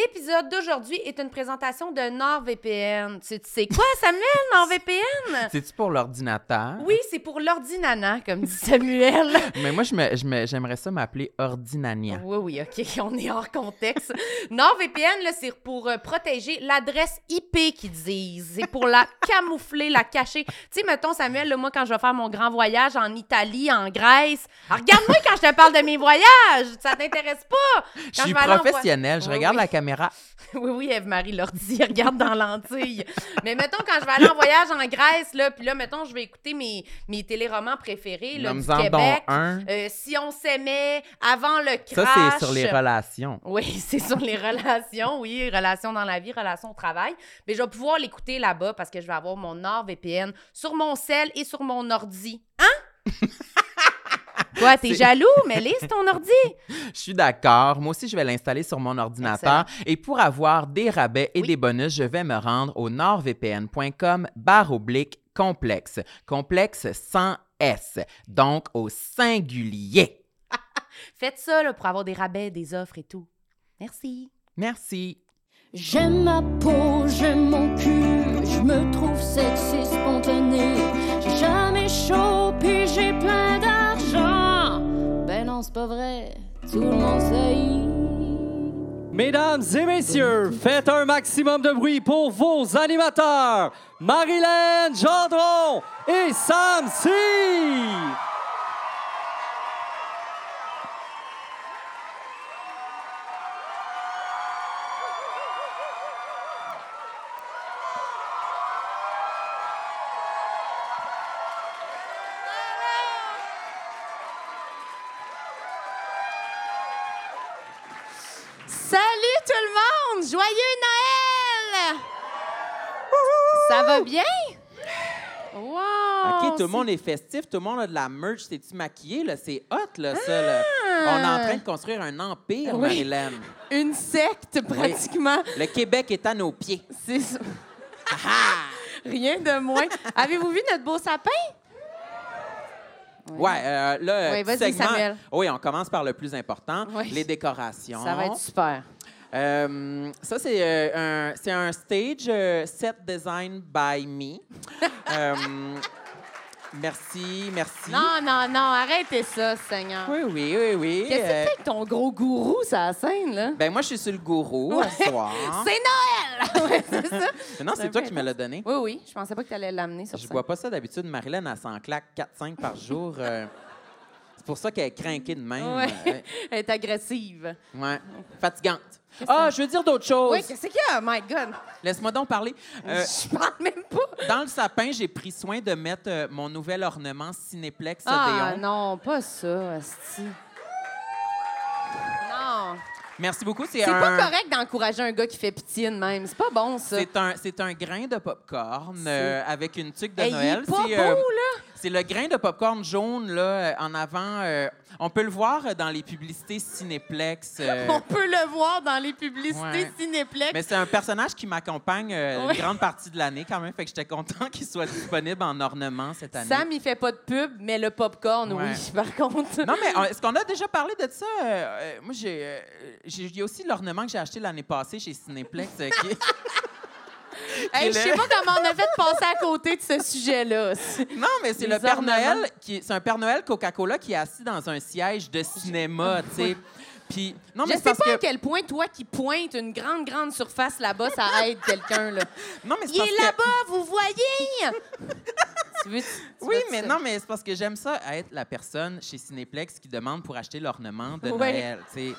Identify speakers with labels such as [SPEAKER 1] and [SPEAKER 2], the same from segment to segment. [SPEAKER 1] L'épisode d'aujourd'hui est une présentation de NordVPN. Tu, tu sais quoi, Samuel, NordVPN?
[SPEAKER 2] C'est-tu pour l'ordinateur?
[SPEAKER 1] Oui, c'est pour l'ordinana, comme dit Samuel.
[SPEAKER 2] Mais moi, je me- je me- j'aimerais ça m'appeler Ordinania.
[SPEAKER 1] Oui, oui, OK, on est hors contexte. NordVPN, là, c'est pour euh, protéger l'adresse IP qu'ils disent. C'est pour la camoufler, la cacher. Tu sais, mettons, Samuel, là, moi, quand je vais faire mon grand voyage en Italie, en Grèce, alors, regarde-moi quand je te parle de mes voyages. Ça t'intéresse pas?
[SPEAKER 2] Je
[SPEAKER 1] Quand
[SPEAKER 2] suis
[SPEAKER 1] vais aller en voy-
[SPEAKER 2] professionnelle, je
[SPEAKER 1] Oui,
[SPEAKER 2] regarde
[SPEAKER 1] oui.
[SPEAKER 2] la caméra.
[SPEAKER 1] Oui, oui, Eve-Marie Lordi, regarde dans lentille. Mais mettons, quand je vais aller en voyage en Grèce, là, puis là, mettons, je vais écouter mes, mes téléromans préférés là, du
[SPEAKER 2] Nomme-en donc
[SPEAKER 1] Québec.
[SPEAKER 2] un.
[SPEAKER 1] Euh, si on s'aimait, avant le crash.
[SPEAKER 2] Ça, c'est sur les relations.
[SPEAKER 1] Oui, c'est sur les relations, oui, relations dans la vie, relations au travail. Mais je vais pouvoir l'écouter là-bas parce que je vais avoir mon NordVPN sur mon cell et sur mon ordi. Hein? Quoi, t'es
[SPEAKER 2] C'est-
[SPEAKER 1] jaloux? Mais lise ton ordi.
[SPEAKER 2] Je suis d'accord. Moi aussi, je vais l'installer sur mon ordinateur. Et pour avoir des rabais et
[SPEAKER 1] Oui.
[SPEAKER 2] des bonus, je vais me rendre au nordvpn.com barre oblique complexe. Complexe sans S. Donc, au singulier.
[SPEAKER 1] Faites ça là, pour avoir des rabais, des offres et tout. Merci.
[SPEAKER 2] Merci.
[SPEAKER 3] J'aime ma peau, j'aime mon cul, je me trouve sexy spontané. J'ai jamais chaud, puis j'ai plein d'argent. Ben non, c'est pas vrai, tout le monde sait.
[SPEAKER 4] Mesdames et messieurs, faites un maximum de bruit pour vos animateurs, Marilyn Gendron et Sam C.
[SPEAKER 1] Salut tout le monde! Joyeux Noël! Ça va bien? Wow!
[SPEAKER 5] Ah,
[SPEAKER 2] OK, tout le monde est festif, tout le monde a de la merch, c'est-tu maquillé, là? C'est hot, là, ça, là. On est en train de construire un empire,
[SPEAKER 5] Ah! Oui.
[SPEAKER 2] Marilyn.
[SPEAKER 5] une secte pratiquement.
[SPEAKER 2] Le Québec est à nos pieds.
[SPEAKER 5] C'est ça. Rien de moins. Avez-vous vu notre beau sapin?
[SPEAKER 2] Ouais, euh, là,
[SPEAKER 5] Oui,
[SPEAKER 2] petit
[SPEAKER 5] vas-y,
[SPEAKER 2] segment-
[SPEAKER 5] Samuel.
[SPEAKER 2] Oui, on commence par le plus important,
[SPEAKER 5] Oui.
[SPEAKER 2] les décorations.
[SPEAKER 5] Ça va être super.
[SPEAKER 2] Euh, ça, c'est euh, un, c'est un stage euh, set design by me. Euh, merci, merci.
[SPEAKER 5] Non, non, non, arrêtez ça, Seigneur.
[SPEAKER 2] Oui, oui, oui, oui.
[SPEAKER 5] Qu'est-ce que
[SPEAKER 2] Euh,
[SPEAKER 5] c'est que ton gros gourou, ça scène, là?
[SPEAKER 2] ben moi, je suis sur le gourou à soir.
[SPEAKER 5] C'est Noël! Ouais, c'est ça.
[SPEAKER 2] Non,
[SPEAKER 5] C'est
[SPEAKER 2] c'est
[SPEAKER 5] un
[SPEAKER 2] toi
[SPEAKER 5] peu
[SPEAKER 2] qui me l'as donné.
[SPEAKER 5] Oui, oui, je pensais pas que tu allais l'amener sur
[SPEAKER 2] Je
[SPEAKER 5] ça.
[SPEAKER 2] vois pas ça d'habitude. Marilyn, elle s'en claque 4-5 par jour. euh, c'est pour ça qu'elle est crinquée de même.
[SPEAKER 5] Ouais. Elle est agressive.
[SPEAKER 2] Euh, ouais. Fatigante. Ah, je veux dire d'autres choses.
[SPEAKER 5] Oui, qu'est-ce qu'il y a? Oh My God!
[SPEAKER 2] Laisse-moi donc parler. Euh,
[SPEAKER 5] Je parle même pas.
[SPEAKER 2] dans le sapin, j'ai pris soin de mettre euh, mon nouvel ornement Cinéplex
[SPEAKER 5] Ah
[SPEAKER 2] Odéon.
[SPEAKER 5] non, pas ça, Asti. Non.
[SPEAKER 2] Merci beaucoup. C'est
[SPEAKER 5] C'est
[SPEAKER 2] un...
[SPEAKER 5] pas correct d'encourager un gars qui fait pitié de même. C'est pas bon, ça.
[SPEAKER 2] C'est un, c'est un grain de popcorn euh, avec une tuque de
[SPEAKER 5] Hey, il est
[SPEAKER 2] Noël.
[SPEAKER 5] pas
[SPEAKER 2] c'est, euh,
[SPEAKER 5] beau, là.
[SPEAKER 2] C'est le grain de popcorn jaune là, euh, en avant. euh, on peut le voir euh, dans les publicités Cinéplex. euh,
[SPEAKER 5] On peut le voir dans les publicités
[SPEAKER 2] Ouais.
[SPEAKER 5] Cinéplex.
[SPEAKER 2] Mais c'est un personnage qui m'accompagne euh,
[SPEAKER 5] Oui.
[SPEAKER 2] une grande partie de l'année quand même. Fait que j'étais content qu'il soit disponible en ornement cette année.
[SPEAKER 5] Sam, il fait pas de pub, mais le popcorn,
[SPEAKER 2] Ouais.
[SPEAKER 5] oui, par contre.
[SPEAKER 2] Non, mais euh, est-ce qu'on a déjà parlé de ça? Euh, euh, moi, j'ai. euh, j'ai- Il y a aussi l'ornement que j'ai acheté l'année passée chez Cinéplex. euh, qui est-
[SPEAKER 5] Hey, je sais pas comment on a fait de passer à côté de ce sujet-là.
[SPEAKER 2] Non, mais c'est
[SPEAKER 5] Les
[SPEAKER 2] le Père
[SPEAKER 5] ornements.
[SPEAKER 2] Noël. qui C'est un Père Noël Coca-Cola qui est assis dans un siège de cinéma, tu sais. Puis. Non,
[SPEAKER 5] Je
[SPEAKER 2] mais
[SPEAKER 5] sais
[SPEAKER 2] c'est
[SPEAKER 5] pas
[SPEAKER 2] parce
[SPEAKER 5] à
[SPEAKER 2] que.
[SPEAKER 5] quel point, toi qui pointe une grande, grande surface là-bas, ça aide quelqu'un. Là.
[SPEAKER 2] Non, mais c'est
[SPEAKER 5] Il
[SPEAKER 2] parce
[SPEAKER 5] est
[SPEAKER 2] que-
[SPEAKER 5] là-bas, vous voyez! tu veux, tu- tu
[SPEAKER 2] Oui,
[SPEAKER 5] veux
[SPEAKER 2] mais
[SPEAKER 5] ça?
[SPEAKER 2] non, mais c'est parce que j'aime ça être la personne chez Cinéplex qui demande pour acheter l'ornement de
[SPEAKER 5] Oui.
[SPEAKER 2] Noël, tu sais.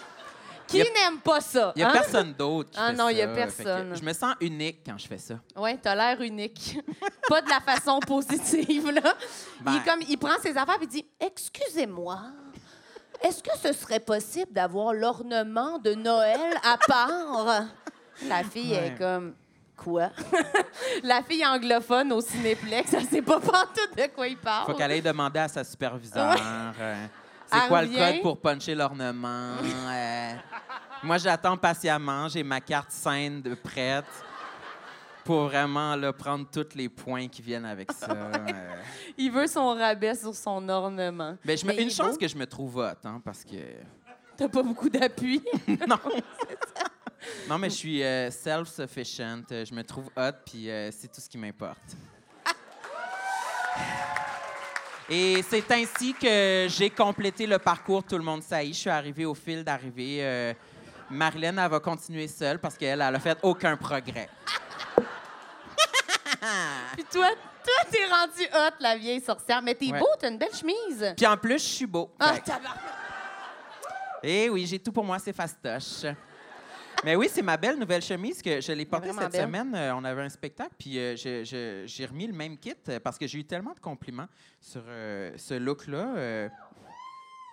[SPEAKER 5] Qui
[SPEAKER 2] y a-
[SPEAKER 5] n'aime pas ça?
[SPEAKER 2] Il n'y a
[SPEAKER 5] hein?
[SPEAKER 2] personne d'autre qui
[SPEAKER 5] Ah
[SPEAKER 2] fait
[SPEAKER 5] non,
[SPEAKER 2] ça.
[SPEAKER 5] il y a
[SPEAKER 2] Fait que
[SPEAKER 5] personne.
[SPEAKER 2] Je me sens unique quand je fais ça.
[SPEAKER 5] Oui, t'as l'air unique. pas de la façon positive, là. Il,
[SPEAKER 2] Ben.
[SPEAKER 5] est comme, il prend ses affaires et dit Excusez-moi, est-ce que ce serait possible d'avoir l'ornement de Noël à part La fille
[SPEAKER 2] Ouais.
[SPEAKER 5] est comme Quoi La fille anglophone au cinéplex, elle sait pas partout de quoi il parle.
[SPEAKER 2] Faut qu'elle aille demander à sa superviseure. euh, c'est
[SPEAKER 5] Elle
[SPEAKER 2] quoi le
[SPEAKER 5] revient.
[SPEAKER 2] code pour puncher l'ornement? euh. moi, j'attends patiemment. J'ai ma carte scène de prête pour vraiment là, prendre tous les points qui viennent avec ça. euh.
[SPEAKER 5] Il veut son rabais sur son ornement.
[SPEAKER 2] Ben, je me-
[SPEAKER 5] Mais il
[SPEAKER 2] une
[SPEAKER 5] est
[SPEAKER 2] chance
[SPEAKER 5] beau.
[SPEAKER 2] que je me trouve hot, hein, parce que...
[SPEAKER 5] T'as pas beaucoup d'appui.
[SPEAKER 2] Non. Non, mais je suis euh, self-sufficient. Euh, Je me trouve hot, puis euh, c'est tout ce qui m'importe. Et c'est ainsi que j'ai complété le parcours Tout le monde saillit. Je suis arrivée au fil d'arrivée. Euh, Marlène, elle va continuer seule parce qu'elle, elle a fait aucun progrès.
[SPEAKER 5] Puis toi, toi, t'es rendu hot, la vieille sorcière. Mais t'es
[SPEAKER 2] Ouais.
[SPEAKER 5] beau, t'as une belle chemise.
[SPEAKER 2] Puis en plus, je suis beau.
[SPEAKER 5] Ah,
[SPEAKER 2] Fait que-
[SPEAKER 5] tabarnak.
[SPEAKER 2] Eh oui, j'ai tout pour moi, c'est fastoche. Mais oui, c'est ma belle nouvelle chemise que je l'ai portée
[SPEAKER 5] vraiment
[SPEAKER 2] cette
[SPEAKER 5] belle.
[SPEAKER 2] semaine. Euh, on avait un spectacle, puis euh, je- je- j'ai remis le même kit euh, parce que j'ai eu tellement de compliments sur euh, ce look-là. euh.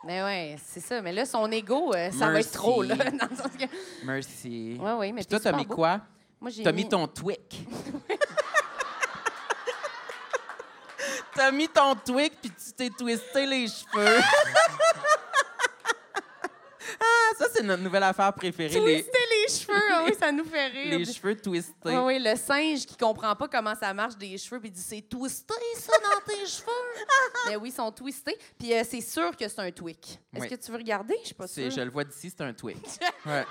[SPEAKER 5] Mais ouais, c'est ça. Mais là, son ego, euh, ça va être
[SPEAKER 2] Merci.
[SPEAKER 5] trop, là. Dans le sens que...
[SPEAKER 2] merci.
[SPEAKER 5] Ouais, ouais, mais
[SPEAKER 2] Puis toi,
[SPEAKER 5] t'es
[SPEAKER 2] t'as
[SPEAKER 5] super
[SPEAKER 2] mis
[SPEAKER 5] beau.
[SPEAKER 2] quoi?
[SPEAKER 5] Moi, j'ai
[SPEAKER 2] T'as mis ton twic. T'as mis ton twic, puis tu t'es twisté les cheveux. ah, ça, c'est notre nouvelle affaire préférée, les,
[SPEAKER 5] Twister les cheveux, ah oui, ça nous fait rire.
[SPEAKER 2] les cheveux twistés.
[SPEAKER 5] Ah oui, le singe qui comprend pas comment ça marche des cheveux, puis il dit c'est twisté ça dans tes cheveux. Mais oui, ils sont twistés. Puis euh, c'est sûr que c'est un twick. Est-ce
[SPEAKER 2] Oui.
[SPEAKER 5] que tu veux regarder Je suis pas
[SPEAKER 2] C'est-
[SPEAKER 5] sûre.
[SPEAKER 2] Je le vois d'ici, c'est un twig. Ouais.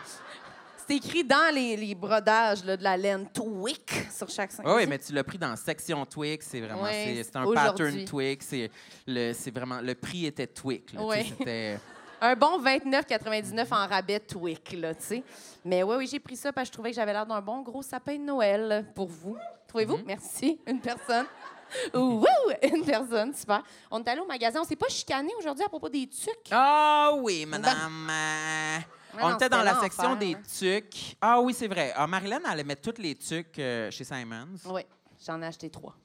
[SPEAKER 5] C'est écrit dans les, les brodages là, de la laine twick sur chaque singe.
[SPEAKER 2] Ouais, ouais, mais tu l'as pris dans section twig, c'est vraiment
[SPEAKER 5] Ouais,
[SPEAKER 2] c'est- c'est un
[SPEAKER 5] aujourd'hui.
[SPEAKER 2] pattern twig, c'est le c'est vraiment le prix était twig. là, tu sais,
[SPEAKER 5] Ouais.
[SPEAKER 2] c'était-
[SPEAKER 5] Un bon 29,99 en rabais twick là, tu sais. Mais oui, oui, j'ai pris ça parce que je trouvais que j'avais l'air d'un bon gros sapin de Noël pour vous. Trouvez-vous Merci, une personne. Ouh, une personne, super. On est allé au magasin, on s'est pas chicané aujourd'hui à propos des tucs.
[SPEAKER 2] Ah oui, madame. euh,
[SPEAKER 5] non,
[SPEAKER 2] on était dans
[SPEAKER 5] c'était
[SPEAKER 2] la section
[SPEAKER 5] l'enfer,
[SPEAKER 2] des
[SPEAKER 5] hein.
[SPEAKER 2] tucs. Ah oui, c'est vrai. Ah, Marilyn, elle aimait toutes les tucs euh, chez Simons.
[SPEAKER 5] Oui, j'en ai acheté trois.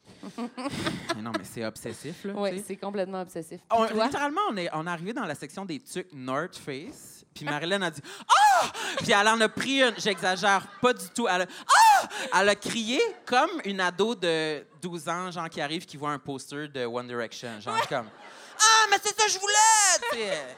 [SPEAKER 2] Mais non, mais c'est obsessif là. tu
[SPEAKER 5] Oui,
[SPEAKER 2] sais.
[SPEAKER 5] c'est complètement obsessif. Puis
[SPEAKER 2] On-
[SPEAKER 5] toi?
[SPEAKER 2] littéralement, on est, on est arrivé dans la section des tucs North Face. Puis Marilyn a dit Ah! Puis elle en a pris une. J'exagère pas du tout. Elle a, ah! elle a crié comme une ado de 12 ans, genre qui arrive, qui voit un poster de One Direction. Genre comme Ah, mais c'est ça que je voulais! Tu sais, euh,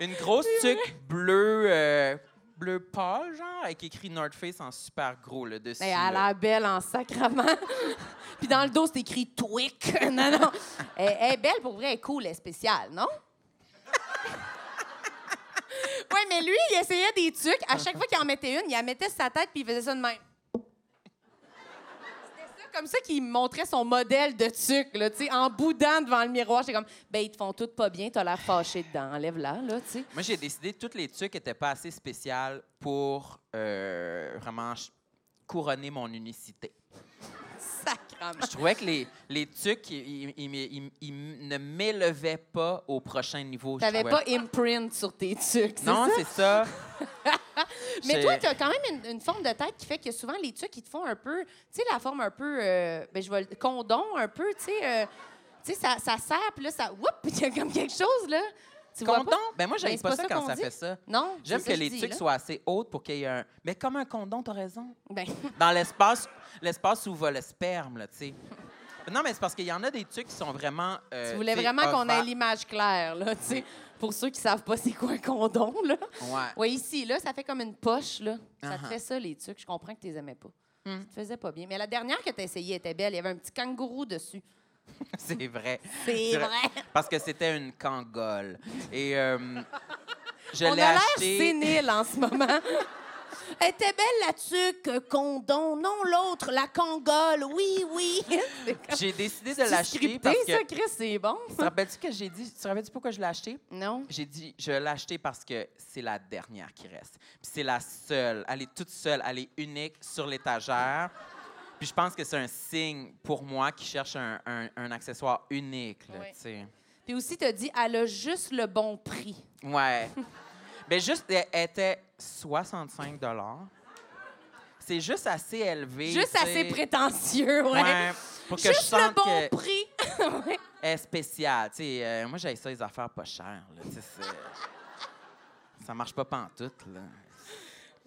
[SPEAKER 2] une grosse tuque bleue, euh, bleu pâle, genre, avec écrit North Face en super gros là, dessus.
[SPEAKER 5] Hey, Ben, elle a
[SPEAKER 2] là.
[SPEAKER 5] l'air belle en sacrement. Puis dans le dos, c'est écrit Twick. non, non. Elle, elle est belle pour vrai, elle est cool, elle est spéciale, non? oui, mais lui, il essayait des trucs. À chaque fois qu'il en mettait une, il la mettait sur sa tête puis il faisait ça de même. C'était ça, Comme ça qu'il me montrait son modèle de tuc, là, tu sais, en boudant devant le miroir. J'étais comme, ben, ils te font toutes pas bien, t'as l'air fâché dedans, enlève-la, là, tu sais.
[SPEAKER 2] Moi, j'ai décidé que toutes les tuques n'étaient pas assez spéciales pour euh, vraiment ch- couronner mon unicité.
[SPEAKER 5] Sacrement.
[SPEAKER 2] Je trouvais que les, les tuques, ils, ils- ils- ils- ils ne m'élevaient pas au prochain niveau. je
[SPEAKER 5] T'avais
[SPEAKER 2] trouvais.
[SPEAKER 5] pas imprint sur tes tucs, c'est
[SPEAKER 2] Non,
[SPEAKER 5] ça?
[SPEAKER 2] c'est ça.
[SPEAKER 5] Mais
[SPEAKER 2] C'est-
[SPEAKER 5] toi, tu as quand même une, une forme de tête qui fait que souvent, les tucs, ils te font un peu, tu sais, la forme un peu, euh, ben, je vais le condom un peu, tu sais, euh, tu sais, ça, ça serre, puis là, ça, oups, il y a comme quelque chose, là. Tu vois
[SPEAKER 2] Condom?
[SPEAKER 5] pas?
[SPEAKER 2] Ben moi, j'aime
[SPEAKER 5] c'est
[SPEAKER 2] pas,
[SPEAKER 5] pas
[SPEAKER 2] ça
[SPEAKER 5] ça
[SPEAKER 2] quand
[SPEAKER 5] qu'on
[SPEAKER 2] ça
[SPEAKER 5] dit.
[SPEAKER 2] fait ça.
[SPEAKER 5] Non,
[SPEAKER 2] J'aime
[SPEAKER 5] c'est
[SPEAKER 2] que
[SPEAKER 5] ça je
[SPEAKER 2] les
[SPEAKER 5] dis,
[SPEAKER 2] tuques
[SPEAKER 5] là.
[SPEAKER 2] soient assez hautes pour qu'il y ait un... Mais comme un condom, t'as raison.
[SPEAKER 5] Ben,
[SPEAKER 2] Dans l'espace l'espace où va le sperme, là, tu sais. Non, mais c'est parce qu'il y en a des tuques qui sont vraiment... euh,
[SPEAKER 5] tu voulais
[SPEAKER 2] tu sais,
[SPEAKER 5] vraiment qu'on ait
[SPEAKER 2] ovales.
[SPEAKER 5] l'image claire, là, tu sais, pour ceux qui savent pas c'est quoi un condom, là.
[SPEAKER 2] Ouais.
[SPEAKER 5] Oui, ici, là, ça fait comme une poche, là. Ça te
[SPEAKER 2] Uh-huh. Hmm.
[SPEAKER 5] fait ça, les tucs. Je comprends que tu les aimais pas. Ça te faisait pas bien. Mais la dernière que tu as essayée était belle. Il y avait un petit kangourou dessus.
[SPEAKER 2] C'est vrai.
[SPEAKER 5] C'est vrai.
[SPEAKER 2] Parce que c'était une cangole. Et euh, je
[SPEAKER 5] On a
[SPEAKER 2] l'ai
[SPEAKER 5] l'air
[SPEAKER 2] acheté.
[SPEAKER 5] sénile en ce moment. Elle était belle la tuque, condon, non l'autre, la cangole, oui, oui.
[SPEAKER 2] J'ai décidé de
[SPEAKER 5] C'est
[SPEAKER 2] l'acheter parce
[SPEAKER 5] scripté,
[SPEAKER 2] que.
[SPEAKER 5] ça, Chris, c'est bon.
[SPEAKER 2] Tu te rappelles-tu que j'ai dit? Tu te rappelles-tu pourquoi je l'ai acheté?
[SPEAKER 5] Non.
[SPEAKER 2] J'ai dit, je l'ai acheté parce que c'est la dernière qui reste. Puis c'est la seule. Elle est toute seule. Elle est unique sur l'étagère. Puis je pense que c'est un signe pour moi qui cherche un, un- un accessoire unique. Là,
[SPEAKER 5] Oui.
[SPEAKER 2] tu sais.
[SPEAKER 5] Puis aussi, t'as dit, elle a juste le bon prix.
[SPEAKER 2] Ouais. Mais juste, elle était 65 C'est juste assez élevé.
[SPEAKER 5] Juste
[SPEAKER 2] tu sais.
[SPEAKER 5] assez prétentieux, ouais.
[SPEAKER 2] Ouais, pour que je
[SPEAKER 5] juste le
[SPEAKER 2] sente
[SPEAKER 5] bon
[SPEAKER 2] que
[SPEAKER 5] prix. Ouais.
[SPEAKER 2] est spécial. Tu sais, euh, moi, j'ai ça, les affaires pas chères. Là. Tu sais, c'est- ça marche pas pantoute. Là.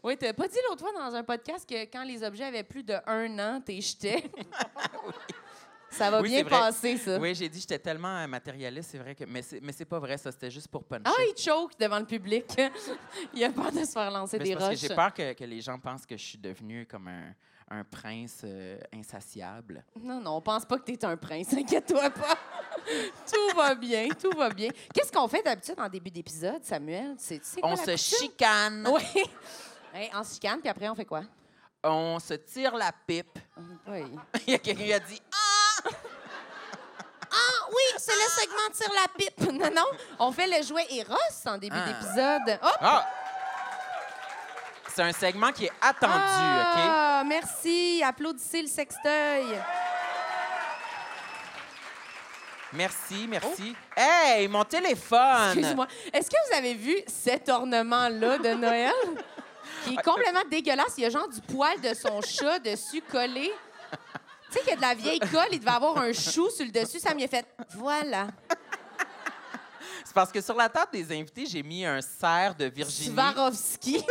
[SPEAKER 5] Oui, t'as pas dit l'autre fois dans un podcast que quand les objets avaient plus de un an, t'es jeté. Ça va
[SPEAKER 2] Oui,
[SPEAKER 5] bien
[SPEAKER 2] c'est vrai.
[SPEAKER 5] passer, ça.
[SPEAKER 2] Oui, j'ai dit j'étais tellement euh, matérialiste, c'est vrai que. Mais c'est, mais c'est pas vrai, ça. C'était juste pour puncher.
[SPEAKER 5] Ah, il choke devant le public. il a peur de se faire lancer
[SPEAKER 2] Mais c'est
[SPEAKER 5] des
[SPEAKER 2] parce que
[SPEAKER 5] roches.
[SPEAKER 2] j'ai peur que, que les gens pensent que je suis devenu comme un, un prince euh, insatiable.
[SPEAKER 5] Non, non, on pense pas que t'es un prince. Inquiète-toi pas. tout va bien, tout va bien. Qu'est-ce qu'on fait d'habitude en début d'épisode, Samuel? Tu sais, tu sais quoi,
[SPEAKER 2] On
[SPEAKER 5] la
[SPEAKER 2] se
[SPEAKER 5] coutume?
[SPEAKER 2] chicane.
[SPEAKER 5] Oui. Hey, on se chicane, puis après, on fait quoi?
[SPEAKER 2] On se tire la pipe.
[SPEAKER 5] Oui.
[SPEAKER 2] Il y a quelqu'un qui a dit Ah!
[SPEAKER 5] Ah oui, c'est le segment Tire la pipe. Non, non, on fait le jouet Eros en début
[SPEAKER 2] Ah.
[SPEAKER 5] d'épisode. Hop!
[SPEAKER 2] Ah! C'est un segment qui est attendu, OK?
[SPEAKER 5] Ah, merci. Applaudissez le sexteuil.
[SPEAKER 2] Merci, merci. Hey, mon téléphone!
[SPEAKER 5] Oh. Excuse-moi. Est-ce que vous avez vu cet ornement-là de Noël? qui est complètement dégueulasse. Il y a genre du poil de son chat dessus collé. Tu sais qu'il y a de la vieille colle. Il devait avoir un chou sur le dessus. Ça m'y a fait « Voilà,
[SPEAKER 2] C'est parce que sur la table des invités, j'ai mis un cerf de Virginie
[SPEAKER 5] Swarovski.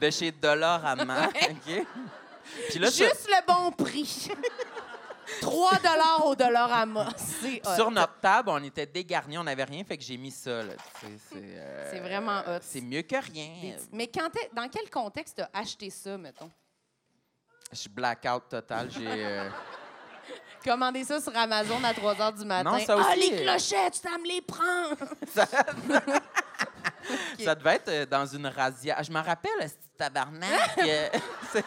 [SPEAKER 2] de chez Dolorama, OK? Puis là, sur-
[SPEAKER 5] Juste le bon prix. 3 dollars au dollar à C'est hot.
[SPEAKER 2] sur notre table, on était dégarnis, on n'avait rien, fait que j'ai mis ça, là. Tu sais, C'est euh,
[SPEAKER 5] C'est vraiment hot.
[SPEAKER 2] c'est mieux que rien.
[SPEAKER 5] Mais quand est- dans quel contexte t'as acheté ça, mettons?
[SPEAKER 2] Je suis blackout total, j'ai... euh,
[SPEAKER 5] Commander ça sur Amazon à 3 h du matin.
[SPEAKER 2] Non, ça
[SPEAKER 5] Ah,
[SPEAKER 2] aussi,
[SPEAKER 5] les
[SPEAKER 2] euh,
[SPEAKER 5] clochettes, ça me les prend!
[SPEAKER 2] Ça devait être euh, dans une razzia. Je m'en rappelle, ce petit tabarnak. euh, c'est-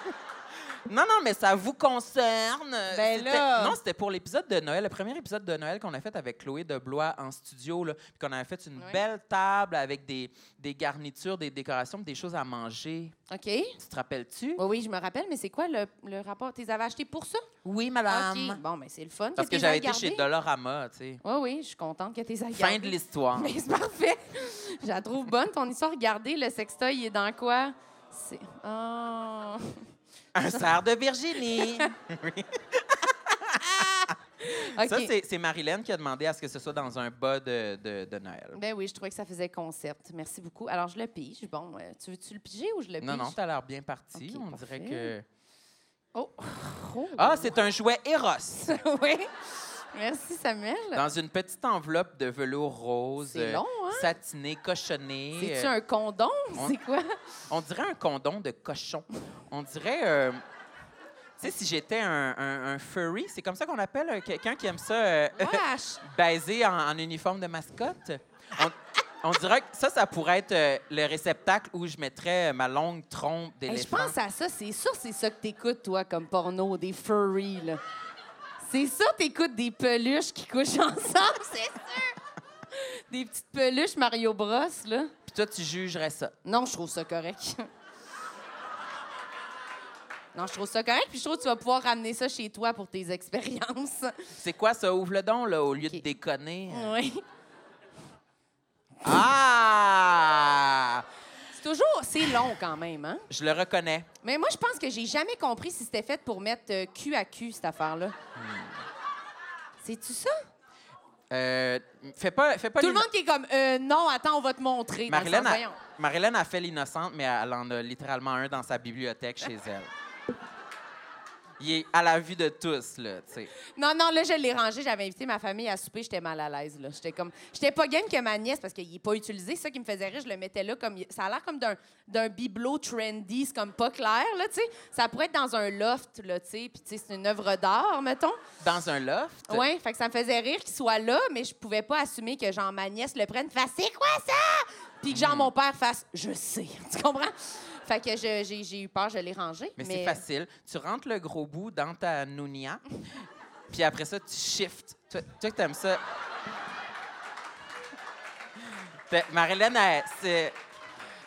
[SPEAKER 2] non, non, mais ça vous concerne.
[SPEAKER 5] Ben
[SPEAKER 2] C'était-
[SPEAKER 5] là.
[SPEAKER 2] Non, c'était pour l'épisode de Noël, le premier épisode de Noël qu'on a fait avec Chloé de Blois en studio, là, puis qu'on avait fait une
[SPEAKER 5] Ouais.
[SPEAKER 2] belle table avec des, des garnitures, des décorations, puis des choses à manger.
[SPEAKER 5] OK. Oui,
[SPEAKER 2] Tu te rappelles-tu?
[SPEAKER 5] oui, je me rappelle, mais c'est quoi le, le rapport? Tu les avais achetés pour ça?
[SPEAKER 2] Oui,
[SPEAKER 5] OK. Bon, mais c'est le fun.
[SPEAKER 2] Parce que
[SPEAKER 5] t'es
[SPEAKER 2] j'avais été
[SPEAKER 5] regardé.
[SPEAKER 2] chez Dolorama, tu sais.
[SPEAKER 5] Oui, oui, je suis contente que tu les aies
[SPEAKER 2] Fin de
[SPEAKER 5] gardés.
[SPEAKER 2] l'histoire.
[SPEAKER 5] Mais c'est parfait. Je la trouve bonne, ton histoire. Regardez, le sextoy, il est dans quoi? C'est. Oh.
[SPEAKER 2] Un cerf de Virginie.
[SPEAKER 5] OK.
[SPEAKER 2] Ça, c'est- c'est Marilyn qui a demandé à ce que ce soit dans un bas de, de- de Noël.
[SPEAKER 5] Ben oui, je trouvais que ça faisait concept. Merci beaucoup. Alors, je le pige. Bon, euh, tu veux-tu le piger ou je le pige?
[SPEAKER 2] Non, non, t'as l'air bien parti.
[SPEAKER 5] Ok,
[SPEAKER 2] On
[SPEAKER 5] parfait.
[SPEAKER 2] dirait que.
[SPEAKER 5] Oh! Oh.
[SPEAKER 2] Ah, c'est un jouet Eros
[SPEAKER 5] oui. Merci, Samuel.
[SPEAKER 2] dans une petite enveloppe de velours rose,
[SPEAKER 5] C'est
[SPEAKER 2] euh,
[SPEAKER 5] long, hein?
[SPEAKER 2] satiné, cochonné.
[SPEAKER 5] C'est-tu
[SPEAKER 2] euh,
[SPEAKER 5] un condom?
[SPEAKER 2] on-
[SPEAKER 5] C'est quoi?
[SPEAKER 2] On dirait un condom de cochon. On dirait. euh, tu sais, si j'étais un, un- un furry, c'est comme ça qu'on appelle euh, quelqu'un qui aime ça euh,
[SPEAKER 5] Wesh!
[SPEAKER 2] baiser en, en uniforme de mascotte. On, on dirait que ça, ça pourrait être euh, le réceptacle où je mettrais euh, ma longue trompe
[SPEAKER 5] Hey, je
[SPEAKER 2] d'éléphant.
[SPEAKER 5] pense à ça. C'est sûr, c'est ça que t'écoutes, toi, comme porno, des furries, là. C'est ça, t'écoutes des peluches qui couchent ensemble, c'est sûr! Des petites peluches Mario Bros, là.
[SPEAKER 2] Puis toi, tu jugerais ça.
[SPEAKER 5] Non, je trouve ça correct. Non, je trouve ça correct, puis je trouve que tu vas pouvoir ramener ça chez toi pour tes expériences.
[SPEAKER 2] C'est quoi ça? Ouvre le don, là, au lieu
[SPEAKER 5] Ok.
[SPEAKER 2] de déconner. euh.
[SPEAKER 5] Oui.
[SPEAKER 2] Ah!
[SPEAKER 5] C'est toujours... C'est long, quand même, hein?
[SPEAKER 2] Je le reconnais.
[SPEAKER 5] Mais moi, je pense que j'ai jamais compris si c'était fait pour mettre euh, cul à cul, cette affaire-là. C'est-tu ça?
[SPEAKER 2] Euh, fais pas, fais pas
[SPEAKER 5] Tout le
[SPEAKER 2] l'ino-
[SPEAKER 5] monde qui est comme, euh, non, attends, on va te montrer. Dans le
[SPEAKER 2] Marilyn
[SPEAKER 5] sens,
[SPEAKER 2] a,
[SPEAKER 5] voyons.
[SPEAKER 2] Marilyn a fait l'innocente, mais elle en a littéralement un dans sa bibliothèque chez elle. Il est à la vue de tous, là, tu sais.
[SPEAKER 5] Non, non, là, je l'ai rangé. J'avais invité ma famille à souper. J'étais mal à l'aise, là. J'étais comme... J'étais pas game que ma nièce, parce qu'il est pas utilisé. C'est ça qui me faisait rire. Je le mettais là comme... Ça a l'air comme d'un, d'un bibelot trendy. C'est comme pas clair, là, tu sais. Ça pourrait être dans un loft, là, tu sais. Puis, tu sais, c'est une œuvre d'art, mettons.
[SPEAKER 2] Dans un loft.
[SPEAKER 5] Oui, fait que ça me faisait rire qu'il soit là, mais je pouvais pas assumer que genre ma nièce le prenne, fasse c'est quoi ça Puis que
[SPEAKER 2] Hmm.
[SPEAKER 5] genre mon père fasse je sais. Tu comprends Fait que je- j'ai j'ai eu peur, je l'ai rangé. euh,
[SPEAKER 2] Mais, c'est facile. Tu rentres le gros bout dans ta nounia, puis après ça, tu shifts. Toi, toi que t'aimes ça. Fait- Marilyn, elle, c'est...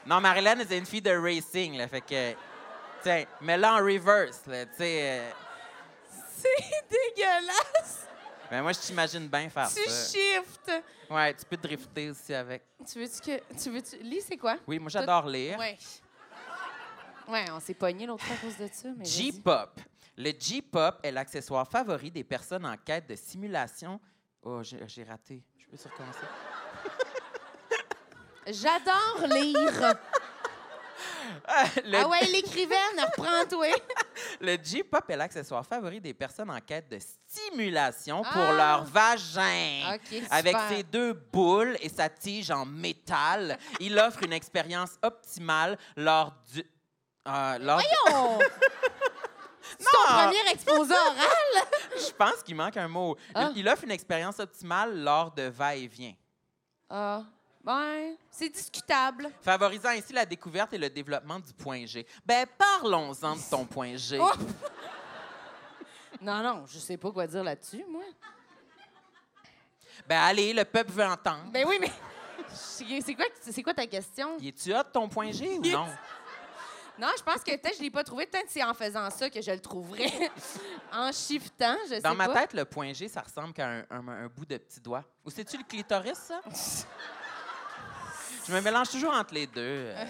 [SPEAKER 2] Non, Marilyn, c'est une fille de racing, là, fait que... Tiens, mets-la en reverse, là, tu sais... euh,
[SPEAKER 5] C'est dégueulasse.
[SPEAKER 2] Ben moi, je t'imagine bien faire
[SPEAKER 5] Tu
[SPEAKER 2] ça.
[SPEAKER 5] shifts.
[SPEAKER 2] Ouais, tu peux drifter aussi avec.
[SPEAKER 5] Tu veux que tu veux tu lis c'est quoi
[SPEAKER 2] Oui, moi, j'adore lire.
[SPEAKER 5] Ouais. Ouais, on s'est pogné l'autre fois à cause de ça, mais vas-y.
[SPEAKER 2] J-pop. Le J-pop est l'accessoire favori des personnes en quête de simulation. Oh, j'ai j'ai raté. Je peux sur recommencer.
[SPEAKER 5] J'adore lire.
[SPEAKER 2] Le,
[SPEAKER 5] ah ouais, l'écrivaine, reprends-toi.
[SPEAKER 2] le J-pop est l'accessoire favori des personnes en quête de stimulation pour
[SPEAKER 5] Ah!
[SPEAKER 2] leur vagin.
[SPEAKER 5] Ok, super.
[SPEAKER 2] Avec ses deux boules et sa tige en métal, il offre une expérience optimale lors du... euh, lors
[SPEAKER 5] Voyons. C'est ton premier exposé oral.
[SPEAKER 2] Je pense qu'il manque un mot. Il-
[SPEAKER 5] Ah.
[SPEAKER 2] Il offre une expérience optimale lors de va-et-vient.
[SPEAKER 5] Ah. Ben, c'est discutable.
[SPEAKER 2] favorisant ainsi la découverte et le développement du point G. Ben, parlons-en de ton point G.
[SPEAKER 5] Oh! Non, non, je sais pas quoi dire là-dessus, moi.
[SPEAKER 2] Ben, allez, le peuple veut entendre.
[SPEAKER 5] Ben oui, mais c'est quoi, c'est quoi ta question?
[SPEAKER 2] Y es-tu hot, ton point G, ou non?
[SPEAKER 5] Non, je pense que peut-être je l'ai pas trouvé. Peut-être que c'est en faisant ça que je le trouverais. en shiftant, je sais
[SPEAKER 2] Dans ma
[SPEAKER 5] pas.
[SPEAKER 2] tête, le point G, ça ressemble qu'à un, un- un bout de petit doigt. Ou c'est-tu le clitoris, ça? Je me mélange toujours entre les deux. Euh,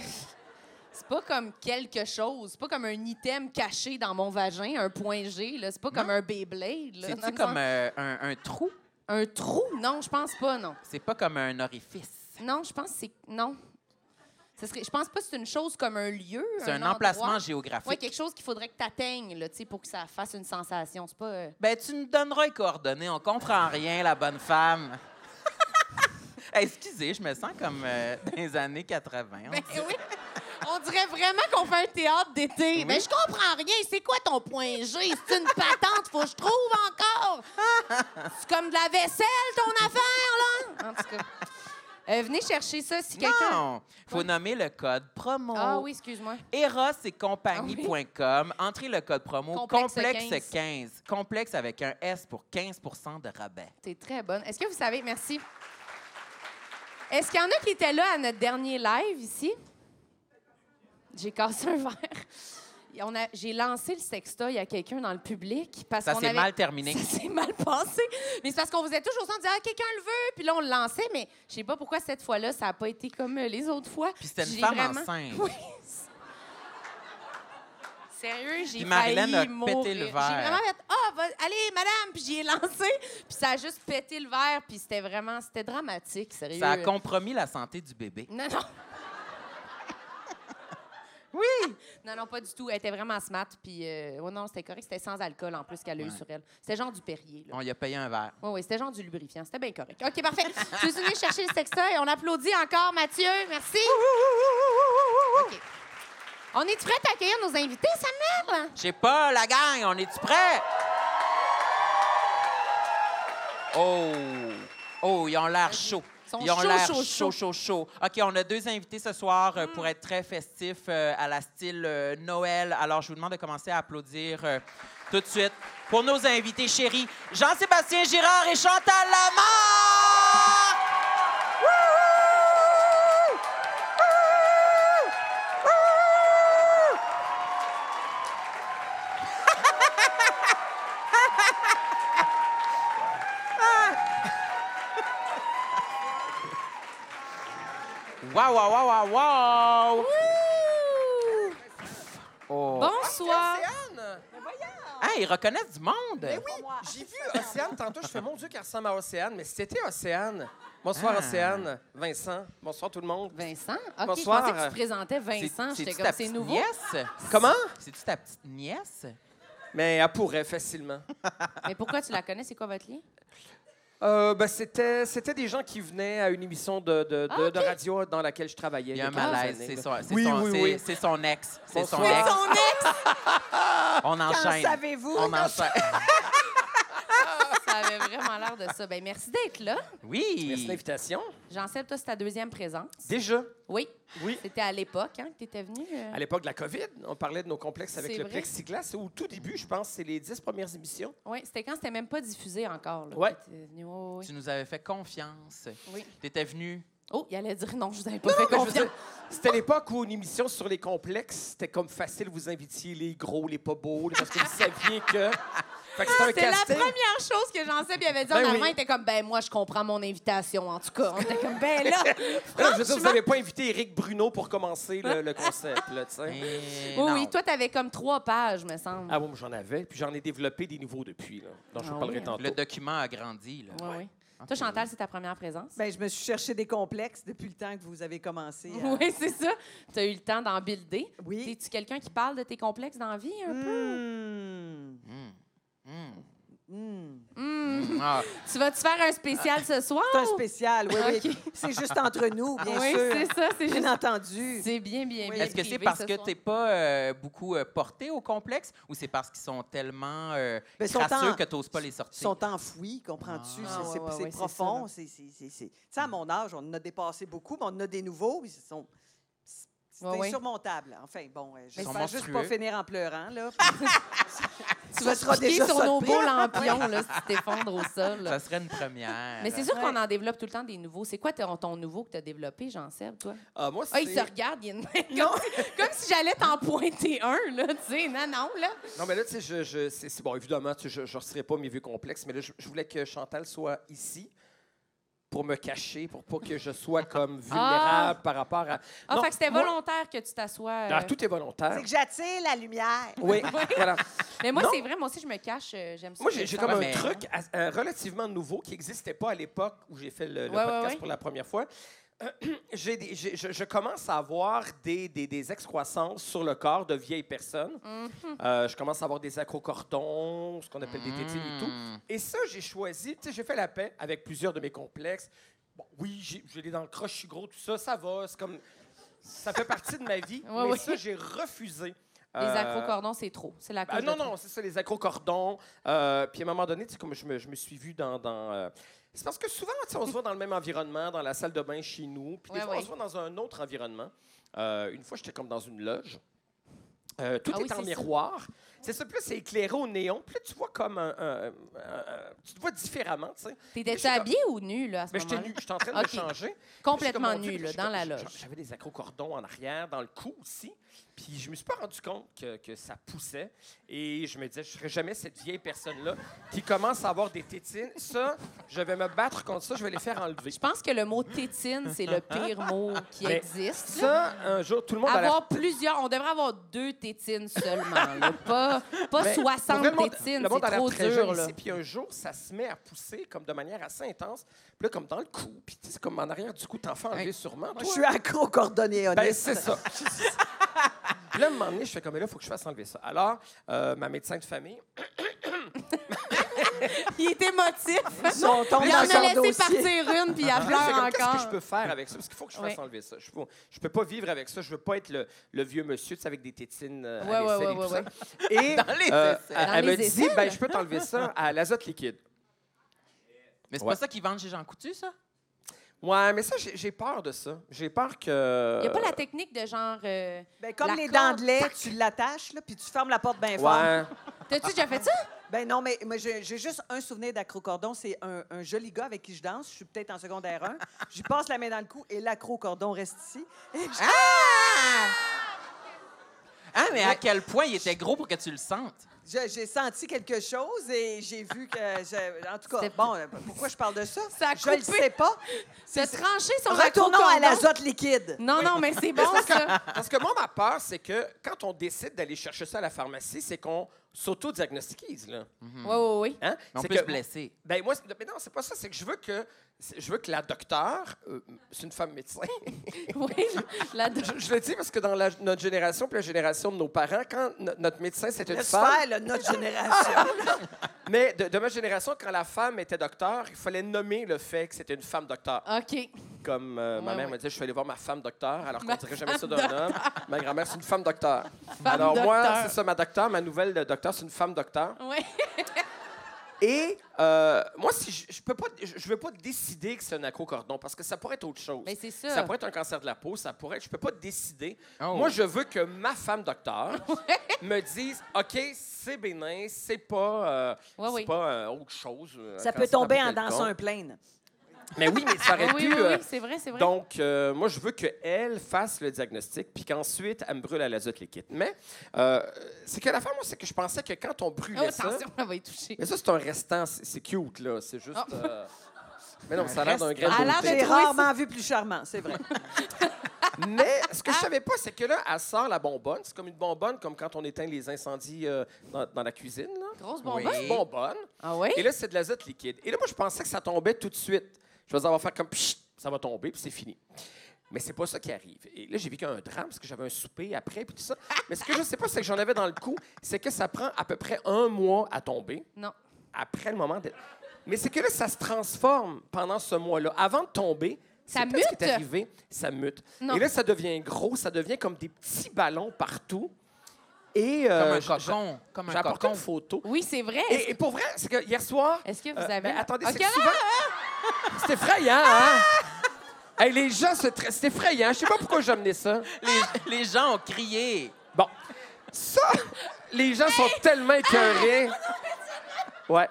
[SPEAKER 5] C'est pas comme quelque chose. C'est pas comme un item caché dans mon vagin, un point G. là. C'est pas comme un Beyblade. là, dans
[SPEAKER 2] C'est-tu
[SPEAKER 5] le
[SPEAKER 2] comme
[SPEAKER 5] sens-
[SPEAKER 2] euh, un, un trou?
[SPEAKER 5] Un trou? Non, je pense pas, non.
[SPEAKER 2] C'est pas comme un orifice.
[SPEAKER 5] Non, je pense que c'est... Non. Ce serait... Je pense pas que c'est une chose comme un lieu,
[SPEAKER 2] C'est un,
[SPEAKER 5] endroit.
[SPEAKER 2] emplacement géographique.
[SPEAKER 5] Ouais, quelque chose qu'il faudrait que tu atteignes pour que ça fasse une sensation. C'est pas... euh,
[SPEAKER 2] Ben, tu nous donneras les coordonnées. On comprend rien, la bonne femme. Hey, excusez, je me sens comme euh, dans les années 80. on
[SPEAKER 5] Ben
[SPEAKER 2] dit.
[SPEAKER 5] oui. On dirait vraiment qu'on fait un théâtre d'été. Mais je comprends rien. C'est quoi ton point G? C'est une patente. Faut que je trouve encore. C'est comme de la vaisselle, ton affaire, là. En tout cas. Euh, venez chercher ça si quelqu'un.
[SPEAKER 2] Non! Faut nommer le code promo.
[SPEAKER 5] Ah oui, excuse-moi.
[SPEAKER 2] Eros et compagnie.com. Entrez le code promo
[SPEAKER 5] Ah Complexe
[SPEAKER 2] complexe 15. Complexe avec un S pour 15 de rabais.
[SPEAKER 5] T'es très bonne. Est-ce que vous savez? Merci. Est-ce qu'il y en a qui étaient là à notre dernier live ici? J'ai cassé un verre. Et on a- J'ai lancé le sextoy à quelqu'un dans le public parce
[SPEAKER 2] Ça
[SPEAKER 5] qu'on
[SPEAKER 2] s'est
[SPEAKER 5] avait-
[SPEAKER 2] mal terminé.
[SPEAKER 5] Ça s'est mal passé. Mais c'est parce qu'on faisait toujours ça, on disait ah, quelqu'un le veut, puis là on le lançait, mais je sais pas pourquoi cette fois-là ça a pas été comme euh, les autres fois.
[SPEAKER 2] Puis c'était une
[SPEAKER 5] J'ai
[SPEAKER 2] femme enceinte.
[SPEAKER 5] Oui. Sérieux, j'ai
[SPEAKER 2] Puis Marilyn
[SPEAKER 5] failli
[SPEAKER 2] a pété
[SPEAKER 5] mourir.
[SPEAKER 2] le
[SPEAKER 5] J'ai
[SPEAKER 2] verre.
[SPEAKER 5] vraiment fait ah va- allez madame, puis j'y ai lancé, puis ça a juste pété le verre, puis c'était vraiment c'était dramatique, sérieux.
[SPEAKER 2] Ça a compromis la santé du bébé.
[SPEAKER 5] Non, non. oui! Non, non, pas du tout. Elle était vraiment smart. Puis, euh, oh non, c'était correct. C'était sans alcool en plus qu'elle a eu
[SPEAKER 2] Ouais.
[SPEAKER 5] sur elle. C'était genre du Perrier. Là.
[SPEAKER 2] On y a payé un verre.
[SPEAKER 5] Oui, oui, c'était genre du lubrifiant. C'était bien correct. OK, parfait. Je suis venue chercher le sextoy. On applaudit encore Mathieu. Merci. OK. On est prêts à accueillir nos invités, Samuel?
[SPEAKER 2] Je sais pas, la gang, on est-tu prêts? Oh! Oh, ils ont l'air chauds.
[SPEAKER 5] Ils sont
[SPEAKER 2] Ils ont
[SPEAKER 5] chauds,
[SPEAKER 2] l'air
[SPEAKER 5] chauds,
[SPEAKER 2] chaud,
[SPEAKER 5] chauds. Mm.
[SPEAKER 2] chaud, chaud, OK, on a deux invités ce soir euh, pour être très festifs euh, à la style euh, Noël. Alors, je vous demande de commencer à applaudir euh, tout de suite pour nos invités chéris, Jean-Sébastien Girard et Chantal Lamar! Wow, wow, wow, wow, wow! Oh.
[SPEAKER 5] Bonsoir.
[SPEAKER 6] Océane!
[SPEAKER 2] Hein, ils reconnaissent du monde!
[SPEAKER 6] Eh oui, j'ai vu Océane tantôt. Je fais mon Dieu qu'elle ressemble à Océane, mais c'était Océane. Bonsoir
[SPEAKER 2] Ah.
[SPEAKER 6] Océane, Vincent, bonsoir tout le monde.
[SPEAKER 5] Vincent? OK,
[SPEAKER 6] Bonsoir.
[SPEAKER 5] je pensais que tu te présentais Vincent.
[SPEAKER 2] C'est-
[SPEAKER 5] J'étais
[SPEAKER 2] c'est-tu
[SPEAKER 5] comme,
[SPEAKER 2] ta
[SPEAKER 5] c'est
[SPEAKER 2] petite
[SPEAKER 5] nouveau.
[SPEAKER 2] nièce?
[SPEAKER 6] Comment?
[SPEAKER 2] C'est-tu ta petite nièce?
[SPEAKER 6] Mais elle pourrait facilement.
[SPEAKER 5] Mais pourquoi tu la connais? C'est quoi votre lien?
[SPEAKER 6] Euh, ben, c'était, c'était des gens qui venaient à une émission de, de- de-
[SPEAKER 5] Ah, ok.
[SPEAKER 6] de radio dans laquelle je travaillais.
[SPEAKER 2] Il
[SPEAKER 5] Ah,
[SPEAKER 2] y a un
[SPEAKER 6] quelques
[SPEAKER 2] malaise.
[SPEAKER 6] années,
[SPEAKER 2] C'est
[SPEAKER 6] là.
[SPEAKER 2] son, c'est
[SPEAKER 6] Oui,
[SPEAKER 2] son-
[SPEAKER 6] oui,
[SPEAKER 2] c'est-
[SPEAKER 6] oui.
[SPEAKER 2] c'est son ex. C'est son
[SPEAKER 6] Bonsoir.
[SPEAKER 2] ex. On enchaîne.
[SPEAKER 7] savez-vous?
[SPEAKER 2] On enchaîne.
[SPEAKER 5] Ah, Ça avait vraiment l'air de ça. Ben merci d'être là.
[SPEAKER 6] Merci de
[SPEAKER 2] Oui.
[SPEAKER 6] l'invitation.
[SPEAKER 5] J'enseigne, toi, c'est ta deuxième présence.
[SPEAKER 6] Déjà,
[SPEAKER 5] Oui.
[SPEAKER 6] oui.
[SPEAKER 5] C'était à l'époque, hein, que tu étais venu.
[SPEAKER 6] À l'époque de la COVID, on parlait de nos complexes avec
[SPEAKER 5] C'est
[SPEAKER 6] le
[SPEAKER 5] vrai.
[SPEAKER 6] plexiglas. Au tout début, je pense, c'est les dix premières émissions.
[SPEAKER 5] Oui, c'était quand c'était même pas diffusé encore. Là,
[SPEAKER 6] Ouais.
[SPEAKER 5] que t'es venu. Ouais, ouais,
[SPEAKER 2] Tu nous avais fait confiance.
[SPEAKER 5] Oui.
[SPEAKER 2] Tu étais venu.
[SPEAKER 5] Oh, il allait dire non, je vous avais pas fait
[SPEAKER 6] Mais je veux
[SPEAKER 5] confiance.
[SPEAKER 6] dire, C'était l'époque où une émission sur les complexes, c'était comme facile, vous invitiez les gros, les pas beaux, les- parce que vous saviez que. Fait que c'était un
[SPEAKER 5] C'est la
[SPEAKER 6] casting.
[SPEAKER 5] première chose que j'en sais, puis il avait dit
[SPEAKER 6] Ben
[SPEAKER 5] en
[SPEAKER 6] oui.
[SPEAKER 5] avant, il était comme, ben moi, je comprends mon invitation, en tout cas. On était comme, ben là,
[SPEAKER 6] Non, je veux dire, vous n'avez pas invité Éric Bruno pour commencer le, le concept, là, tu sais.
[SPEAKER 2] Et
[SPEAKER 5] oui,
[SPEAKER 2] Eh non.
[SPEAKER 5] oui, toi, t'avais comme trois pages, me semble.
[SPEAKER 6] Ah bon, j'en avais, puis j'en ai développé des nouveaux depuis, là, dont je
[SPEAKER 5] Ah
[SPEAKER 6] vous parlerai
[SPEAKER 5] oui.
[SPEAKER 6] tantôt.
[SPEAKER 2] Le document a grandi. Là.
[SPEAKER 5] Ouais, ouais. Toi, Chantal, c'est ta première présence.
[SPEAKER 7] Ben, je me suis cherché des complexes depuis le temps que vous avez commencé. à-
[SPEAKER 5] Oui, c'est ça. Tu as eu le temps d'en builder.
[SPEAKER 7] Oui. Mm.
[SPEAKER 5] Es-tu quelqu'un qui parle de tes complexes dans la vie un peu?
[SPEAKER 7] Hmm. Hmm.
[SPEAKER 5] Hmm.
[SPEAKER 2] Mm. Ah.
[SPEAKER 5] Tu vas-tu faire un spécial ce soir?
[SPEAKER 7] C'est un spécial, oui, oui.
[SPEAKER 5] Oh. OK.
[SPEAKER 7] C'est juste entre nous, bien
[SPEAKER 5] oui,
[SPEAKER 7] sûr.
[SPEAKER 5] c'est ça, c'est
[SPEAKER 7] Bien
[SPEAKER 5] juste.
[SPEAKER 7] entendu.
[SPEAKER 5] C'est bien, bien, bien.
[SPEAKER 2] Est-ce que c'est
[SPEAKER 5] privé
[SPEAKER 2] parce
[SPEAKER 5] ce
[SPEAKER 2] que
[SPEAKER 5] soir.
[SPEAKER 2] t'es pas euh, beaucoup euh, porté au complexe ou c'est parce qu'ils sont tellement euh,
[SPEAKER 7] Ben, ils sont
[SPEAKER 2] crasseux
[SPEAKER 7] en-
[SPEAKER 2] que t'oses pas les sortir?
[SPEAKER 7] Ils sont enfouis, comprends-tu?
[SPEAKER 2] Ah.
[SPEAKER 7] C'est-
[SPEAKER 5] Ah, ouais,
[SPEAKER 7] c'est
[SPEAKER 5] ouais,
[SPEAKER 7] c'est
[SPEAKER 5] ouais, c'est
[SPEAKER 7] profond. c'est- c'est- c'est- c'est- Tu sais, à mon âge, on en a dépassé beaucoup, mais on en a des nouveaux. Ils sont... C'est
[SPEAKER 5] Ouais, ouais.
[SPEAKER 7] insurmontable. Enfin, bon, euh, j'espère
[SPEAKER 2] sont
[SPEAKER 7] juste pas
[SPEAKER 2] monstrueux.
[SPEAKER 7] finir en pleurant, là.
[SPEAKER 6] Ah.
[SPEAKER 5] Tu
[SPEAKER 7] Ça
[SPEAKER 5] vas
[SPEAKER 7] sera
[SPEAKER 5] te
[SPEAKER 7] déjà
[SPEAKER 5] sur
[SPEAKER 7] ça de
[SPEAKER 5] nos
[SPEAKER 7] pire.
[SPEAKER 5] beaux lampions, là, si tu t'effondres au sol. là.
[SPEAKER 2] Ça serait une première.
[SPEAKER 5] Mais c'est sûr
[SPEAKER 7] Ouais.
[SPEAKER 5] qu'on en développe tout le temps des nouveaux. C'est quoi ton, ton nouveau que tu as développé, Jean-Serve, toi?
[SPEAKER 8] Ah, moi, c'est...
[SPEAKER 5] Ah, il se regarde, il y a une comme, si- comme si j'allais t'en pointer un, là, tu sais. Non, non, là.
[SPEAKER 8] Non, mais là, tu sais, je, je- c'est, c'est- bon, évidemment, tu sais, je ne retirerai pas mes vieux complexes, mais là, je, je voulais que Chantal soit ici pour me cacher, pour pas que je sois comme vulnérable par rapport à.
[SPEAKER 5] Ah,
[SPEAKER 8] Non,
[SPEAKER 5] fait que c'était
[SPEAKER 8] moi-
[SPEAKER 5] volontaire que tu t'assoies. euh,
[SPEAKER 6] Ah,
[SPEAKER 8] Alors, tout est volontaire.
[SPEAKER 7] C'est que j'attire la lumière.
[SPEAKER 8] Oui, voilà.
[SPEAKER 5] Mais moi,
[SPEAKER 8] Non.
[SPEAKER 5] c'est vrai, moi aussi, je me cache. euh, J'aime ça.
[SPEAKER 8] Moi, j'ai, j'ai comme
[SPEAKER 2] Ouais,
[SPEAKER 8] un
[SPEAKER 2] mais-
[SPEAKER 8] truc à- euh, relativement nouveau qui n'existait pas à l'époque où j'ai fait le, le
[SPEAKER 5] Ouais, ouais,
[SPEAKER 8] podcast
[SPEAKER 5] ouais.
[SPEAKER 8] pour la première fois. J'ai des- j'ai- je, je commence à avoir des, des, des excroissances sur le corps de vieilles personnes.
[SPEAKER 5] Mm-hmm.
[SPEAKER 8] Euh, je commence à avoir des acrocortons, ce qu'on
[SPEAKER 2] Mm.
[SPEAKER 8] appelle des tétines et
[SPEAKER 5] Mm.
[SPEAKER 8] tout. Et ça, j'ai choisi, tu sais, j'ai fait la paix avec plusieurs de mes complexes. Bon, oui, j'ai j'ai les dents croches, je suis gros, tout ça, ça va, c'est comme... Ça fait partie de ma vie,
[SPEAKER 5] Ouais,
[SPEAKER 8] mais
[SPEAKER 5] ouais.
[SPEAKER 8] ça, j'ai refusé.
[SPEAKER 5] Les
[SPEAKER 8] Euh,
[SPEAKER 5] acrocordons, c'est trop. C'est la
[SPEAKER 8] ah,
[SPEAKER 5] cause
[SPEAKER 8] non,
[SPEAKER 5] de trop.
[SPEAKER 8] non, c'est ça, les acrocordons. Euh, puis à un moment donné, tu sais, comme je me, je me suis vu dans. dans, euh, C'est parce que souvent, tu sais, on se voit dans le même environnement, dans la salle de bain chez nous. Puis des
[SPEAKER 5] Ouais,
[SPEAKER 8] fois,
[SPEAKER 5] ouais.
[SPEAKER 8] on se voit dans un autre environnement. Euh, une fois, j'étais comme dans une loge. Euh, tout
[SPEAKER 5] Ah
[SPEAKER 8] est
[SPEAKER 5] oui,
[SPEAKER 8] en
[SPEAKER 5] c'est ça.
[SPEAKER 8] miroir. C'est ça, plus c'est éclairé au néon. Plus tu vois comme un. un- un- tu te vois différemment, tu sais.
[SPEAKER 5] T'étais-tu
[SPEAKER 8] j'étais comme-
[SPEAKER 5] habillé ou nu, là, à ce
[SPEAKER 8] Mais j'étais
[SPEAKER 5] moment-là?
[SPEAKER 8] nu, j'étais en train de me
[SPEAKER 5] Ok.
[SPEAKER 8] changer.
[SPEAKER 5] Complètement
[SPEAKER 8] Puis je suis comme, mon Dieu,
[SPEAKER 5] nu,
[SPEAKER 8] puis
[SPEAKER 5] là,
[SPEAKER 8] je suis
[SPEAKER 5] dans
[SPEAKER 8] comme,
[SPEAKER 5] la
[SPEAKER 8] je-
[SPEAKER 5] loge.
[SPEAKER 8] J'avais des acrocordons en arrière, dans le cou aussi. Puis je me suis pas rendu compte que, que ça poussait. Et je me disais, je serai jamais cette vieille personne-là qui commence à avoir des tétines. Ça, je vais me battre contre ça, je vais les faire enlever.
[SPEAKER 5] Je pense que le mot tétine, c'est le pire mot qui
[SPEAKER 8] Hein? Mais
[SPEAKER 5] existe. là.
[SPEAKER 8] Ça, un jour, tout le monde va
[SPEAKER 5] Avoir plusieurs, on devrait avoir deux tétines seulement, là. pas, pas 60 tétines,
[SPEAKER 8] Le monde a
[SPEAKER 5] c'est
[SPEAKER 8] l'air
[SPEAKER 5] trop
[SPEAKER 8] très
[SPEAKER 5] dur.
[SPEAKER 8] jeune
[SPEAKER 5] Là.
[SPEAKER 8] ici, puis un jour, ça se met à pousser comme de manière assez intense. Puis là, comme dans le cou, puis tu sais, comme en arrière du cou, t'en fais enlever sûrement.
[SPEAKER 7] Moi,
[SPEAKER 8] toi.
[SPEAKER 7] je suis accro au cordonnier honnête.
[SPEAKER 8] Ben, c'est ça. Puis là, à un moment donné, je fais comme, mais là, il faut que je fasse enlever ça. Alors, euh, ma médecin de famille,
[SPEAKER 5] Il est émotif.
[SPEAKER 7] Ils sont tombés
[SPEAKER 5] Il en
[SPEAKER 7] dans
[SPEAKER 5] a
[SPEAKER 7] son
[SPEAKER 5] laissé
[SPEAKER 7] dossier.
[SPEAKER 5] partir une, puis il a
[SPEAKER 8] Puis là, Ah, je
[SPEAKER 5] pleure
[SPEAKER 8] fais comme, qu'est-ce que je
[SPEAKER 5] encore.
[SPEAKER 8] peux faire avec ça? Parce qu'il faut que je fasse
[SPEAKER 5] Ouais.
[SPEAKER 8] enlever ça. Je ne peux pas vivre avec ça. Je veux pas être le, le vieux monsieur tu sais, avec des tétines euh,
[SPEAKER 5] Ouais,
[SPEAKER 8] à
[SPEAKER 5] ouais,
[SPEAKER 8] l'aisselle
[SPEAKER 5] ouais,
[SPEAKER 8] et
[SPEAKER 5] ouais,
[SPEAKER 8] tout ça. Et
[SPEAKER 2] Dans les
[SPEAKER 8] euh,
[SPEAKER 2] aisselles.
[SPEAKER 8] elle,
[SPEAKER 5] Dans
[SPEAKER 8] elle me
[SPEAKER 5] les
[SPEAKER 8] dit,
[SPEAKER 5] aisselles?
[SPEAKER 8] ben, je peux t'enlever ça à l'azote liquide.
[SPEAKER 2] Mais c'est
[SPEAKER 8] Ouais.
[SPEAKER 2] pas ça qu'ils vendent chez Jean Coutu, ça?
[SPEAKER 8] Ouais, mais ça, j'ai j'ai peur de ça. J'ai peur que...
[SPEAKER 5] Il n'y a pas la technique de genre. euh,
[SPEAKER 7] Ben, comme
[SPEAKER 5] La
[SPEAKER 7] les
[SPEAKER 5] corde,
[SPEAKER 7] dents de lait, tu l'attaches, là, puis tu fermes la porte bien fort.
[SPEAKER 8] Ouais.
[SPEAKER 5] T'as-tu déjà fait ça?
[SPEAKER 7] Ben non, mais, mais j'ai j'ai juste un souvenir d'acrocordon. C'est un, un joli gars avec qui je danse. Je suis peut-être en secondaire 1. J'y passe la main dans le cou et l'acrocordon reste ici. Et je-
[SPEAKER 2] Ah, mais à quel point il était gros pour que tu le sentes?
[SPEAKER 7] je- J'ai senti quelque chose et j'ai vu que... je- en tout cas,
[SPEAKER 5] C'est-
[SPEAKER 7] bon, euh, pourquoi je parle de ça?
[SPEAKER 5] Ça a
[SPEAKER 7] je le
[SPEAKER 5] coupé.
[SPEAKER 7] sais pas.
[SPEAKER 5] Se trancher son
[SPEAKER 7] Retournons à
[SPEAKER 5] acrocordon.
[SPEAKER 7] l'azote liquide.
[SPEAKER 5] Non, non, mais c'est bon, ça.
[SPEAKER 8] Parce que moi, ma peur, c'est que quand on décide d'aller chercher ça à la pharmacie, c'est qu'on s'auto-diagnostiquise. là.
[SPEAKER 5] Oui, oui, oui.
[SPEAKER 8] Hein?
[SPEAKER 2] Mais on
[SPEAKER 8] C'est
[SPEAKER 2] peut
[SPEAKER 8] que-
[SPEAKER 2] se blesser.
[SPEAKER 8] Ben moi, c'est- mais non, c'est pas ça. C'est que je veux que c'est- je veux que la docteur, euh, c'est une femme médecin.
[SPEAKER 5] Oui, la do-
[SPEAKER 8] je, je le dis parce que dans la- notre génération, puis la génération de nos parents, quand no- notre médecin c'était une
[SPEAKER 7] Laisse
[SPEAKER 8] femme,
[SPEAKER 7] faire, là, notre génération.
[SPEAKER 8] mais de, de ma génération, quand la femme était docteur, il fallait nommer le fait que c'était une femme docteur.
[SPEAKER 5] OK.
[SPEAKER 8] Comme euh, ma
[SPEAKER 5] Ah. Ouais,
[SPEAKER 8] mère
[SPEAKER 5] ouais.
[SPEAKER 8] me disait, je suis allée voir ma femme docteur, alors qu'on
[SPEAKER 5] Ma
[SPEAKER 8] dirait jamais ça
[SPEAKER 5] femme
[SPEAKER 8] d'un homme. Ma grand-mère c'est une femme docteur.
[SPEAKER 5] Femme
[SPEAKER 8] alors moi,
[SPEAKER 5] docteur.
[SPEAKER 8] c'est ça ma docteur, ma nouvelle docteur, c'est une femme docteur.
[SPEAKER 5] Oui.
[SPEAKER 8] Et euh, moi, si je, je peux pas, je, je veux pas décider que c'est un acrocordon parce que ça pourrait être autre chose.
[SPEAKER 5] Mais Ben, c'est ça.
[SPEAKER 8] Ça pourrait être un cancer de la peau, ça pourrait. être- Je peux pas décider.
[SPEAKER 2] Oh.
[SPEAKER 8] Moi, je veux que ma femme docteur me dise, ok, c'est bénin, c'est pas, euh,
[SPEAKER 5] Ouais,
[SPEAKER 8] c'est
[SPEAKER 5] oui.
[SPEAKER 8] pas euh, autre chose. euh,
[SPEAKER 7] Ça
[SPEAKER 8] un
[SPEAKER 7] peut
[SPEAKER 8] cancer de
[SPEAKER 7] tomber
[SPEAKER 8] la peau
[SPEAKER 7] en dansant un
[SPEAKER 8] quelconque.
[SPEAKER 7] plane.
[SPEAKER 8] Mais oui, mais ça
[SPEAKER 5] Oui,
[SPEAKER 8] aurait
[SPEAKER 5] Ah oui,
[SPEAKER 8] pu.
[SPEAKER 5] oui,
[SPEAKER 8] euh,
[SPEAKER 5] oui, c'est vrai, c'est vrai.
[SPEAKER 8] donc, euh, moi, je veux qu'elle fasse le diagnostic, puis qu'ensuite, elle me brûle à l'azote liquide. Mais euh, c'est que l'affaire, moi, c'est que je pensais que quand on
[SPEAKER 5] Oh,
[SPEAKER 8] brûlait ça,
[SPEAKER 5] attention, on va y toucher.
[SPEAKER 8] mais ça, c'est un restant. C'est c'est cute, là. C'est juste.
[SPEAKER 5] Ah.
[SPEAKER 8] euh, Mais non, ça a l'air d'un grain
[SPEAKER 5] À l'air de-
[SPEAKER 8] de beauté.
[SPEAKER 7] J'ai
[SPEAKER 5] trouvé
[SPEAKER 7] rarement vu plus charmant, c'est vrai.
[SPEAKER 8] Mais ce
[SPEAKER 5] Ah.
[SPEAKER 8] que je savais pas, c'est que là, elle sort la bonbonne. C'est comme une bonbonne, comme quand on éteint les incendies euh, dans, dans la cuisine. Là.
[SPEAKER 5] Grosse bonbonne.
[SPEAKER 2] Oui.
[SPEAKER 8] Une bonbonne.
[SPEAKER 5] Ah oui?
[SPEAKER 8] Et là, c'est de l'azote liquide. Et là, moi, je pensais que ça tombait tout de suite. Je faisais avoir faire comme Pchit ça va tomber, puis c'est fini. Mais c'est pas ça qui arrive. Et là, j'ai vécu un drame parce que j'avais un souper après, puis tout ça. Mais ce que je sais pas, c'est que j'en avais dans le coup, c'est que ça prend à peu près un mois à tomber
[SPEAKER 5] Non.
[SPEAKER 8] après le moment de... Mais c'est que là, ça se transforme pendant ce mois-là. Avant de tomber,
[SPEAKER 5] Ça
[SPEAKER 8] c'est peut-être ce qui est
[SPEAKER 5] mute?
[SPEAKER 8] arrivé, ça mute.
[SPEAKER 5] Non.
[SPEAKER 8] Et là, ça devient gros, ça devient comme des petits ballons partout. Et
[SPEAKER 2] Comme un
[SPEAKER 8] euh, j'ai-
[SPEAKER 2] cocon. Comme
[SPEAKER 8] j'ai
[SPEAKER 2] un
[SPEAKER 8] apporté
[SPEAKER 2] cocon.
[SPEAKER 8] une photo.
[SPEAKER 5] Oui, c'est vrai. Ah,
[SPEAKER 8] Et, et pour vrai, c'est que hier soir.
[SPEAKER 5] Est-ce que vous
[SPEAKER 8] euh,
[SPEAKER 5] avez-
[SPEAKER 8] mais attendez,
[SPEAKER 5] Ok,
[SPEAKER 8] c'est que
[SPEAKER 5] ah,
[SPEAKER 8] souvent. C'est effrayant, hein? Hey, les gens, se tra- c'est effrayant. Je sais pas pourquoi j'ai amené ça.
[SPEAKER 2] Les, les gens ont crié.
[SPEAKER 8] Bon. Ça, les gens sont tellement écœurés. Ouais.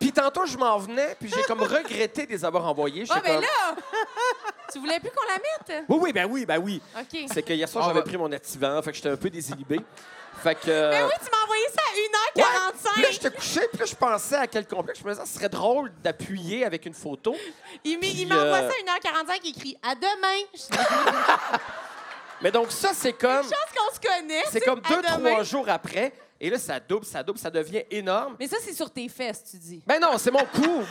[SPEAKER 8] Puis tantôt, je m'en venais, puis j'ai comme regretté de les avoir envoyés.
[SPEAKER 5] Ah,
[SPEAKER 8] J'étais
[SPEAKER 5] ben
[SPEAKER 8] comme-
[SPEAKER 5] là! tu voulais plus qu'on la mette?
[SPEAKER 8] Oui, oui, ben oui, ben oui.
[SPEAKER 5] OK.
[SPEAKER 8] C'est que hier soir,
[SPEAKER 2] On
[SPEAKER 8] j'avais
[SPEAKER 2] va-
[SPEAKER 8] pris mon activant, fait que j'étais un peu désinhibé. Fait que...
[SPEAKER 5] Ben oui, tu m'as envoyé ça
[SPEAKER 8] Ouais.
[SPEAKER 5] à 1h45.
[SPEAKER 8] Puis Là, j'étais couché, puis là, je pensais à quel complexe. Je me disais, ce serait drôle d'appuyer avec une photo.
[SPEAKER 5] il m'y-
[SPEAKER 8] Puis,
[SPEAKER 5] il m'envoie
[SPEAKER 8] euh,
[SPEAKER 5] ça à 1h45, il crie à demain. Je
[SPEAKER 8] Mais donc, ça, c'est comme.
[SPEAKER 5] pense qu'on se connaît. tu
[SPEAKER 8] C'est
[SPEAKER 5] sais,
[SPEAKER 8] comme
[SPEAKER 5] à
[SPEAKER 8] deux,
[SPEAKER 5] demain.
[SPEAKER 8] trois jours après. Et là, ça double, ça double, ça devient énorme.
[SPEAKER 5] Mais ça, c'est sur tes fesses, tu dis.
[SPEAKER 8] Ben non, c'est mon coup.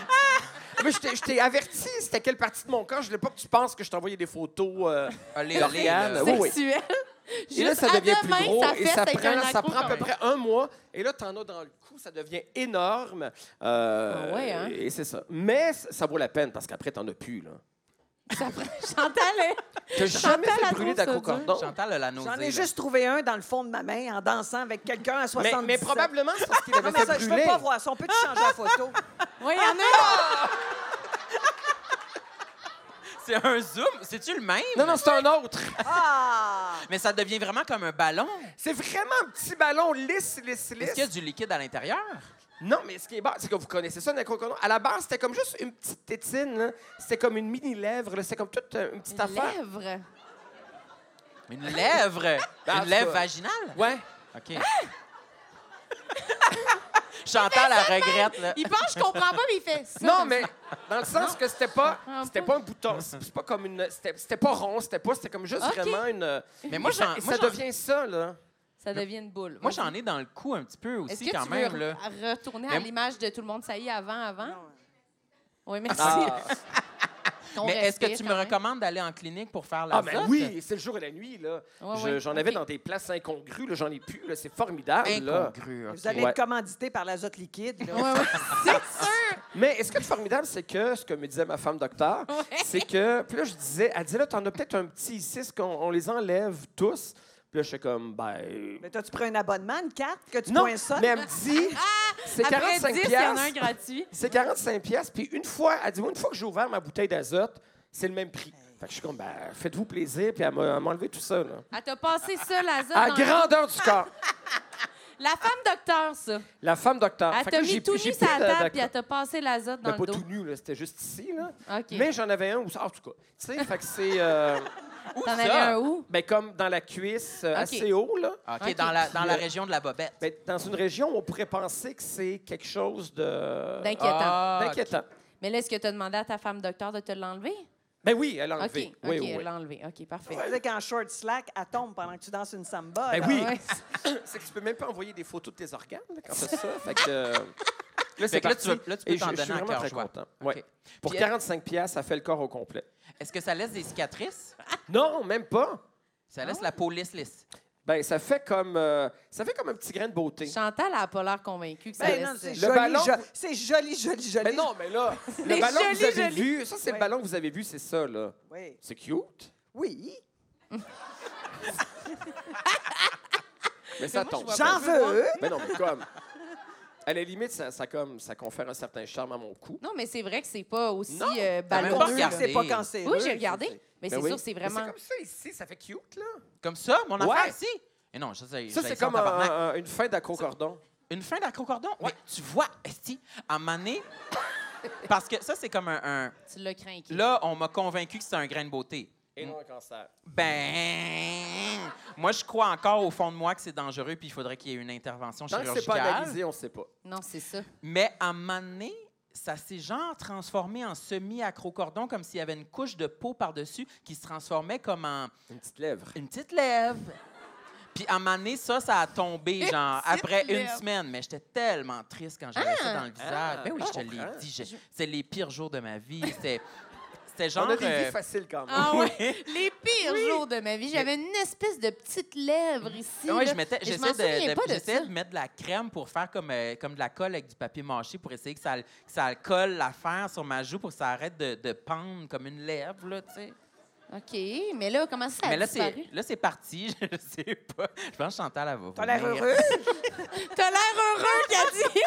[SPEAKER 8] Mais je t'ai- je t'ai averti, c'était quelle partie de mon corps. Je voulais pas que tu penses que je t'envoyais des photos. euh,
[SPEAKER 2] Allez, allez.
[SPEAKER 8] Dorian,
[SPEAKER 2] là.
[SPEAKER 8] Ah oui, oui.
[SPEAKER 5] Sexuel.
[SPEAKER 8] Et là, ça
[SPEAKER 5] Juste à
[SPEAKER 8] devient plus
[SPEAKER 5] demain,
[SPEAKER 8] gros.
[SPEAKER 5] ça
[SPEAKER 8] et
[SPEAKER 5] fesse
[SPEAKER 8] ça
[SPEAKER 5] avec un
[SPEAKER 8] prend, ça
[SPEAKER 5] accro
[SPEAKER 8] prend à peu
[SPEAKER 5] quand
[SPEAKER 8] près un mois. Et là, t'en as dans le cou, ça devient énorme. Euh,
[SPEAKER 5] Ah ouais, hein?
[SPEAKER 8] Et c'est ça. Mais c- ça vaut la peine parce qu'après, t'en as plus. là.
[SPEAKER 5] Ça prend- Chantal, elle-
[SPEAKER 8] T'as jamais
[SPEAKER 5] elle
[SPEAKER 8] fait
[SPEAKER 5] trouve
[SPEAKER 8] brûler
[SPEAKER 5] ça
[SPEAKER 8] d'acrocordon.
[SPEAKER 2] Chantal a la nausée.
[SPEAKER 7] J'en ai
[SPEAKER 2] là.
[SPEAKER 7] juste trouvé un dans le fond de ma main en dansant avec quelqu'un à
[SPEAKER 8] Mais,
[SPEAKER 7] 70
[SPEAKER 8] mais probablement, c'est parce qu'il
[SPEAKER 7] Non,
[SPEAKER 8] avait
[SPEAKER 7] Ah, mais
[SPEAKER 8] fait
[SPEAKER 7] ça, je veux
[SPEAKER 8] brûler.
[SPEAKER 7] pas voir ça. On peut te changer la photo.
[SPEAKER 5] Oui, il y en a.
[SPEAKER 2] C'est un zoom. C'est-tu le même?
[SPEAKER 8] Non, non, c'est un autre.
[SPEAKER 7] Ah!
[SPEAKER 2] Mais ça devient vraiment comme un ballon.
[SPEAKER 8] C'est vraiment un petit ballon lisse, lisse, lisse.
[SPEAKER 2] Est-ce qu'il y a du liquide à l'intérieur?
[SPEAKER 8] Non, mais ce qui est bon, c'est que vous connaissez ça, Necrocondon. À la base, c'était comme juste une petite tétine. là. C'était comme une mini-lèvre. là. C'était comme toute euh, une petite affaire.
[SPEAKER 5] Lèvres.
[SPEAKER 2] Une lèvre?
[SPEAKER 8] en tout
[SPEAKER 2] Une lèvre
[SPEAKER 8] cas.
[SPEAKER 2] vaginale?
[SPEAKER 8] Ouais.
[SPEAKER 2] OK. Chantal, la regrette, là.
[SPEAKER 5] Il pense, je comprends pas, mais il fait ça.
[SPEAKER 8] Non, mais dans le sens que c'était pas,
[SPEAKER 5] comprends
[SPEAKER 8] c'était
[SPEAKER 5] pas.
[SPEAKER 8] pas un bouton. C'est c'est pas comme une. C'était c'était pas rond. C'était pas. C'était comme juste
[SPEAKER 5] Ok.
[SPEAKER 8] vraiment une. euh,
[SPEAKER 2] Mais moi,
[SPEAKER 8] et ça,
[SPEAKER 2] j'en-
[SPEAKER 8] et
[SPEAKER 2] moi,
[SPEAKER 8] ça
[SPEAKER 2] j'en-
[SPEAKER 8] devient ça, là.
[SPEAKER 5] Ça devient une boule.
[SPEAKER 2] Moi, j'en ai dans le cou un petit peu
[SPEAKER 5] Est-ce
[SPEAKER 2] aussi,
[SPEAKER 5] que
[SPEAKER 2] quand
[SPEAKER 5] tu
[SPEAKER 2] même,
[SPEAKER 5] veux
[SPEAKER 2] là.
[SPEAKER 5] re- retourner à
[SPEAKER 2] Mais-
[SPEAKER 5] l'image de tout le monde ça y est avant, avant? Oui, merci.
[SPEAKER 8] Ah,
[SPEAKER 5] On
[SPEAKER 2] Mais est-ce que
[SPEAKER 5] respire
[SPEAKER 2] tu
[SPEAKER 5] quand
[SPEAKER 2] me
[SPEAKER 5] même.
[SPEAKER 2] recommandes d'aller en clinique pour faire la
[SPEAKER 8] Ah, ben
[SPEAKER 2] zotte?
[SPEAKER 8] oui, c'est le jour et la nuit, là.
[SPEAKER 5] Ouais,
[SPEAKER 8] Je-
[SPEAKER 5] ouais.
[SPEAKER 8] J'en avais
[SPEAKER 5] Ok.
[SPEAKER 8] dans des places incongrues, là. J'en ai plus, là. C'est formidable, là.
[SPEAKER 2] Incongru, OK.
[SPEAKER 7] Vous allez
[SPEAKER 8] Ouais.
[SPEAKER 7] être commandité par l'azote liquide. là.
[SPEAKER 5] Ouais, ouais. C'est sûr!
[SPEAKER 8] Mais est-ce que le formidable, c'est que ce que me disait ma femme docteur, c'est que. Puis là, je disais, elle disait, là, t'en as peut-être un petit ici, ce qu'on on les enlève tous. Puis là, je suis comme, ben.
[SPEAKER 7] Mais t'as-tu pris un abonnement, une carte, que tu
[SPEAKER 8] Non,
[SPEAKER 7] pointes ça?
[SPEAKER 8] mais elle me dit, c'est
[SPEAKER 5] Ah, Après
[SPEAKER 8] 45
[SPEAKER 5] 10, il y en a un
[SPEAKER 8] piastres.
[SPEAKER 5] gratuit.
[SPEAKER 8] C'est 45 pièces puis une fois, elle dit moi, une fois que j'ai ouvert ma bouteille d'azote, c'est le même prix. Fait que je suis comme ben, faites-vous plaisir puis elle m'a elle m'a enlevé tout ça là.
[SPEAKER 5] Elle t'a passé ça, la zone.
[SPEAKER 8] À
[SPEAKER 5] dans-
[SPEAKER 8] grandeur du corps.
[SPEAKER 5] La femme docteur, ça.
[SPEAKER 8] La femme docteur.
[SPEAKER 5] Elle
[SPEAKER 8] Ah, Fait
[SPEAKER 5] t'a
[SPEAKER 8] que là, j'ai
[SPEAKER 5] mis tout
[SPEAKER 8] j'ai
[SPEAKER 5] nu
[SPEAKER 8] plus
[SPEAKER 5] sur la
[SPEAKER 8] de-
[SPEAKER 5] table
[SPEAKER 8] de-
[SPEAKER 5] puis elle t'a passé l'azote dans
[SPEAKER 8] ben,
[SPEAKER 5] le
[SPEAKER 8] pas
[SPEAKER 5] dos.
[SPEAKER 8] tout nu là, c'était juste ici là.
[SPEAKER 5] OK.
[SPEAKER 8] Mais j'en avais un où ça en tout cas. Tu sais, fait que c'est euh,
[SPEAKER 2] Où
[SPEAKER 5] T'en
[SPEAKER 2] ça?
[SPEAKER 5] avais un où?
[SPEAKER 8] ben comme dans la cuisse euh,
[SPEAKER 5] OK.
[SPEAKER 8] assez haut là.
[SPEAKER 2] OK,
[SPEAKER 5] Ok.
[SPEAKER 2] Dans, la, dans la
[SPEAKER 8] Puis, euh,
[SPEAKER 2] région de la bobette.
[SPEAKER 8] Ben, dans une région où on pourrait penser que c'est quelque chose de
[SPEAKER 5] D'inquiétant.
[SPEAKER 2] Ah,
[SPEAKER 8] d'inquiétant.
[SPEAKER 5] Mais là, est-ce que tu as demandé à ta femme docteur de te l'enlever?
[SPEAKER 8] Ben oui, elle l'a
[SPEAKER 5] OK,
[SPEAKER 8] enlevé.
[SPEAKER 5] OK,
[SPEAKER 8] Oui, oui, oui.
[SPEAKER 5] l'enlever. OK, parfait. Ah
[SPEAKER 7] C'est-à-dire qu'en short slack, elle tombe pendant que tu danses une samba.
[SPEAKER 8] Ben
[SPEAKER 7] là.
[SPEAKER 8] oui.
[SPEAKER 5] Ouais.
[SPEAKER 8] C'est que tu peux même pas envoyer des photos de tes organes là, quand t'as ça. Fait que, euh, là,
[SPEAKER 2] Fait
[SPEAKER 8] c'est
[SPEAKER 2] que là,
[SPEAKER 8] parti.
[SPEAKER 2] tu, veux- là, tu peux
[SPEAKER 8] Et
[SPEAKER 2] t'en
[SPEAKER 8] je- je suis
[SPEAKER 2] donner un
[SPEAKER 8] vraiment
[SPEAKER 2] cœur
[SPEAKER 8] très
[SPEAKER 2] joie.
[SPEAKER 8] content.
[SPEAKER 2] OK.
[SPEAKER 8] Ouais. Pour
[SPEAKER 5] euh,
[SPEAKER 2] Puis,
[SPEAKER 8] 45 pièces, ça fait le corps au complet.
[SPEAKER 2] Est-ce que ça laisse des cicatrices?
[SPEAKER 8] Non, même pas.
[SPEAKER 2] Ça
[SPEAKER 5] Ah.
[SPEAKER 2] laisse la peau lisse, lisse.
[SPEAKER 8] Ben, ça fait comme euh, ça fait comme un petit grain de beauté.
[SPEAKER 5] Chantal n'a pas l'air convaincue que ça
[SPEAKER 7] Ben
[SPEAKER 5] laisse
[SPEAKER 7] non,
[SPEAKER 5] ça.
[SPEAKER 7] c'est
[SPEAKER 8] Le
[SPEAKER 7] joli,
[SPEAKER 8] ballon-
[SPEAKER 7] jo- c'est joli, joli, joli.
[SPEAKER 8] Mais non, mais là,
[SPEAKER 5] C'est
[SPEAKER 8] le ballon que vous
[SPEAKER 5] joli,
[SPEAKER 8] avez
[SPEAKER 5] joli.
[SPEAKER 8] vu, ça c'est
[SPEAKER 7] Ouais.
[SPEAKER 8] le ballon que vous avez vu, c'est ça là.
[SPEAKER 7] Oui.
[SPEAKER 8] C'est cute,
[SPEAKER 7] Oui.
[SPEAKER 8] mais ça tombe.
[SPEAKER 7] J'en veux.
[SPEAKER 8] Mais non, mais comme à la limite, ça, ça comme ça confère un certain charme à mon cou.
[SPEAKER 5] Non, mais c'est vrai que c'est pas aussi
[SPEAKER 8] Non,
[SPEAKER 5] euh,
[SPEAKER 2] t'as même
[SPEAKER 5] ballonneux.
[SPEAKER 2] pas
[SPEAKER 7] On
[SPEAKER 2] regardé.
[SPEAKER 7] sait pas quand c'est.
[SPEAKER 5] Oui, j'ai regardé. Mais
[SPEAKER 8] Ben
[SPEAKER 5] c'est
[SPEAKER 8] oui.
[SPEAKER 5] sûr, c'est
[SPEAKER 8] Mais
[SPEAKER 5] vraiment.
[SPEAKER 8] comme ça ici, ça fait cute là.
[SPEAKER 2] Comme ça, mon enfant,
[SPEAKER 8] Ouais.
[SPEAKER 2] ici? Et non, ça, c'est
[SPEAKER 8] Ça c'est comme un- un- une fin d'accrocordon.
[SPEAKER 2] Une fin d'accrocordon? Oui. Tu vois, Esti, à un moment donné, parce que ça, c'est comme un, un-
[SPEAKER 5] Tu l'as craqué.
[SPEAKER 2] Là, on m'a convaincu que c'était un grain de beauté.
[SPEAKER 8] Et non un cancer.
[SPEAKER 2] Ben, moi, je crois encore au fond de moi que c'est dangereux puis il faudrait qu'il y ait une intervention
[SPEAKER 8] Tant que c'est pas
[SPEAKER 2] chirurgicale.
[SPEAKER 8] analysé, on sait pas.
[SPEAKER 5] Non, c'est ça.
[SPEAKER 2] Mais à un moment donné, ça s'est genre transformé en semi-accrocordon, comme s'il y avait une couche de peau par-dessus qui se transformait comme en
[SPEAKER 8] Une petite lèvre.
[SPEAKER 2] une petite lèvre. Puis à un moment donné, ça, ça a tombé, genre,
[SPEAKER 5] petite
[SPEAKER 2] après une
[SPEAKER 5] lèvre.
[SPEAKER 2] semaine. Mais j'étais tellement triste quand j'avais ça dans le visage.
[SPEAKER 8] Ah,
[SPEAKER 2] ben oui,
[SPEAKER 8] je
[SPEAKER 2] je te l'ai
[SPEAKER 8] comprends.
[SPEAKER 2] dit. je- C'était les pires jours de ma vie. C'était c'était genre...
[SPEAKER 8] On a des
[SPEAKER 2] euh,
[SPEAKER 8] vies faciles quand même.
[SPEAKER 5] Ah ouais.
[SPEAKER 2] oui.
[SPEAKER 5] Les pire jour de ma vie. J'avais une espèce de petite lèvre ici.
[SPEAKER 2] Ah Ouais,
[SPEAKER 5] là,
[SPEAKER 2] je mettais,
[SPEAKER 5] et je m'en
[SPEAKER 2] j'essaie de,
[SPEAKER 5] souviens
[SPEAKER 2] de-
[SPEAKER 5] pas de
[SPEAKER 2] j'essayais
[SPEAKER 5] ça.
[SPEAKER 2] de mettre de la crème pour faire comme, euh, comme de la colle avec du papier mâché pour essayer que ça, que ça colle l'affaire sur ma joue pour que ça arrête de, de pendre comme une lèvre, là, tu sais.
[SPEAKER 5] OK, mais là, comment ça a
[SPEAKER 2] Mais là, c'est,
[SPEAKER 5] disparu?
[SPEAKER 2] là, c'est parti. Je sais pas. Je pense que Chantal, elle va
[SPEAKER 7] T'as l'air
[SPEAKER 2] vomir.
[SPEAKER 7] heureux?
[SPEAKER 5] T'as l'air heureux, Cathy!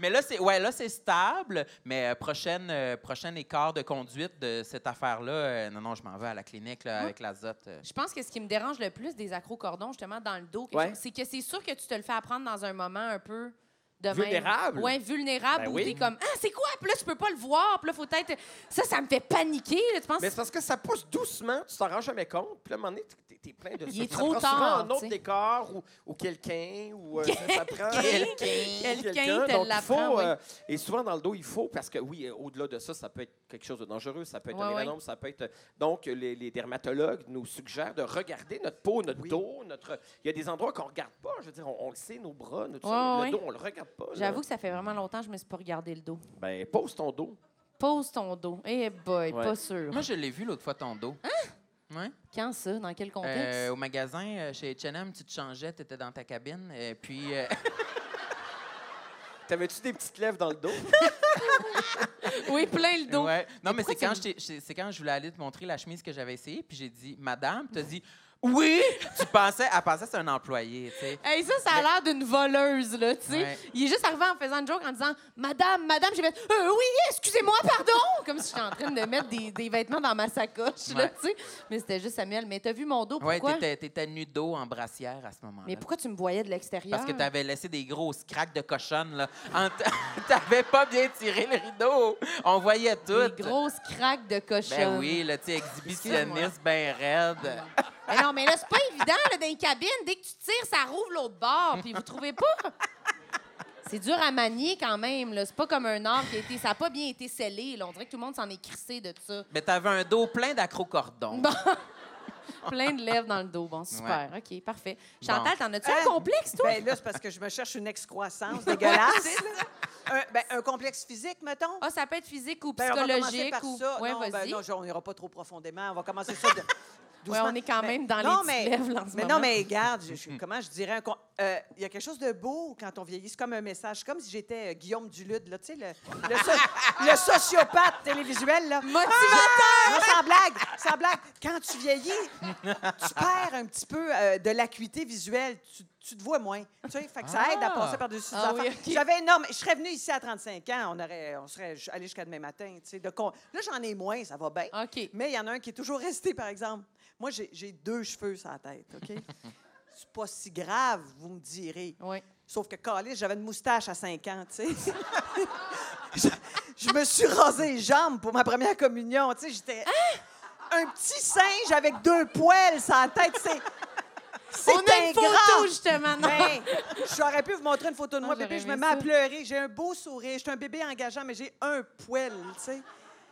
[SPEAKER 2] Mais là, c'est, ouais, là, c'est stable. Mais euh, prochaine, euh, prochain écart de conduite de cette affaire-là, euh, non, non, je m'en vais à la clinique
[SPEAKER 5] Hein?
[SPEAKER 2] là, avec l'azote. euh.
[SPEAKER 5] Je pense que ce qui me dérange le plus des accrocordons, justement, dans le dos, quelque
[SPEAKER 6] Ouais.
[SPEAKER 5] chose, c'est que c'est sûr que tu te le fais apprendre dans un moment un peu de même.
[SPEAKER 6] Vulnérable.
[SPEAKER 5] Ouais, vulnérable,
[SPEAKER 6] Ben
[SPEAKER 5] où
[SPEAKER 6] oui.
[SPEAKER 5] t'es comme Ah, c'est quoi? Puis là, tu peux pas le voir. Puis là, faut être. Ça, ça me fait paniquer. Là, tu penses.
[SPEAKER 6] Mais c'est parce que ça pousse doucement, tu t'en rends jamais compte. Puis là, à un moment donné, t'es- t'es plein de
[SPEAKER 5] Il
[SPEAKER 6] ça.
[SPEAKER 5] est
[SPEAKER 6] Ça
[SPEAKER 5] trop
[SPEAKER 6] prend
[SPEAKER 5] tard,
[SPEAKER 6] souvent un
[SPEAKER 5] tu
[SPEAKER 6] autre
[SPEAKER 5] sais.
[SPEAKER 6] décor ou, ou quelqu'un. Ou, euh, ça, ça prend
[SPEAKER 5] Quelqu'un. Quelqu'un te
[SPEAKER 6] Donc, il
[SPEAKER 5] l'apprend,
[SPEAKER 6] faut,
[SPEAKER 5] oui.
[SPEAKER 6] euh, Et souvent, dans le dos, il faut, parce que oui, euh, au-delà de ça, ça peut être quelque chose de dangereux. Ça peut être
[SPEAKER 5] Ouais,
[SPEAKER 6] un
[SPEAKER 5] ouais.
[SPEAKER 6] mélanome, ça peut être... euh, Donc, les, les dermatologues nous suggèrent de regarder notre peau, notre dos, notre... Il y a des endroits qu'on regarde pas. Je veux dire, on, on le sait, nos bras, notre...
[SPEAKER 5] Ouais,
[SPEAKER 6] le
[SPEAKER 5] ouais.
[SPEAKER 6] dos, on le regarde pas. là.
[SPEAKER 2] euh,
[SPEAKER 5] J'avoue que ça fait vraiment longtemps que je me suis pas regardé le dos.
[SPEAKER 6] Ben, pose ton dos.
[SPEAKER 5] Pose ton dos. Eh boy,
[SPEAKER 6] Ouais.
[SPEAKER 5] pas sûr.
[SPEAKER 2] Moi, je l'ai vu l'autre fois, ton dos. Ouais.
[SPEAKER 5] Quand ça? Dans quel Hein? contexte?
[SPEAKER 2] Euh, au magasin, euh, chez H&M, tu te changeais, tu étais dans ta cabine. euh, puis, euh,
[SPEAKER 6] T'avais-tu des petites lèvres dans le dos?
[SPEAKER 5] Oui, plein le dos.
[SPEAKER 2] ouais. Non, mais,
[SPEAKER 5] pourquoi
[SPEAKER 2] c'est
[SPEAKER 5] tu
[SPEAKER 2] quand, j'étais- j'étais- c'est quand je voulais aller te montrer la chemise que j'avais essayée, puis j'ai dit « Madame »,
[SPEAKER 7] Mmh.
[SPEAKER 2] tu as dit « Oui! » Tu pensais, elle pensait que c'est un employé, tu sais.
[SPEAKER 5] Hey, ça, ça a l'air d'une voleuse, là, tu sais.
[SPEAKER 2] Ouais.
[SPEAKER 5] Il est juste arrivé en faisant une joke en disant Madame, madame, j'ai fait Euh, Oui, excusez-moi, pardon Comme si j'étais en train de mettre des, des vêtements dans ma sacoche, là,
[SPEAKER 2] Ouais.
[SPEAKER 5] tu sais. Mais c'était juste Samuel. Mais t'as vu mon
[SPEAKER 7] Euh,
[SPEAKER 5] dos,
[SPEAKER 2] Ouais,
[SPEAKER 5] pourquoi
[SPEAKER 2] t'étais, t'étais nu dos en brassière à ce moment-là.
[SPEAKER 5] Mais pourquoi tu me voyais de l'extérieur
[SPEAKER 2] Parce que t'avais laissé des grosses craques de cochonne, là. En t- t'avais pas bien tiré le rideau. On voyait tout.
[SPEAKER 5] Des grosses craques de cochon.
[SPEAKER 2] ben oui, là, tu sais, exhibitionniste, ben raide.
[SPEAKER 7] Ah
[SPEAKER 5] Mais non, mais là, c'est pas évident, là, dans les cabines. Dès que tu tires, ça rouvre l'autre bord. Puis vous trouvez pas? C'est dur à manier quand même, là. C'est pas comme un art qui a été. Ça a pas bien été scellé, là. On dirait que tout le monde s'en est crissé de ça.
[SPEAKER 2] Mais t'avais un dos plein d'accrocordons.
[SPEAKER 5] Bon. Plein de lèvres dans le dos. Bon, super. OK, parfait. Chantal, t'en as-tu un
[SPEAKER 7] Hein?
[SPEAKER 5] complexe, toi?
[SPEAKER 7] Ben là, c'est parce que je me cherche une excroissance dégueulasse. un, ben, un complexe physique, mettons.
[SPEAKER 5] Ah, ça peut être physique ou
[SPEAKER 7] Ben, on va commencer
[SPEAKER 5] psychologique.
[SPEAKER 7] par
[SPEAKER 5] ou...
[SPEAKER 7] ça.
[SPEAKER 5] Ouais,
[SPEAKER 7] non, ben,
[SPEAKER 5] vas-y.
[SPEAKER 7] non, je- on n'ira pas trop profondément. On va commencer ça de- doucement. Ben,
[SPEAKER 5] on est quand même dans les
[SPEAKER 7] non,
[SPEAKER 5] petites lèvres, là, en ce
[SPEAKER 7] mais
[SPEAKER 5] moment.
[SPEAKER 7] Non, mais regarde, je- je- comment je dirais... un con- euh, Il y a quelque chose de beau quand on vieillit. C'est comme un message. C'est comme si j'étais euh, Guillaume Dulude, là, tu sais, le, le so- le sociopathe télévisuel. Là. Ah! Non, sans blague, sans blague. Quand tu vieillis, tu perds un petit peu euh, de l'acuité visuelle. Tu, tu te vois moins. Tu sais, fait que ça aide à
[SPEAKER 2] Ah!
[SPEAKER 7] passer par-dessus des
[SPEAKER 5] Ah
[SPEAKER 7] affaires.
[SPEAKER 5] oui, OK.
[SPEAKER 7] J'avais énorme. Je serais venue ici à 35 ans, on, aurait, on serait j- allé jusqu'à demain matin. tu sais, de con- Là, j'en ai moins, ça va bien.
[SPEAKER 5] OK.
[SPEAKER 7] Mais il y en a un qui est toujours resté, par exemple. Moi, j'ai j'ai deux cheveux sur la tête, OK? C'est pas si grave, vous me direz.
[SPEAKER 5] Oui.
[SPEAKER 7] Sauf que, Calis, j'avais une moustache à 5 ans, tu sais. je, je me suis rasé les jambes pour ma première communion, tu sais. J'étais
[SPEAKER 5] Hein?
[SPEAKER 7] un petit singe avec deux poils sur la tête, c'est... C'est
[SPEAKER 5] On a une photo,
[SPEAKER 7] ingrat.
[SPEAKER 5] justement. Non?
[SPEAKER 7] Ben, j'aurais pu vous montrer une photo de
[SPEAKER 5] Non,
[SPEAKER 7] moi,
[SPEAKER 5] Ah, j'aurais
[SPEAKER 7] bébé. Je me
[SPEAKER 5] aimé
[SPEAKER 7] mets à
[SPEAKER 5] ça.
[SPEAKER 7] pleurer. J'ai un beau sourire. Je suis un bébé engageant, mais j'ai un poil, tu sais.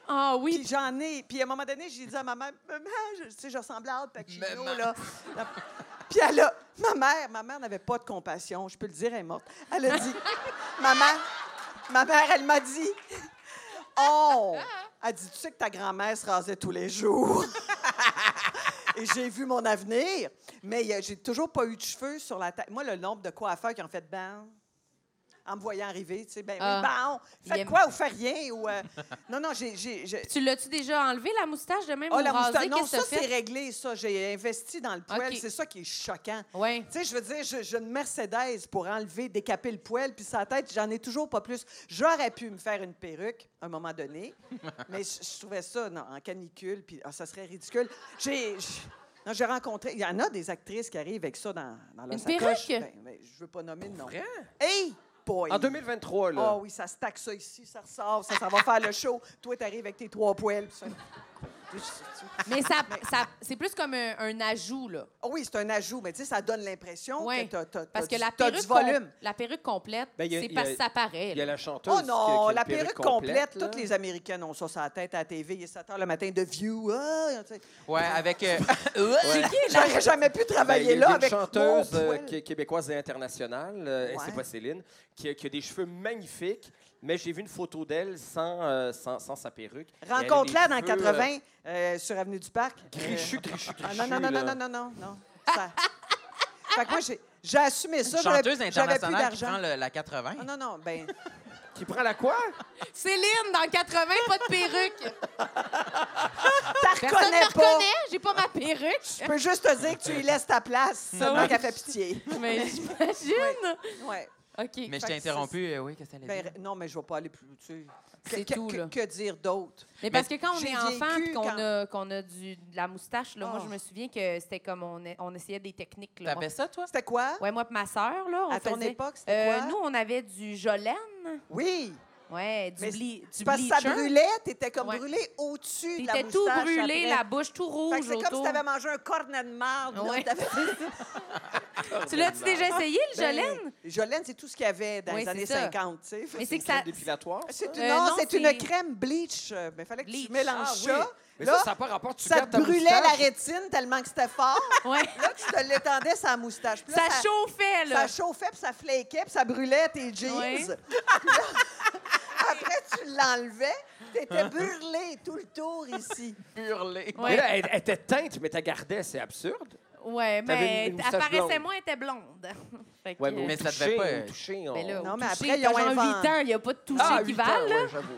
[SPEAKER 5] Ah oui.
[SPEAKER 7] Puis j'en ai. Puis à un moment donné, j'ai dit à ma mère, maman, je, tu sais, je ressemble à Al Pacino, là. La- Puis elle a, ma mère, ma mère n'avait pas de compassion, je peux le dire, elle est morte. Elle a dit, maman, ma mère, elle m'a dit, oh, elle dit, tu sais que ta grand-mère se rasait tous les jours. Et j'ai vu mon avenir, mais euh, j'ai toujours pas eu de cheveux sur la tête. Moi, le nombre de coiffeurs qui ont fait ben en me voyant arriver, tu sais, ben, oui,
[SPEAKER 5] Ah.
[SPEAKER 7] ben, on,
[SPEAKER 5] Il
[SPEAKER 7] faites
[SPEAKER 5] aime-
[SPEAKER 7] quoi ou faites rien ou euh, non non, j'ai- j'ai j'ai-
[SPEAKER 5] Tu l'as-tu déjà enlevé, la moustache de même?
[SPEAKER 7] ah,
[SPEAKER 5] ou
[SPEAKER 7] la
[SPEAKER 5] rasée?
[SPEAKER 7] moustache. Non,
[SPEAKER 5] Qu'est-ce que
[SPEAKER 7] ça,
[SPEAKER 5] t'as
[SPEAKER 7] c'est
[SPEAKER 5] fait?
[SPEAKER 7] réglé, ça. J'ai investi dans le poêle.
[SPEAKER 5] OK.
[SPEAKER 7] C'est ça qui est choquant.
[SPEAKER 5] Ouais.
[SPEAKER 7] Tu sais, je veux dire, je- j'ai une Mercedes pour enlever, décaper le poêle, puis sa tête, j'en ai toujours pas plus. J'aurais pu me faire une perruque à un moment donné, mais je je trouvais ça non, en canicule, puis ah, ça serait ridicule. J'ai. j'- non, j'ai rencontré. Il y en a des actrices qui arrivent avec ça dans, dans leur
[SPEAKER 5] Une perruque?
[SPEAKER 7] sacoche. Ben, ben, je veux pas nommer de nom. Hey! Boy!
[SPEAKER 6] En 2023, là.
[SPEAKER 7] Ah oui, ça se taxe ça ici, ça ressort, ça, ça va faire le show. Toi, t'arrives avec tes trois poêles. puis ça-
[SPEAKER 5] Mais ça, ça- c'est plus comme un, un ajout, là.
[SPEAKER 7] Ah oui, c'est un ajout, mais tu sais, ça donne l'impression
[SPEAKER 5] Ouais.
[SPEAKER 7] que t'as, t'as-
[SPEAKER 5] Parce que
[SPEAKER 7] t'as du,
[SPEAKER 5] la
[SPEAKER 7] t'as du
[SPEAKER 5] perruque, com-
[SPEAKER 7] volume.
[SPEAKER 5] la perruque complète,
[SPEAKER 6] Ben, il y a-
[SPEAKER 5] c'est
[SPEAKER 6] il y a-
[SPEAKER 5] parce que ça paraît.
[SPEAKER 6] Il y a
[SPEAKER 5] là.
[SPEAKER 6] la chanteuse.
[SPEAKER 7] Oh
[SPEAKER 6] qui a-
[SPEAKER 7] non,
[SPEAKER 6] qui a
[SPEAKER 7] la
[SPEAKER 6] une
[SPEAKER 7] perruque complète,
[SPEAKER 6] là.
[SPEAKER 7] toutes les Américaines ont ça sur la tête à la TV, il est 7 h oh, le matin de View. ah, tu sais.
[SPEAKER 2] Ouais, avec... euh,
[SPEAKER 7] J'aurais jamais pu
[SPEAKER 6] Ben, il y a-
[SPEAKER 7] travailler
[SPEAKER 6] il y a
[SPEAKER 7] là
[SPEAKER 6] une
[SPEAKER 7] avec
[SPEAKER 6] chanteuse
[SPEAKER 7] mon
[SPEAKER 6] euh,
[SPEAKER 7] poil.
[SPEAKER 6] qué- québécoise et internationale, euh, et
[SPEAKER 7] Ouais.
[SPEAKER 6] c'est pas Céline, qui a, qui a des cheveux magnifiques,
[SPEAKER 8] mais j'ai vu une photo d'elle sans, euh, sans, sans sa perruque. Et elle a des
[SPEAKER 7] Rencontre-la dans
[SPEAKER 8] cheveux,
[SPEAKER 7] 80 euh, sur Avenue du Parc.
[SPEAKER 8] euh, Grichu, grichu, grichu.
[SPEAKER 7] Ah, non, non,
[SPEAKER 8] là.
[SPEAKER 7] non, non, non, non, non, non. Ça- fait que moi, j'ai, j'ai assumé ça. j'avais-
[SPEAKER 2] Chanteuse
[SPEAKER 7] j'avais plus
[SPEAKER 2] internationale qui prend
[SPEAKER 7] d'argent.
[SPEAKER 2] le- la 80.
[SPEAKER 7] Ah, non, non, ben,
[SPEAKER 8] Qui prend la quoi?
[SPEAKER 5] Céline, dans 80, pas de perruque.
[SPEAKER 7] t'as
[SPEAKER 5] Personne
[SPEAKER 7] reconnais
[SPEAKER 5] ne me
[SPEAKER 7] pas.
[SPEAKER 5] reconnaît, j'ai pas ma perruque.
[SPEAKER 7] Je peux juste te dire que tu lui laisses ta place, seulement qu'elle fait pitié.
[SPEAKER 5] Mais j'imagine.
[SPEAKER 7] Ouais.
[SPEAKER 5] OK.
[SPEAKER 2] Mais je
[SPEAKER 7] Fait
[SPEAKER 2] t'ai
[SPEAKER 7] que c'est-
[SPEAKER 2] interrompu. euh, oui, qu'est-ce que t'allais
[SPEAKER 7] Ben,
[SPEAKER 2] dire?
[SPEAKER 7] re- non, mais je vais pas aller plus. Tu sais. Que-
[SPEAKER 5] C'est
[SPEAKER 7] que-
[SPEAKER 5] tout,
[SPEAKER 7] que-
[SPEAKER 5] là.
[SPEAKER 7] que dire d'autre?
[SPEAKER 5] Mais parce que quand on
[SPEAKER 7] Ben, j'ai
[SPEAKER 5] est enfant
[SPEAKER 7] vécu
[SPEAKER 5] et qu'on
[SPEAKER 7] quand-
[SPEAKER 5] a, qu'on a du, de la moustache, là, moi,
[SPEAKER 7] Oh.
[SPEAKER 5] je me souviens que c'était comme on, est- on essayait des techniques. Là.
[SPEAKER 2] T'appelles ça, toi?
[SPEAKER 7] C'était quoi?
[SPEAKER 5] Ouais, moi et ma soeur, là, on
[SPEAKER 7] à ton
[SPEAKER 5] faisait-
[SPEAKER 7] époque, c'était
[SPEAKER 5] Euh,
[SPEAKER 7] quoi?
[SPEAKER 5] nous, on avait du jolène.
[SPEAKER 7] Oui!
[SPEAKER 5] Ouais, du,
[SPEAKER 7] Mais
[SPEAKER 5] bli- du
[SPEAKER 7] Parce que ça
[SPEAKER 5] bleacher.
[SPEAKER 7] brûlait, t'étais comme
[SPEAKER 5] Ouais.
[SPEAKER 7] brûlé au-dessus de la
[SPEAKER 5] T'étais
[SPEAKER 7] moustache.
[SPEAKER 5] tout brûlé,
[SPEAKER 7] après.
[SPEAKER 5] la bouche tout
[SPEAKER 7] Fait que
[SPEAKER 5] rouge
[SPEAKER 7] c'est comme si
[SPEAKER 5] autour.
[SPEAKER 7] t'avais mangé un cornet de marde. là,
[SPEAKER 5] Ouais.
[SPEAKER 7] t'avais-
[SPEAKER 5] tu l'as-tu déjà essayé, le
[SPEAKER 7] Ben,
[SPEAKER 5] jolène?
[SPEAKER 7] Jolène, c'est tout ce qu'il y avait dans
[SPEAKER 5] Oui,
[SPEAKER 7] les
[SPEAKER 5] c'est
[SPEAKER 7] années
[SPEAKER 5] ça.
[SPEAKER 7] 50, tu sais. Fait
[SPEAKER 5] Mais
[SPEAKER 7] que-
[SPEAKER 5] c'est que ça...
[SPEAKER 8] dépilatoire.
[SPEAKER 7] C'est une,
[SPEAKER 5] Euh,
[SPEAKER 7] non,
[SPEAKER 5] non,
[SPEAKER 7] c'est
[SPEAKER 5] c'est-
[SPEAKER 7] une crème bleach. euh, Mais fallait que
[SPEAKER 5] Bleach.
[SPEAKER 7] tu mélanges
[SPEAKER 8] Ah,
[SPEAKER 7] ça.
[SPEAKER 8] oui. Mais
[SPEAKER 7] Là,
[SPEAKER 8] ça, ça n'a pas rapport. Tu
[SPEAKER 7] Ça
[SPEAKER 8] gardes
[SPEAKER 7] te
[SPEAKER 8] ta
[SPEAKER 7] brûlait
[SPEAKER 8] moustache.
[SPEAKER 7] la rétine tellement que c'était fort.
[SPEAKER 5] Ouais.
[SPEAKER 7] Là, tu te l'étendais sur la moustache. Puis là,
[SPEAKER 5] Ça chauffait, là.
[SPEAKER 7] ça chauffait, puis ça flaquait, puis ça brûlait tes jeans.
[SPEAKER 5] Oui.
[SPEAKER 7] Puis là, Après, tu l'enlevais,
[SPEAKER 5] Hein?
[SPEAKER 7] t'étais brûlé tout le tour ici.
[SPEAKER 2] Hurler.
[SPEAKER 8] Mais
[SPEAKER 5] Ouais.
[SPEAKER 8] là, elle, elle était teinte, mais t'as gardé, c'est absurde.
[SPEAKER 5] Ouais,
[SPEAKER 8] T'avais
[SPEAKER 5] mais
[SPEAKER 8] une- une moustache
[SPEAKER 5] apparaissait
[SPEAKER 8] blonde.
[SPEAKER 5] moins, elle était blonde. Fait que,
[SPEAKER 8] Ouais, mais,
[SPEAKER 2] Mais
[SPEAKER 8] au
[SPEAKER 2] ça
[SPEAKER 8] toucher,
[SPEAKER 2] devait pas, euh,
[SPEAKER 8] au toucher, on...
[SPEAKER 5] mais là,
[SPEAKER 7] Non,
[SPEAKER 5] au
[SPEAKER 7] mais
[SPEAKER 5] toucher,
[SPEAKER 7] après, ils ont
[SPEAKER 5] t'as genre 8
[SPEAKER 7] inventé.
[SPEAKER 5] ans, il n'y a pas de toucher
[SPEAKER 8] ah,
[SPEAKER 5] qui
[SPEAKER 8] huit ans,
[SPEAKER 5] valent.
[SPEAKER 8] ouais, j'avoue.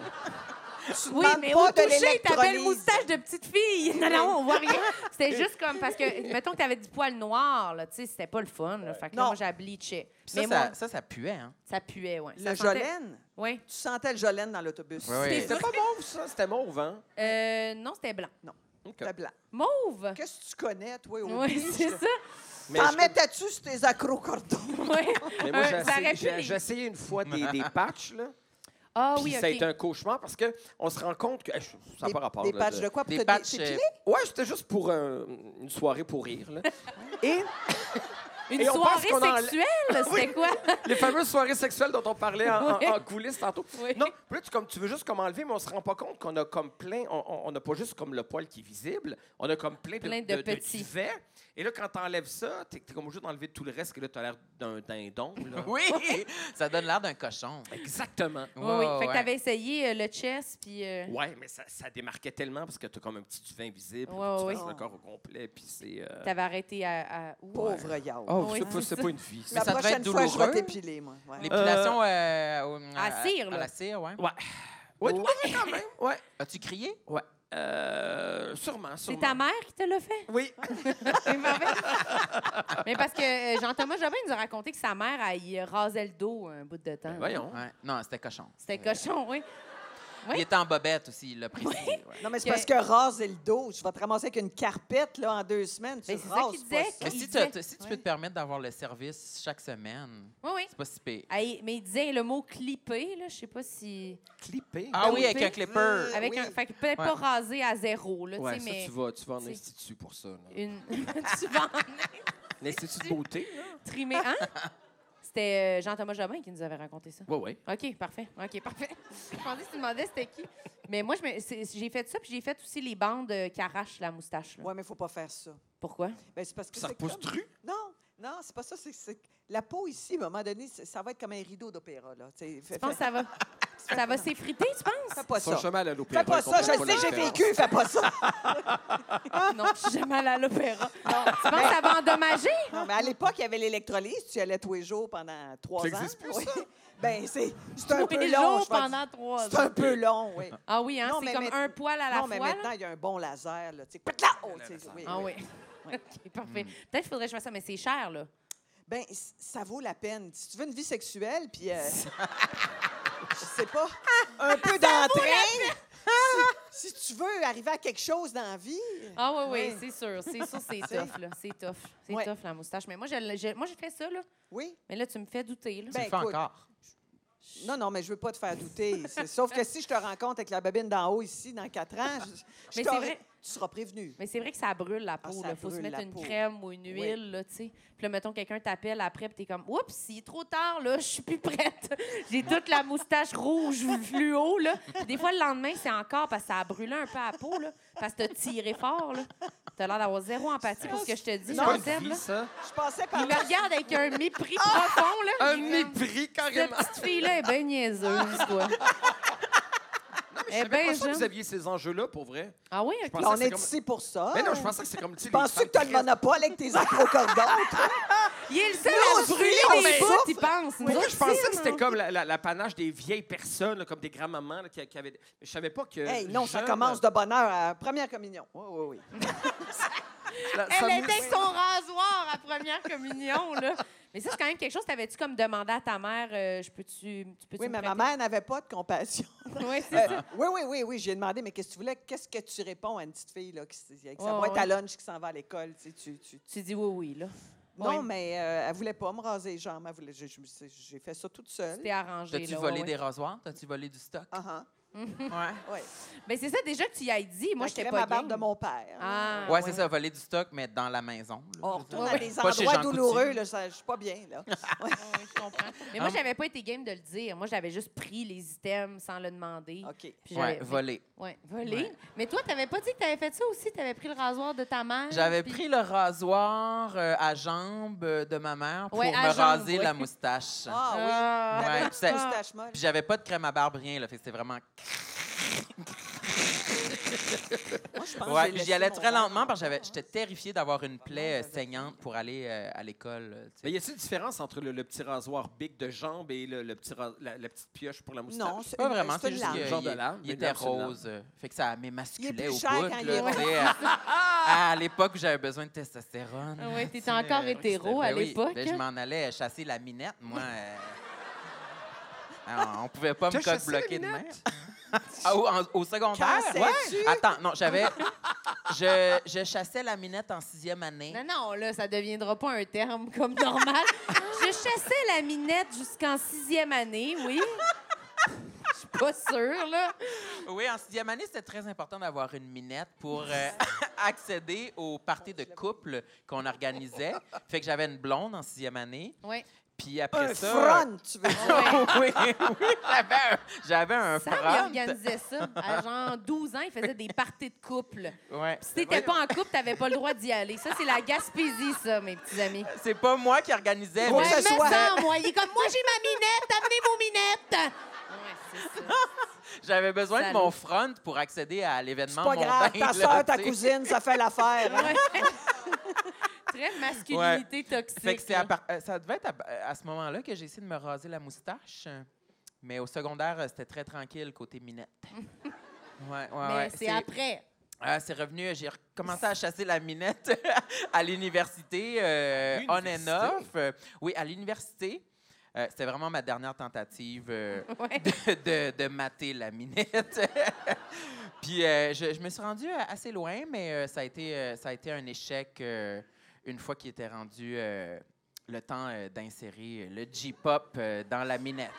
[SPEAKER 5] Oui,
[SPEAKER 7] demandes
[SPEAKER 5] mais
[SPEAKER 7] pas
[SPEAKER 5] au
[SPEAKER 7] de
[SPEAKER 5] toucher, ta belle
[SPEAKER 7] l'électrolyse.
[SPEAKER 5] moustache de petite fille. Non, non, on voit rien. C'était juste comme parce que, mettons que t'avais du poil noir, là, tu sais, c'était pas le fun. Là, fait que là,
[SPEAKER 7] Non.
[SPEAKER 5] moi, j'ai bleaché.
[SPEAKER 2] Puis
[SPEAKER 5] Mais
[SPEAKER 2] Ça,
[SPEAKER 5] moi,
[SPEAKER 2] ça, ça, ça puait, hein?
[SPEAKER 5] ça puait, ouais.
[SPEAKER 7] Le
[SPEAKER 5] Ça sentait-
[SPEAKER 7] Jolène,
[SPEAKER 5] Oui.
[SPEAKER 7] tu sentais le Jolène dans l'autobus.
[SPEAKER 2] Ouais, ouais.
[SPEAKER 8] C'était pas mauve, ça. C'était mauve, hein?
[SPEAKER 5] Euh, non, c'était blanc.
[SPEAKER 7] C'était blanc.
[SPEAKER 5] Mauve.
[SPEAKER 7] Qu'est-ce que tu connais, toi, au
[SPEAKER 5] Oui,
[SPEAKER 7] beach?
[SPEAKER 5] c'est ça.
[SPEAKER 8] Mais
[SPEAKER 7] T'en
[SPEAKER 8] je-
[SPEAKER 7] mettais-tu sur tes accrocordons?
[SPEAKER 5] Ouais.
[SPEAKER 8] mais moi,
[SPEAKER 5] Euh,
[SPEAKER 8] j'ai
[SPEAKER 5] ça
[SPEAKER 8] essayé-
[SPEAKER 5] aurait pu
[SPEAKER 8] j'ai
[SPEAKER 5] les-
[SPEAKER 8] j'ai essayé une fois des, des patchs, là.
[SPEAKER 5] Ah
[SPEAKER 8] puis
[SPEAKER 5] oui,
[SPEAKER 8] ça a
[SPEAKER 5] OK.
[SPEAKER 8] été un cauchemar parce que on se rend compte que. eh, je- Ça n'a
[SPEAKER 7] Des-
[SPEAKER 8] pas rapport.
[SPEAKER 7] Des
[SPEAKER 8] là,
[SPEAKER 7] patchs
[SPEAKER 8] de-
[SPEAKER 7] de quoi? Pour
[SPEAKER 2] des
[SPEAKER 7] te dé-
[SPEAKER 2] patchs,
[SPEAKER 7] c'est
[SPEAKER 2] euh,
[SPEAKER 7] pilé?
[SPEAKER 8] Ouais, c'était juste pour euh, une soirée pour rire, là. Et
[SPEAKER 5] Une
[SPEAKER 8] Et on pense
[SPEAKER 5] soirée
[SPEAKER 8] qu'on en-
[SPEAKER 5] sexuelle, c'était quoi?
[SPEAKER 8] les fameuses soirées sexuelles dont on parlait en, en-
[SPEAKER 5] Oui.
[SPEAKER 8] en coulisses tantôt.
[SPEAKER 5] Oui.
[SPEAKER 8] Non, puis là, tu, comme, tu veux juste comme enlever, mais on se rend pas compte qu'on a comme plein, on- on on n'a pas juste comme le poil qui est visible, on a comme plein de,
[SPEAKER 5] Plein de petits.
[SPEAKER 8] duvets. Et là, quand t'enlèves ça, t'es es comme obligé d'enlever tout le reste, que là, t'as l'air d'un dindon, là.
[SPEAKER 2] Oui! ça donne l'air d'un cochon.
[SPEAKER 8] Exactement.
[SPEAKER 5] Oui, oui.
[SPEAKER 2] Ouais,
[SPEAKER 5] Fait que
[SPEAKER 2] ouais.
[SPEAKER 5] t'avais essayé euh, le chess, puis... euh,
[SPEAKER 8] Ouais, mais ça, ça démarquait tellement parce que t'as comme un petit duvet invisible,
[SPEAKER 5] Ouais,
[SPEAKER 8] puis tu
[SPEAKER 5] ouais.
[SPEAKER 8] fasses le corps au complet, puis c'est. euh,
[SPEAKER 5] T'avais arrêté à... à- où?
[SPEAKER 7] Pauvre Yao.
[SPEAKER 8] Oh,
[SPEAKER 5] Oui,
[SPEAKER 8] c'est pas-
[SPEAKER 5] c'est
[SPEAKER 8] c'est
[SPEAKER 5] ça.
[SPEAKER 8] pas une vie. ça.
[SPEAKER 7] La
[SPEAKER 2] ça devait
[SPEAKER 7] prochaine
[SPEAKER 2] être
[SPEAKER 7] fois, je vais
[SPEAKER 2] douloureux.
[SPEAKER 7] t'épiler, moi. ouais.
[SPEAKER 2] L'épilation euh, au-
[SPEAKER 5] à cire,
[SPEAKER 2] À
[SPEAKER 5] là.
[SPEAKER 2] la cire, ouais.
[SPEAKER 8] Ouais. Ouais, ouais, quand même. Ouais.
[SPEAKER 2] As-tu crié?
[SPEAKER 8] Ouais. Euh, sûrement, sûrement.
[SPEAKER 5] C'est ta mère qui te l'a fait?
[SPEAKER 8] Oui.
[SPEAKER 5] C'est merveilleux. Mais parce que euh, Jean-Thomas Jobin nous a raconté que sa mère, elle y rasait le dos un bout de temps.
[SPEAKER 8] Ben, voyons.
[SPEAKER 2] Ouais. Non, c'était cochon.
[SPEAKER 5] C'était cochon, oui. Oui.
[SPEAKER 2] Il était en bobette aussi, il l'a précisé. ouais.
[SPEAKER 7] Non, mais c'est
[SPEAKER 5] Que-
[SPEAKER 7] parce que raser le dos, tu vas te ramasser avec une carpette là, en deux semaines. Tu
[SPEAKER 5] Mais Ben, c'est ça
[SPEAKER 7] rases
[SPEAKER 5] qu'il
[SPEAKER 7] pas
[SPEAKER 5] disait.
[SPEAKER 2] Mais
[SPEAKER 5] Il
[SPEAKER 2] si, tu-
[SPEAKER 5] disait-
[SPEAKER 2] si tu peux te permettre d'avoir le service chaque semaine,
[SPEAKER 5] Oui, oui.
[SPEAKER 2] c'est pas si pire.
[SPEAKER 5] Elle- mais il disait le mot clipper, là, je sais pas si.
[SPEAKER 8] Clipper.
[SPEAKER 2] Ah oui,
[SPEAKER 5] oui,
[SPEAKER 2] avec un clipper.
[SPEAKER 7] Euh,
[SPEAKER 5] Avec
[SPEAKER 7] oui.
[SPEAKER 5] un. Fait que peut-être
[SPEAKER 2] Ouais.
[SPEAKER 5] pas rasé à zéro, là,
[SPEAKER 8] ouais,
[SPEAKER 5] tu
[SPEAKER 8] ça,
[SPEAKER 5] sais, mais.
[SPEAKER 8] tu vas, tu vas en
[SPEAKER 5] tu sais.
[SPEAKER 8] institut pour ça. là.
[SPEAKER 5] Une. tu vas en
[SPEAKER 8] L'institut de beauté. là.
[SPEAKER 5] trimer, hein? C'était euh, Jean-Thomas Jobin qui nous avait raconté ça.
[SPEAKER 8] Ouais, ouais.
[SPEAKER 5] OK, parfait. OK, parfait. je pensais que tu demandais c'était qui. Mais moi, je me- c'est- j'ai fait ça, puis j'ai fait aussi les bandes euh, qui arrachent la moustache. là.
[SPEAKER 7] Ouais, mais il faut pas faire ça.
[SPEAKER 5] Pourquoi?
[SPEAKER 7] Ben, c'est parce que
[SPEAKER 8] Ça
[SPEAKER 7] c'est
[SPEAKER 8] repousse
[SPEAKER 7] comme-
[SPEAKER 8] dru.
[SPEAKER 7] Non, non, c'est pas ça. C'est, c'est- La peau ici, à un moment donné, c'est- ça va être comme un rideau d'opéra. Là. Tu sais, fais-
[SPEAKER 5] Tu penses que ça va, ça va s'effriter, tu
[SPEAKER 7] fais- fais
[SPEAKER 5] penses?
[SPEAKER 7] pas
[SPEAKER 8] Son
[SPEAKER 7] ça.
[SPEAKER 8] chemin à l'opéra.
[SPEAKER 7] Fais pas
[SPEAKER 8] il
[SPEAKER 7] ça,
[SPEAKER 8] comprend
[SPEAKER 7] je
[SPEAKER 8] pas
[SPEAKER 7] sais, j'ai
[SPEAKER 8] l'opéra.
[SPEAKER 7] vécu, fais pas ça.
[SPEAKER 5] Non, je suis jamais allée à l'opéra. Tu penses que ça va endommager?
[SPEAKER 7] Non, mais à l'époque, il y avait l'électrolyse, tu y allais tous les jours pendant trois
[SPEAKER 8] Ça
[SPEAKER 7] ans.
[SPEAKER 8] existe plus,
[SPEAKER 7] Oui. Ben, c'est, c'est un
[SPEAKER 5] Tous
[SPEAKER 7] peu
[SPEAKER 5] les
[SPEAKER 7] long.
[SPEAKER 5] jours
[SPEAKER 7] je vais te
[SPEAKER 5] pendant trois
[SPEAKER 7] dire. C'est un
[SPEAKER 5] ans.
[SPEAKER 7] peu long, oui.
[SPEAKER 5] Ah oui, hein?
[SPEAKER 7] Non,
[SPEAKER 5] C'est
[SPEAKER 7] mais
[SPEAKER 5] comme
[SPEAKER 7] maintenant-
[SPEAKER 5] un poil à la
[SPEAKER 7] non, mais
[SPEAKER 5] fois. là?
[SPEAKER 7] maintenant, il y a un bon laser, là. Tu sais, pat, là, oh, tu sais, oui,
[SPEAKER 5] Ah
[SPEAKER 7] oui.
[SPEAKER 5] oui. OK, parfait. Peut-être qu'il faudrait que je fasse ça, mais c'est cher, là.
[SPEAKER 7] Ben, c- ça vaut la peine. Si tu veux une vie sexuelle, puis. euh, je sais pas. Un peu d'entrain. Si, si tu veux arriver à quelque chose dans la vie.
[SPEAKER 5] Ah oui, oui,
[SPEAKER 7] Oui.
[SPEAKER 5] c'est sûr. C'est sûr, c'est tough, là. C'est tough. C'est
[SPEAKER 7] Ouais.
[SPEAKER 5] tough, la moustache. Mais moi, je, l'ai- je- moi, j'ai fait ça, là.
[SPEAKER 7] Oui.
[SPEAKER 5] Mais là, tu me fais douter, là.
[SPEAKER 2] Tu le
[SPEAKER 7] Ben,
[SPEAKER 2] fais
[SPEAKER 7] écoute.
[SPEAKER 2] encore.
[SPEAKER 7] Non, non, mais je veux pas te faire douter. C'est- Sauf que si je te rencontre avec la babine d'en haut ici dans quatre ans, je- je,
[SPEAKER 5] c'est
[SPEAKER 7] t'aurais-
[SPEAKER 5] vrai.
[SPEAKER 7] tu seras prévenu.
[SPEAKER 5] Mais c'est vrai que ça brûle la peau.
[SPEAKER 7] Ah, ça
[SPEAKER 5] Il faut se
[SPEAKER 7] brûle
[SPEAKER 5] mettre
[SPEAKER 7] la
[SPEAKER 5] une
[SPEAKER 7] peau.
[SPEAKER 5] crème ou une huile,
[SPEAKER 7] Oui.
[SPEAKER 5] là, tu sais. Puis là, mettons, quelqu'un t'appelle après, puis t'es comme, oups, il est trop tard, là, je suis plus prête. J'ai toute la moustache rouge fluo, là. Puis des fois, le lendemain, c'est encore parce que ça a brûlé un peu la peau, là, parce que t'as tiré fort, là. T'as l'air d'avoir zéro empathie pour ce que je te dis,
[SPEAKER 7] Non,
[SPEAKER 5] jean
[SPEAKER 8] Bonne vie, ça.
[SPEAKER 7] Je passais par
[SPEAKER 5] Il me regarde avec un mépris profond, là.
[SPEAKER 8] Un
[SPEAKER 5] Il est comme,
[SPEAKER 8] mépris,
[SPEAKER 5] Cette
[SPEAKER 8] carrément.
[SPEAKER 5] petite fille-là est bien niaiseuse, quoi.
[SPEAKER 8] Je
[SPEAKER 5] Eh
[SPEAKER 8] savais
[SPEAKER 5] ben,
[SPEAKER 8] pas ça que
[SPEAKER 5] Jean.
[SPEAKER 8] vous aviez ces enjeux-là, pour vrai.
[SPEAKER 5] Ah oui,
[SPEAKER 8] Je
[SPEAKER 5] OK.
[SPEAKER 8] pensais
[SPEAKER 7] Là, on
[SPEAKER 8] que c'est
[SPEAKER 7] est
[SPEAKER 8] comme-
[SPEAKER 7] ici pour ça.
[SPEAKER 8] Mais non, je pensais que c'était comme... tu sais, les
[SPEAKER 7] Ah. Penses-tu
[SPEAKER 8] femmes
[SPEAKER 7] que t'as le
[SPEAKER 8] qui
[SPEAKER 7] monopole avec tes accrocordons? toi?
[SPEAKER 5] Il est le seul
[SPEAKER 7] Nous,
[SPEAKER 5] à
[SPEAKER 7] on
[SPEAKER 5] se
[SPEAKER 7] se
[SPEAKER 5] brûler
[SPEAKER 7] brûle, on
[SPEAKER 5] des
[SPEAKER 7] souffre.
[SPEAKER 5] bouts, il pense. Nous
[SPEAKER 8] Moi,
[SPEAKER 5] autres,
[SPEAKER 8] je pensais
[SPEAKER 5] c'est,
[SPEAKER 8] que
[SPEAKER 5] non?
[SPEAKER 8] c'était comme la- la- l'apanage des vieilles personnes, là, comme des grands-mamans là, qui, qui avaient. Je savais pas que.
[SPEAKER 7] Hey, non, ça
[SPEAKER 8] jeune-
[SPEAKER 7] commence de bonne heure à la première communion. Oui, oui, oui.
[SPEAKER 8] euh, La- ça
[SPEAKER 5] Elle
[SPEAKER 8] me-
[SPEAKER 5] était avec son rasoir à première communion, là. Mais ça, c'est quand même quelque chose. T'avais-tu comme demandé à ta mère, euh, je peux-tu tu peux
[SPEAKER 7] Oui, mais ma mère n'avait pas de compassion.
[SPEAKER 5] Oui, c'est
[SPEAKER 7] Euh,
[SPEAKER 5] ça.
[SPEAKER 7] oui, oui, oui, oui. J'ai demandé, mais qu'est-ce que tu voulais? Qu'est-ce que tu réponds à une petite fille là, qui, s- avec sa
[SPEAKER 5] Ouais,
[SPEAKER 7] boîte à
[SPEAKER 5] ouais.
[SPEAKER 7] lunch qui s'en va à l'école? Tu, sais, tu, tu-
[SPEAKER 5] Tu dis oui, oui, là.
[SPEAKER 7] Non,
[SPEAKER 5] Ouais.
[SPEAKER 7] mais euh, elle voulait pas me raser les jambes. Elle voulait- je- je me suis- J'ai fait ça toute seule.
[SPEAKER 5] T'es arrangé, là.
[SPEAKER 2] T'as-tu
[SPEAKER 5] ouais,
[SPEAKER 2] volé
[SPEAKER 5] ouais.
[SPEAKER 2] des rasoirs? T'as-tu volé du stock?
[SPEAKER 7] Ah,
[SPEAKER 2] Ouais.
[SPEAKER 7] ah, ouais.
[SPEAKER 5] Ben, c'est ça, déjà que tu y as dit. Moi,
[SPEAKER 7] La
[SPEAKER 5] j'étais
[SPEAKER 7] crème
[SPEAKER 5] pas
[SPEAKER 7] à Ben, barbe
[SPEAKER 5] game.
[SPEAKER 7] de mon père.
[SPEAKER 5] Ah,
[SPEAKER 2] Ouais, c'est ça, voler du stock, mais dans la maison. là.
[SPEAKER 7] On retourne
[SPEAKER 5] Ouais,
[SPEAKER 7] à
[SPEAKER 5] ouais.
[SPEAKER 7] des
[SPEAKER 2] Pas chez
[SPEAKER 7] endroits
[SPEAKER 2] Jean
[SPEAKER 7] douloureux.
[SPEAKER 2] Coutu.
[SPEAKER 7] Là, ça- je suis pas bien, là. Ouais.
[SPEAKER 5] Ouais, je comprends. Mais
[SPEAKER 2] Ah.
[SPEAKER 5] moi, j'avais pas été game de le dire. Moi, j'avais juste pris les items sans le demander.
[SPEAKER 7] OK.
[SPEAKER 5] Puis
[SPEAKER 2] Ouais,
[SPEAKER 5] j'avais-
[SPEAKER 2] voler.
[SPEAKER 5] Ouais, volé.
[SPEAKER 2] Ouais.
[SPEAKER 5] Mais toi, t'avais pas dit que t'avais fait ça aussi? T'avais pris le rasoir de ta
[SPEAKER 7] Ah,
[SPEAKER 5] mère?
[SPEAKER 2] J'avais
[SPEAKER 5] puis-
[SPEAKER 2] pris le rasoir euh, à jambes euh, de ma mère pour
[SPEAKER 5] Ouais,
[SPEAKER 2] me
[SPEAKER 5] à jambes,
[SPEAKER 2] raser
[SPEAKER 5] ouais.
[SPEAKER 2] la moustache.
[SPEAKER 7] Ah oui.
[SPEAKER 5] Ah.
[SPEAKER 2] Ouais,
[SPEAKER 7] T'avais une
[SPEAKER 2] puis ça-
[SPEAKER 7] petite moustache molle.
[SPEAKER 2] Puis j'avais pas de crème à barbe, rien, là. Fait que c'était vraiment.
[SPEAKER 7] Moi, je pense que
[SPEAKER 2] Ouais,
[SPEAKER 7] j'ai
[SPEAKER 2] puis j'y
[SPEAKER 7] laissé
[SPEAKER 2] allais
[SPEAKER 7] mon
[SPEAKER 2] très
[SPEAKER 7] verre.
[SPEAKER 2] lentement parce que j'avais- j'étais terrifiée d'avoir une plaie euh, saignante pour aller euh, à l'école. euh, tu sais.
[SPEAKER 8] Mais y a-t-il une différence entre le, le petit rasoir big de jambe et le, le petit ra- la, la petite pioche pour la moustache?
[SPEAKER 7] Non, c'est
[SPEAKER 2] Pas
[SPEAKER 7] une-
[SPEAKER 2] vraiment,
[SPEAKER 7] c'est
[SPEAKER 2] c'est
[SPEAKER 7] une
[SPEAKER 2] juste
[SPEAKER 7] lame.
[SPEAKER 2] qu'il
[SPEAKER 8] Genre de
[SPEAKER 2] il-
[SPEAKER 8] lame,
[SPEAKER 2] il
[SPEAKER 8] mais
[SPEAKER 2] était
[SPEAKER 8] absolument.
[SPEAKER 2] rose. euh, Fait que ça m'émasculait
[SPEAKER 7] plus
[SPEAKER 2] au
[SPEAKER 7] cher
[SPEAKER 2] bout.
[SPEAKER 7] quand il
[SPEAKER 2] là,
[SPEAKER 7] est
[SPEAKER 2] tu sais, à à l'époque où j'avais besoin de testostérone.
[SPEAKER 5] Ah ouais, t'étais
[SPEAKER 2] Euh,
[SPEAKER 5] encore
[SPEAKER 2] oui,
[SPEAKER 5] hétéro
[SPEAKER 2] c'était-
[SPEAKER 5] à
[SPEAKER 2] ben oui,
[SPEAKER 5] l'époque. hein.
[SPEAKER 2] ben je m'en allais chasser la minette, moi. euh. Alors, on pouvait pas me
[SPEAKER 8] T'as
[SPEAKER 2] code
[SPEAKER 8] chassé la
[SPEAKER 2] bloquer de même.
[SPEAKER 8] minette?
[SPEAKER 2] Ah, au, en- au secondaire?
[SPEAKER 7] Quand sais-tu?
[SPEAKER 2] Ouais. Attends, non, j'avais. Je, je chassais la minette en sixième année.
[SPEAKER 5] Non, non, là, ça deviendra pas un terme comme normal. je chassais la minette jusqu'en sixième année, oui. Je suis pas sûre, là.
[SPEAKER 2] Oui, en sixième année, c'était très important d'avoir une minette pour euh, accéder aux parties de couple qu'on organisait. Fait que j'avais une blonde en sixième année.
[SPEAKER 5] Oui.
[SPEAKER 2] Puis après
[SPEAKER 7] Un
[SPEAKER 2] ça.
[SPEAKER 7] front, tu veux dire.
[SPEAKER 2] oui, oui, j'avais un, j'avais un
[SPEAKER 5] Sam, il
[SPEAKER 2] front.
[SPEAKER 5] organisait ça. À genre 12 ans, il faisait des parties de couple.
[SPEAKER 2] Ouais.
[SPEAKER 5] Si t'étais pas en couple, t'avais pas le droit d'y aller. Ça, c'est la Gaspésie, ça, mes petits amis.
[SPEAKER 2] C'est pas moi qui organisais,
[SPEAKER 7] Faut
[SPEAKER 5] Ouais,
[SPEAKER 7] que
[SPEAKER 2] mais
[SPEAKER 7] ça
[SPEAKER 5] me
[SPEAKER 7] soit-
[SPEAKER 5] semble, moi. Il est comme, moi, j'ai ma minette, amenez vos minettes. Ouais, c'est ça.
[SPEAKER 2] j'avais besoin de
[SPEAKER 5] Salaud.
[SPEAKER 2] mon front pour accéder à
[SPEAKER 7] C'est
[SPEAKER 2] l'événement
[SPEAKER 7] pas
[SPEAKER 2] mondain,
[SPEAKER 7] grave. Ta
[SPEAKER 2] là,
[SPEAKER 7] soeur, ta
[SPEAKER 2] tu sais.
[SPEAKER 7] cousine, ça fait l'affaire. hein.
[SPEAKER 5] Très masculinité toxique.
[SPEAKER 2] Fait que c'est
[SPEAKER 5] là.
[SPEAKER 2] à par- euh, ça devait être à, à ce moment-là que j'ai essayé de me raser la moustache. Mais au secondaire, euh, c'était très tranquille côté minette. Ouais, ouais,
[SPEAKER 5] Mais
[SPEAKER 2] ouais.
[SPEAKER 5] c'est après.
[SPEAKER 2] Ah, c'est revenu. euh, J'ai recommencé à chasser la minette à l'université, euh, on and
[SPEAKER 8] L'université?
[SPEAKER 2] off. Euh, oui, à l'université. Euh, c'était vraiment ma dernière tentative euh,
[SPEAKER 5] Ouais.
[SPEAKER 2] de, de- de mater la minette. Puis euh, je, je me suis rendue euh, assez loin, mais euh, ça, a été, euh, ça a été un échec euh, une fois qu'il était rendu euh, le temps euh, d'insérer le J-pop euh, dans la minette.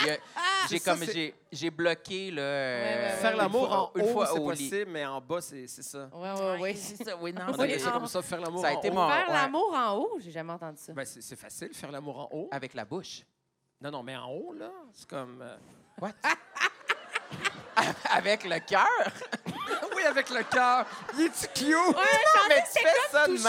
[SPEAKER 2] Il y a-
[SPEAKER 5] Ah,
[SPEAKER 2] J'ai
[SPEAKER 8] Ça,
[SPEAKER 2] comme
[SPEAKER 8] c'est-
[SPEAKER 2] j'ai- j'ai bloqué là, euh,
[SPEAKER 5] ouais, ouais.
[SPEAKER 8] Faire
[SPEAKER 2] une
[SPEAKER 8] l'amour
[SPEAKER 2] fois-
[SPEAKER 8] en
[SPEAKER 2] une
[SPEAKER 8] haut,
[SPEAKER 2] fois
[SPEAKER 8] c'est
[SPEAKER 2] au lit.
[SPEAKER 8] possible, mais en bas, c'est c'est ça.
[SPEAKER 5] Ouais, ouais, ouais.
[SPEAKER 2] C'est ça, oui, non.
[SPEAKER 8] On
[SPEAKER 5] Oui,
[SPEAKER 2] c'est-
[SPEAKER 8] appelle ça
[SPEAKER 5] en-
[SPEAKER 8] comme ça, faire l'amour
[SPEAKER 2] Ça a
[SPEAKER 8] en
[SPEAKER 2] été
[SPEAKER 8] haut.
[SPEAKER 2] mon-
[SPEAKER 5] Faire
[SPEAKER 2] ouais.
[SPEAKER 5] l'amour en haut, j'ai jamais entendu ça.
[SPEAKER 8] Ben, c'est c'est facile, faire l'amour en haut.
[SPEAKER 2] Avec la bouche.
[SPEAKER 8] Non, non, mais en haut, là, c'est comme... euh,
[SPEAKER 2] Avec le cœur?
[SPEAKER 8] Ah oui, avec le cœur. Il est-tu cute?
[SPEAKER 2] mais tu fais ça de même!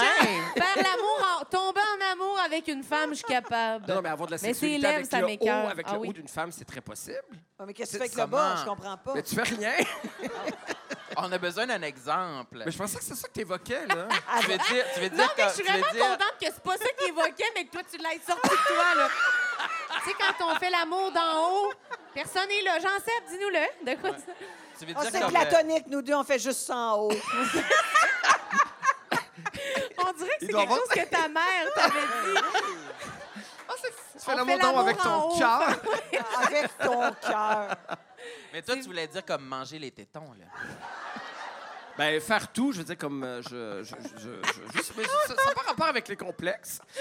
[SPEAKER 5] Hein? Faire l'amour en... Tomber en amour avec une femme, je suis capable.
[SPEAKER 8] Non, non, mais avoir de la
[SPEAKER 5] Mais ses
[SPEAKER 8] sexualité
[SPEAKER 5] lèvres,
[SPEAKER 8] avec
[SPEAKER 5] ça
[SPEAKER 8] le
[SPEAKER 5] m'écoeure.
[SPEAKER 8] haut, avec
[SPEAKER 5] Ah
[SPEAKER 8] le
[SPEAKER 5] oui.
[SPEAKER 8] haut d'une femme, c'est très possible.
[SPEAKER 7] Ouais, Mais qu'est-ce que tu fais avec
[SPEAKER 2] C'est
[SPEAKER 7] le bas?
[SPEAKER 2] sûrement.
[SPEAKER 7] Je comprends pas.
[SPEAKER 8] Mais tu fais rien.
[SPEAKER 2] On a besoin d'un exemple.
[SPEAKER 8] Mais je pensais que c'est ça que t'évoquais, là.
[SPEAKER 2] Tu veux dire, tu veux dire
[SPEAKER 5] Ah, Non, mais
[SPEAKER 2] que-
[SPEAKER 5] je suis
[SPEAKER 2] tu veux
[SPEAKER 5] vraiment
[SPEAKER 2] dire-
[SPEAKER 5] contente que c'est pas ça qu'il évoquait, mais que toi, tu l'as sorti de toi, là. tu sais, quand on fait l'amour d'en haut, personne n'est là. Jean-Seb, dis-nous-le. De quoi ça?
[SPEAKER 2] Tu veux
[SPEAKER 7] On
[SPEAKER 2] dire
[SPEAKER 7] s'est
[SPEAKER 2] comme,
[SPEAKER 7] Ah,
[SPEAKER 2] euh,
[SPEAKER 7] platonique, nous deux, on fait juste ça en haut.
[SPEAKER 5] On dirait que c'est
[SPEAKER 8] doit
[SPEAKER 5] quelque
[SPEAKER 8] avoir-
[SPEAKER 5] chose que ta mère t'avait dit.
[SPEAKER 8] Tu
[SPEAKER 5] On
[SPEAKER 8] fais
[SPEAKER 5] fait
[SPEAKER 8] l'amour en haut avec
[SPEAKER 5] l'amour en
[SPEAKER 8] ton
[SPEAKER 5] haut.
[SPEAKER 8] cœur.
[SPEAKER 7] avec ton cœur.
[SPEAKER 8] Ah,
[SPEAKER 2] euh, Mais toi, tu voulais dire comme manger les tétons, là.
[SPEAKER 8] Ben, faire tout, je veux dire, comme. euh, je, je, je, je- je- je- mais ça n'a pas rapport avec les complexes.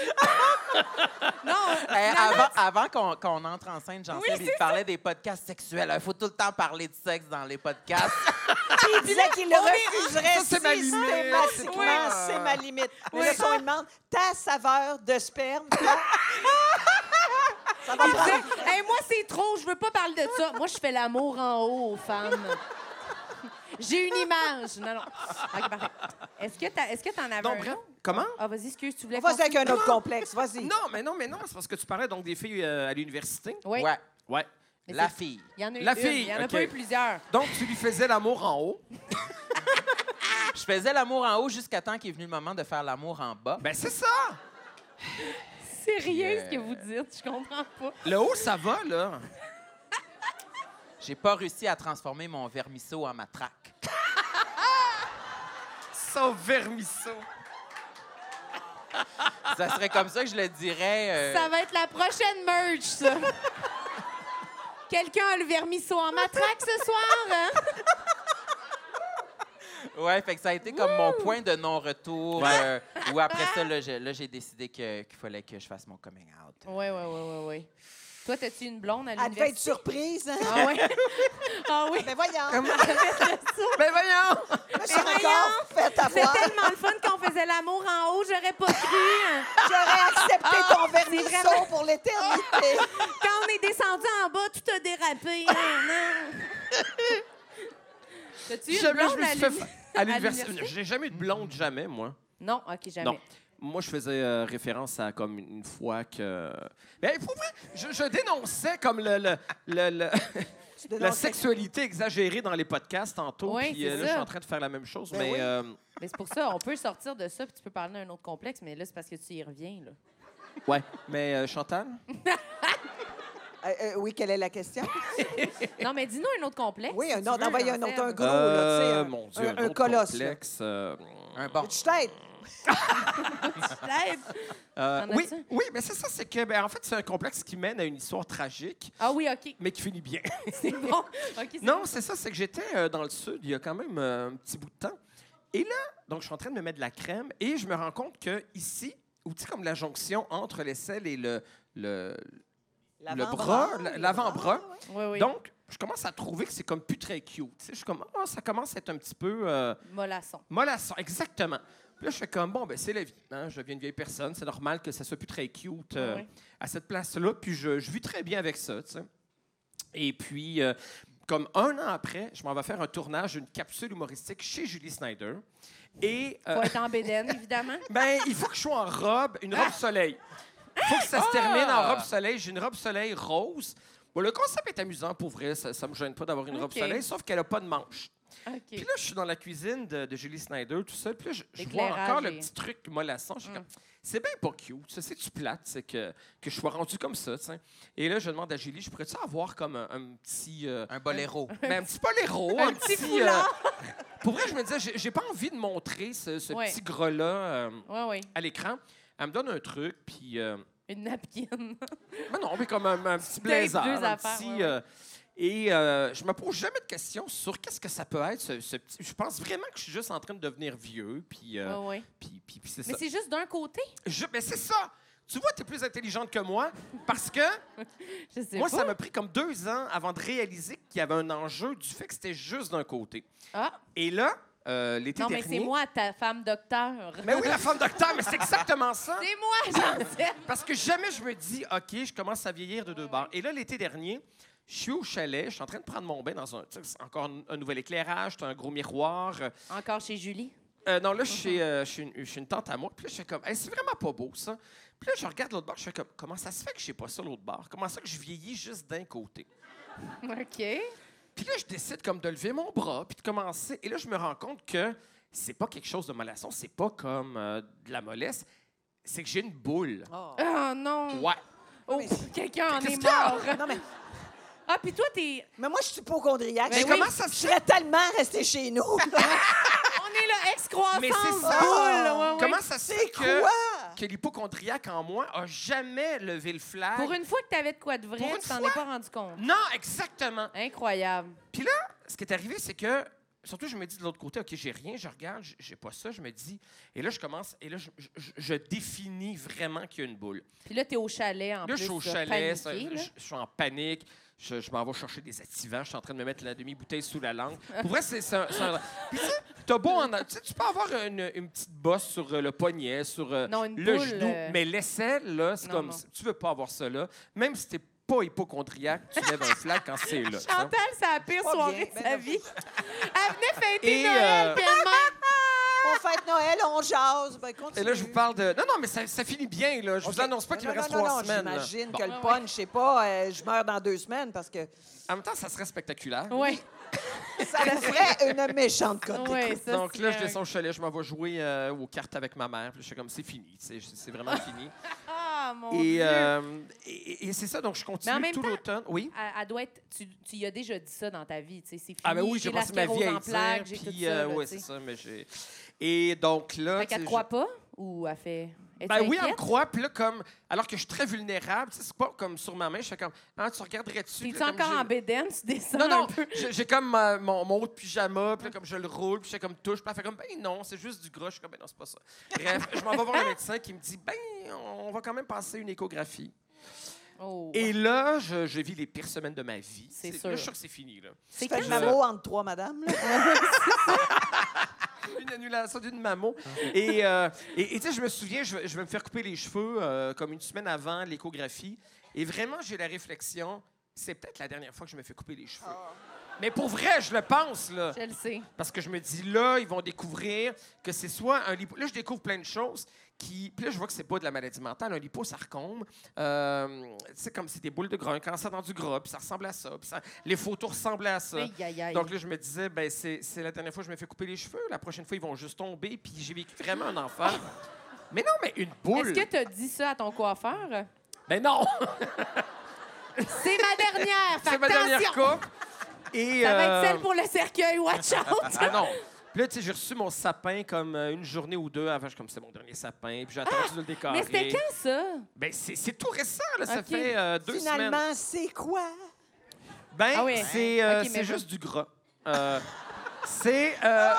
[SPEAKER 2] Eh, avant avant qu'on, qu'on entre en scène, jean pierre il parlait des podcasts sexuels. Il faut tout le temps parler de sexe dans les podcasts.
[SPEAKER 7] Il disait qu'il le refuserait
[SPEAKER 8] Ça, c'est ma limite.
[SPEAKER 7] systématiquement.
[SPEAKER 8] Oui.
[SPEAKER 7] C'est ma limite. Mais là, si on lui demande ta saveur de sperme,
[SPEAKER 8] Ah,
[SPEAKER 7] ta- ça va prendre.
[SPEAKER 5] Hey, moi, c'est trop, je veux pas parler de ça. Moi, je fais l'amour en haut aux femmes. J'ai une image. Non, non. OK, parfait. Est-ce que t'as- est-ce que t'en avais
[SPEAKER 8] Donc,
[SPEAKER 5] un
[SPEAKER 8] bref,
[SPEAKER 5] autre?
[SPEAKER 8] comment?
[SPEAKER 5] Ah, vas-y, excuse, tu voulais...
[SPEAKER 7] On va
[SPEAKER 5] qu'on-
[SPEAKER 7] avec un autre complexe, vas-y.
[SPEAKER 8] Non, mais non, mais non, c'est parce que tu parlais donc des filles euh, à l'université.
[SPEAKER 5] Oui.
[SPEAKER 2] Ouais.
[SPEAKER 8] Ouais.
[SPEAKER 5] Mais
[SPEAKER 2] La
[SPEAKER 5] c'est-
[SPEAKER 2] fille.
[SPEAKER 5] Il y en a eu
[SPEAKER 8] La
[SPEAKER 5] une.
[SPEAKER 8] fille,
[SPEAKER 5] Il y en a
[SPEAKER 8] OK.
[SPEAKER 5] pas eu plusieurs.
[SPEAKER 8] Donc, tu lui faisais l'amour en haut.
[SPEAKER 2] Je faisais l'amour en haut jusqu'à temps qu'il est venu le moment de faire l'amour en bas.
[SPEAKER 8] Ben, c'est ça!
[SPEAKER 5] C'est rien ce que vous dites, je comprends pas.
[SPEAKER 8] Le haut, ça va, là.
[SPEAKER 2] J'ai pas réussi à transformer mon vermisseau en matraque.
[SPEAKER 8] Sans vermisseau.
[SPEAKER 2] Ça serait comme ça que je le dirais. euh,
[SPEAKER 5] Ça va être la prochaine merge, ça. Quelqu'un a le vermisseau en matraque ce soir, hein?
[SPEAKER 2] Ouais, fait que ça a été comme mon point de non-retour. euh, où après ça, là, j'ai, là, j'ai décidé que- qu'il fallait que je fasse mon coming out.
[SPEAKER 5] Oui, oui, oui, oui, oui. Toi, t'as-tu une blonde à
[SPEAKER 7] Elle devait être
[SPEAKER 5] l'université?
[SPEAKER 7] surprise, hein?
[SPEAKER 5] Ah oui? Ah oui?
[SPEAKER 7] Mais voyons,
[SPEAKER 8] Mais voyons!
[SPEAKER 7] je suis encore fait
[SPEAKER 5] C'est
[SPEAKER 7] avoir.
[SPEAKER 5] tellement le fun qu'on faisait l'amour en haut, j'aurais pas cru. hein.
[SPEAKER 7] J'aurais accepté
[SPEAKER 8] Ah,
[SPEAKER 7] ton vermisseau pour l'éternité.
[SPEAKER 5] Quand on est descendu en bas, tout a dérapé. hein, non. T'as-tu une
[SPEAKER 8] Jamais je
[SPEAKER 5] blonde
[SPEAKER 8] me
[SPEAKER 5] à
[SPEAKER 8] suis fait
[SPEAKER 5] l'uni-
[SPEAKER 8] fa- à
[SPEAKER 5] l'université?
[SPEAKER 8] l'université. J'ai jamais eu de blonde, jamais, moi.
[SPEAKER 5] Non, OK, jamais.
[SPEAKER 8] Non. Moi, je faisais euh, référence à comme une fois que. Mais pour vrai, je, je dénonçais comme le, le- le- le- la sexualité exagérée dans les podcasts tantôt.
[SPEAKER 5] Oui,
[SPEAKER 8] puis
[SPEAKER 5] c'est
[SPEAKER 8] euh, là,
[SPEAKER 5] ça.
[SPEAKER 8] je suis en train de faire la même chose. mais
[SPEAKER 7] Ben oui.
[SPEAKER 8] euh,
[SPEAKER 5] Mais c'est pour ça, on peut sortir de ça, puis tu peux parler d'un autre complexe, mais là, c'est parce que tu y reviens, là.
[SPEAKER 8] ouais. Mais euh, Chantal?
[SPEAKER 7] Euh, euh, oui, quelle est la question?
[SPEAKER 5] Non, mais dis-nous un autre complexe.
[SPEAKER 7] Oui,
[SPEAKER 5] si
[SPEAKER 7] un
[SPEAKER 5] tu
[SPEAKER 7] autre,
[SPEAKER 5] veux,
[SPEAKER 7] envoyez un
[SPEAKER 5] Marcel.
[SPEAKER 7] autre, un gros,
[SPEAKER 8] Euh,
[SPEAKER 7] là, tu sais, un,
[SPEAKER 8] mon Dieu,
[SPEAKER 7] un, un
[SPEAKER 8] autre
[SPEAKER 7] colosse. là.
[SPEAKER 8] complexe. euh,
[SPEAKER 2] Un bon.
[SPEAKER 7] Une tête.
[SPEAKER 8] euh,
[SPEAKER 5] T'en as
[SPEAKER 8] oui,
[SPEAKER 5] ça?
[SPEAKER 8] oui, mais c'est ça, c'est que, ben, en fait, c'est un complexe qui mène à une histoire tragique,
[SPEAKER 5] Ah oui, OK.
[SPEAKER 8] mais qui finit bien.
[SPEAKER 5] C'est bon. OK, c'est
[SPEAKER 8] Non, c'est ça, c'est que j'étais euh, dans le sud il y a quand même euh, un petit bout de temps. Et là, donc je suis en train de me mettre de la crème et je me rends compte que ici, ou tu sais, comme la jonction entre l'aisselle et le, le, le bras, l- l'avant-bras.
[SPEAKER 5] Oui, oui.
[SPEAKER 8] Donc, je commence à trouver que c'est comme plus très cute. Tu sais, je suis comme, Ah, ça commence à être un petit peu euh,
[SPEAKER 5] Mollasson.
[SPEAKER 8] mollasson. Exactement. Puis là, je suis comme, bon, ben c'est la vie. hein, je deviens une vieille personne. C'est normal que ça soit plus très cute euh,
[SPEAKER 5] Ouais.
[SPEAKER 8] à cette place-là. Puis je, je vis très bien avec ça, tu sais. Et puis, euh, comme un an après, je m'en vais faire un tournage d'une capsule humoristique chez Julie Snyder. Et, euh,
[SPEAKER 5] Faut être en bédaine, évidemment.
[SPEAKER 8] ben, il faut que je sois en robe, une robe soleil. Il faut que ça
[SPEAKER 5] Ah!
[SPEAKER 8] se termine en robe soleil. J'ai une robe soleil rose. Bon, le concept est amusant, pour vrai. Ça ne me gêne pas d'avoir une robe
[SPEAKER 5] OK.
[SPEAKER 8] soleil, sauf qu'elle n'a pas de manche. Puis
[SPEAKER 5] OK.
[SPEAKER 8] là, je suis dans la cuisine de, de Julie Snyder, tout seul. Puis là, je, je vois
[SPEAKER 5] L'éclairage
[SPEAKER 8] encore le
[SPEAKER 5] est-
[SPEAKER 8] petit truc mollasson. Je suis comme,
[SPEAKER 5] Mm.
[SPEAKER 8] c'est bien pas cute. Ça, c'est-tu plate, c'est que, que je sois rendu comme ça, tu sais. Et là, je demande à Julie, je pourrais-tu avoir comme un, un petit... euh,
[SPEAKER 2] Un boléro.
[SPEAKER 8] ben, un petit poléro, un, petit...
[SPEAKER 5] foulard.
[SPEAKER 8] euh, pour vrai, je me disais, j'ai- j'ai pas envie de montrer ce, ce
[SPEAKER 5] Ouais.
[SPEAKER 8] petit gras-là euh,
[SPEAKER 5] Oui, oui.
[SPEAKER 8] à l'écran. Elle me donne un truc, puis... euh,
[SPEAKER 5] Une napkin.
[SPEAKER 8] mais non, mais comme un, un petit
[SPEAKER 5] Peut-être
[SPEAKER 8] blazer.
[SPEAKER 5] deux
[SPEAKER 8] un
[SPEAKER 5] affaires,
[SPEAKER 8] petit,
[SPEAKER 5] ouais, ouais.
[SPEAKER 8] euh, et euh, je me pose jamais de questions sur qu'est-ce que ça peut être, ce, ce petit. Je pense vraiment que je suis juste en train de devenir vieux, puis, euh,
[SPEAKER 5] Ouais, ouais.
[SPEAKER 8] puis, puis, puis c'est
[SPEAKER 5] Mais
[SPEAKER 8] ça.
[SPEAKER 5] c'est juste d'un côté.
[SPEAKER 8] Je- mais c'est ça! Tu vois, tu es plus intelligente que moi parce que
[SPEAKER 5] Je sais
[SPEAKER 8] moi,
[SPEAKER 5] pas.
[SPEAKER 8] ça m'a pris comme deux ans avant de réaliser qu'il y avait un enjeu du fait que c'était juste d'un côté.
[SPEAKER 5] Ah,
[SPEAKER 8] Et là, euh, l'été
[SPEAKER 5] non, mais
[SPEAKER 8] dernier.
[SPEAKER 5] c'est moi, ta femme docteur.
[SPEAKER 8] Mais oui, hein. la femme docteur, mais c'est exactement ça!
[SPEAKER 5] C'est moi, Jean-Seb.
[SPEAKER 8] Parce que jamais je me dis, OK, je commence à vieillir de deux barres. Et là, l'été dernier, je suis au chalet, je suis en train de prendre mon bain dans un. tu sais, c'est Encore un, un nouvel éclairage, t'as un gros miroir.
[SPEAKER 5] Encore chez Julie.
[SPEAKER 8] Euh, non, là, je suis euh, je suis une, je suis une tante à moi. Puis là, je suis comme, Hey, c'est vraiment pas beau, ça. Puis là, je regarde l'autre barre, je suis comme, comment ça se fait que je sais pas ça, l'autre barre? Comment ça que je vieillis juste d'un côté?
[SPEAKER 5] OK.
[SPEAKER 8] Puis là, je décide comme de lever mon bras, puis de commencer. Et là, je me rends compte que c'est pas quelque chose de mollasson, c'est pas comme euh, de la mollesse, c'est que j'ai une boule.
[SPEAKER 5] Oh non.
[SPEAKER 8] Ouais.
[SPEAKER 5] Oh, quelqu'un en
[SPEAKER 8] Qu'est-ce
[SPEAKER 5] est
[SPEAKER 8] qu'il y a?
[SPEAKER 5] mort.
[SPEAKER 7] Non, mais,
[SPEAKER 5] Ah, puis toi, t'es.
[SPEAKER 7] mais moi, je suis hypochondriaque.
[SPEAKER 5] Mais
[SPEAKER 7] je,
[SPEAKER 5] oui.
[SPEAKER 8] Comment ça
[SPEAKER 7] je
[SPEAKER 8] se
[SPEAKER 7] serais tellement restée chez nous.
[SPEAKER 5] On est là, ex-croissance.
[SPEAKER 8] Mais c'est ça.
[SPEAKER 5] boule. Ouais, ouais.
[SPEAKER 8] Comment ça se fait que,
[SPEAKER 7] Quoi?
[SPEAKER 8] que l'hypochondriaque en moi a jamais levé le flag?
[SPEAKER 5] Pour une fois que t'avais de quoi de
[SPEAKER 8] Pour
[SPEAKER 5] vrai,
[SPEAKER 8] une
[SPEAKER 5] tu t'en
[SPEAKER 8] fois.
[SPEAKER 5] es pas rendu compte.
[SPEAKER 8] Non, exactement.
[SPEAKER 5] Incroyable.
[SPEAKER 8] Puis là, ce qui est arrivé, c'est que, surtout, je me dis de l'autre côté, OK, j'ai rien, je regarde, j- j'ai pas ça, je me dis. Et là, je commence, et là, je, je- je- je définis vraiment qu'il y a une boule.
[SPEAKER 5] Puis là, t'es au chalet en
[SPEAKER 8] là,
[SPEAKER 5] plus.
[SPEAKER 8] je suis au
[SPEAKER 5] là,
[SPEAKER 8] chalet, ça-
[SPEAKER 5] paniqué, là.
[SPEAKER 8] je, je suis en panique. Je, je m'en vais chercher des activants. Je suis en train de me mettre la demi-bouteille sous la langue. Pour vrai, c'est c'est un. c'est un- Puis, tu sais, t'as beau en. a- Tu sais, tu peux avoir une, une petite bosse sur euh, le poignet, sur euh,
[SPEAKER 5] Non, une
[SPEAKER 8] le
[SPEAKER 5] boule,
[SPEAKER 8] genou,
[SPEAKER 5] euh,
[SPEAKER 8] mais l'aisselle, là, c'est
[SPEAKER 5] non,
[SPEAKER 8] comme.
[SPEAKER 5] non.
[SPEAKER 8] Tu veux pas avoir ça, là. Même si t'es pas hypochondriaque, tu lèves un flag quand c'est là. tu sais.
[SPEAKER 5] Chantal, c'est la pire
[SPEAKER 7] Pas
[SPEAKER 5] soirée
[SPEAKER 7] bien,
[SPEAKER 5] de
[SPEAKER 7] ben
[SPEAKER 5] sa
[SPEAKER 7] non.
[SPEAKER 5] vie. Elle venait fêter
[SPEAKER 8] Et,
[SPEAKER 5] Noël,
[SPEAKER 8] euh,
[SPEAKER 5] puis elle manque-
[SPEAKER 7] On fête Noël, on jase. Ben, continue.
[SPEAKER 8] Et là, je vous parle de. Non, non, mais ça, ça finit bien, là. Je vous annonce pas qu'il me
[SPEAKER 7] Non,
[SPEAKER 8] reste
[SPEAKER 7] non, non,
[SPEAKER 8] trois
[SPEAKER 7] non,
[SPEAKER 8] semaines. là.
[SPEAKER 7] J'imagine
[SPEAKER 8] Bon.
[SPEAKER 7] que le punch, je sais pas, euh, je meurs dans deux semaines parce que
[SPEAKER 8] En même temps, ça serait spectaculaire.
[SPEAKER 5] Ouais,
[SPEAKER 7] ça me ferait une méchante côté.
[SPEAKER 5] ouais, ça,
[SPEAKER 8] Donc là, je
[SPEAKER 5] c'est un-
[SPEAKER 8] descends au chalet, je m'en vais jouer euh, aux cartes avec ma mère. Puis je suis comme, c'est fini, tu sais, c'est vraiment fini.
[SPEAKER 5] Ah, mon
[SPEAKER 8] et
[SPEAKER 5] Dieu.
[SPEAKER 8] euh, et, et c'est ça, donc je
[SPEAKER 9] Mais en
[SPEAKER 8] continue
[SPEAKER 9] même
[SPEAKER 8] tout
[SPEAKER 9] temps-
[SPEAKER 8] l'automne. Oui.
[SPEAKER 9] Elle, elle doit être. Tu, tu y as déjà dit ça dans ta vie, tu sais. C'est fini.
[SPEAKER 8] Ah ben oui, j'ai
[SPEAKER 9] la
[SPEAKER 8] passé ma vie à y
[SPEAKER 9] en plaques,
[SPEAKER 8] dire,
[SPEAKER 9] j'ai tout
[SPEAKER 8] Puis,
[SPEAKER 9] ça.
[SPEAKER 8] euh,
[SPEAKER 9] là,
[SPEAKER 8] ouais,
[SPEAKER 9] tu
[SPEAKER 8] c'est
[SPEAKER 9] sais.
[SPEAKER 8] ça, mais j'ai. Et donc là.
[SPEAKER 9] Fait
[SPEAKER 8] tu sais,
[SPEAKER 9] qu'elle te
[SPEAKER 8] je-
[SPEAKER 9] croit pas ou elle fait. Es-tu
[SPEAKER 8] Ben oui, elle me
[SPEAKER 9] inquiète?
[SPEAKER 8] croit, puis là, comme, alors que je suis très vulnérable, tu sais, c'est pas comme sur ma main, je fais comme, ah, tu regarderais-tu? Puis
[SPEAKER 5] T'es-tu
[SPEAKER 8] là, comme
[SPEAKER 5] encore
[SPEAKER 8] j'ai-
[SPEAKER 5] en bédaine? Tu descends
[SPEAKER 8] Non, non,
[SPEAKER 5] un peu? Ah.
[SPEAKER 8] j'ai j'ai comme ma- mon, mon haut de pyjama, puis là, comme je le roule, puis je fais comme touche, puis elle fait comme, ben non, c'est juste du gras, je suis comme, ben non, c'est pas ça. Bref, je m'en vais voir le médecin qui me dit, ben, on va quand même passer une échographie.
[SPEAKER 5] Oh.
[SPEAKER 8] Et là, je, je vis les pires semaines de ma vie.
[SPEAKER 5] C'est
[SPEAKER 8] là,
[SPEAKER 5] sûr.
[SPEAKER 8] Je suis sûr que c'est fini, là.
[SPEAKER 5] C'est
[SPEAKER 7] Faites
[SPEAKER 5] quand-
[SPEAKER 7] l'amour entre trois madames. là.
[SPEAKER 8] Une annulation d'une maman. Et euh, et- et tu sais, je me souviens, je, vais- je vais me faire couper les cheveux euh, comme une semaine avant l'échographie. Et vraiment, j'ai la réflexion, c'est peut-être la dernière fois que je me fais couper les cheveux.
[SPEAKER 5] Ah.
[SPEAKER 8] Mais pour vrai, je le pense, là.
[SPEAKER 5] Je le sais.
[SPEAKER 8] Parce que je me dis, là, ils vont découvrir que c'est soit un lipo... Là, je découvre plein de choses qui... Puis là, je vois que c'est pas de la maladie mentale. Un liposarcome, euh, c'est comme si des boules de gras, un cancer dans du gras, puis ça ressemble à ça, puis ça... les photos ressemblaient à ça.
[SPEAKER 5] Aïe, aïe, aïe.
[SPEAKER 8] Donc là, je me disais, ben c'est c'est la dernière fois que je me fais couper les cheveux. La prochaine fois, ils vont juste tomber, puis j'ai vécu vraiment un enfant. mais non, mais une boule!
[SPEAKER 5] Est-ce que t'as dit ça à ton coiffeur?
[SPEAKER 8] Ben non!
[SPEAKER 5] C'est ma dernière! fait
[SPEAKER 8] c'est ma
[SPEAKER 5] que
[SPEAKER 8] dernière
[SPEAKER 5] attention!
[SPEAKER 8] coupe! Et,
[SPEAKER 5] Ça va être
[SPEAKER 8] euh,
[SPEAKER 5] celle pour le cercueil, watch out!
[SPEAKER 8] Ah non! Puis là, tu sais, j'ai reçu mon sapin comme euh, une journée ou deux avant. Je suis comme, c'est mon dernier sapin. Puis j'ai attendu de le décorer.
[SPEAKER 5] Mais c'était quand, ça?
[SPEAKER 8] Ben, c'est c'est tout récent, là. Ça
[SPEAKER 5] Ok.
[SPEAKER 8] fait euh, deux semaines.
[SPEAKER 7] Finalement, c'est quoi?
[SPEAKER 8] Ben,
[SPEAKER 5] Ah ouais.
[SPEAKER 8] c'est euh,
[SPEAKER 5] Ok, mais
[SPEAKER 8] c'est
[SPEAKER 5] je-
[SPEAKER 8] juste du gras. Euh, c'est. euh,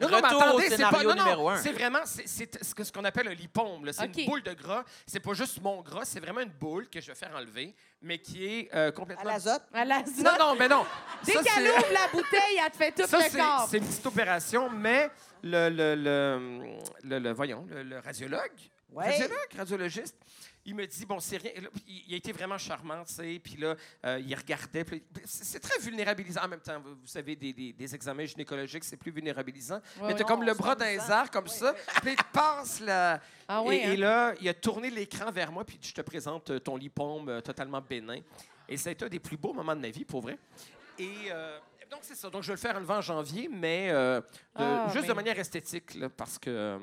[SPEAKER 8] non, non, mais
[SPEAKER 2] Retour au
[SPEAKER 8] attendez, c'est pas.
[SPEAKER 2] scénario
[SPEAKER 8] Non,
[SPEAKER 2] numéro
[SPEAKER 8] non,
[SPEAKER 2] un.
[SPEAKER 8] c'est vraiment. C'est c'est ce que- ce qu'on appelle un lipome, là. C'est
[SPEAKER 5] Ok.
[SPEAKER 8] une boule de gras. C'est pas juste mon gras, c'est vraiment une boule que je vais faire enlever, mais qui est euh,
[SPEAKER 7] À
[SPEAKER 8] complètement.
[SPEAKER 7] l'azote?
[SPEAKER 5] À la
[SPEAKER 8] Non, non, mais non.
[SPEAKER 5] Dès
[SPEAKER 8] Ça,
[SPEAKER 5] qu'elle
[SPEAKER 8] c'est-
[SPEAKER 5] ouvre la bouteille, elle te fait tout
[SPEAKER 8] Ça,
[SPEAKER 5] le
[SPEAKER 8] c'est-
[SPEAKER 5] corps.
[SPEAKER 8] c'est une petite opération, mais le, le, le, le- le- voyons, le, le radiologue,
[SPEAKER 7] Ouais.
[SPEAKER 8] radiologue, radiologiste, il me dit, bon, c'est rien. Et là, il, il a été vraiment charmant, tu sais, puis là, euh, il regardait. puis là, c'est c'est très vulnérabilisant en même temps. Vous, vous savez, des, des- des examens gynécologiques, c'est plus vulnérabilisant. mais t'as
[SPEAKER 5] ouais,
[SPEAKER 8] comme
[SPEAKER 7] on
[SPEAKER 8] le
[SPEAKER 7] se
[SPEAKER 8] bras dans
[SPEAKER 7] sent
[SPEAKER 8] les
[SPEAKER 7] bizarre.
[SPEAKER 8] airs, comme ça, puis là, il te passe la...
[SPEAKER 5] Ah
[SPEAKER 8] et,
[SPEAKER 5] oui,
[SPEAKER 8] et
[SPEAKER 5] hein?
[SPEAKER 8] là, il a tourné l'écran vers moi, puis je te présente euh, ton lipome euh, totalement bénin. Et ça a été un des plus beaux moments de ma vie, pour vrai. Et euh, donc, c'est ça. Donc, je vais le faire enlever en janvier, mais euh, de-
[SPEAKER 5] Ah,
[SPEAKER 8] juste de
[SPEAKER 5] mais-
[SPEAKER 8] manière esthétique, là, parce que. euh,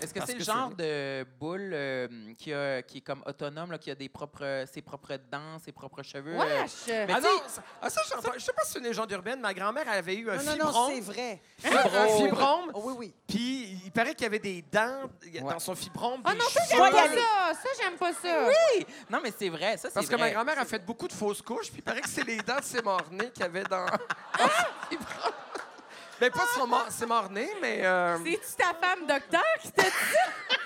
[SPEAKER 2] Est-ce que
[SPEAKER 8] Parce
[SPEAKER 2] c'est le
[SPEAKER 8] que
[SPEAKER 2] genre de boule euh, qui, a- qui est comme autonome, là, qui a des propres, ses propres dents, ses propres cheveux? euh,
[SPEAKER 5] Wesh!
[SPEAKER 2] mais
[SPEAKER 8] Ah
[SPEAKER 2] tu sais,
[SPEAKER 8] non, ça, ah, ça, j'entends- je sais pas si c'est une légende urbaine. Ma grand-mère elle avait eu un
[SPEAKER 7] Non, non,
[SPEAKER 8] fibrome.
[SPEAKER 7] non, c'est vrai.
[SPEAKER 8] un fibrome.
[SPEAKER 7] Oh, oui, oui.
[SPEAKER 8] Puis il paraît qu'il y avait des dents y-
[SPEAKER 2] Ouais.
[SPEAKER 8] dans son fibrome.
[SPEAKER 5] Ah
[SPEAKER 8] des
[SPEAKER 5] non, ça,
[SPEAKER 8] cheveux.
[SPEAKER 5] j'aime
[SPEAKER 7] Faut y
[SPEAKER 5] pas
[SPEAKER 7] aller.
[SPEAKER 5] ça! Ça, j'aime pas ça!
[SPEAKER 2] Non, mais c'est vrai, ça, c'est
[SPEAKER 8] Parce que ma
[SPEAKER 2] vrai.
[SPEAKER 8] grand-mère a fait beaucoup de fausses couches, puis il paraît que c'est les dents de ses mornés qu'il y avait dans. dans son fibrome. Mais pas son mor- ses mornés, mais. euh,
[SPEAKER 5] C'est-tu ta femme docteur qui t'a dit ça?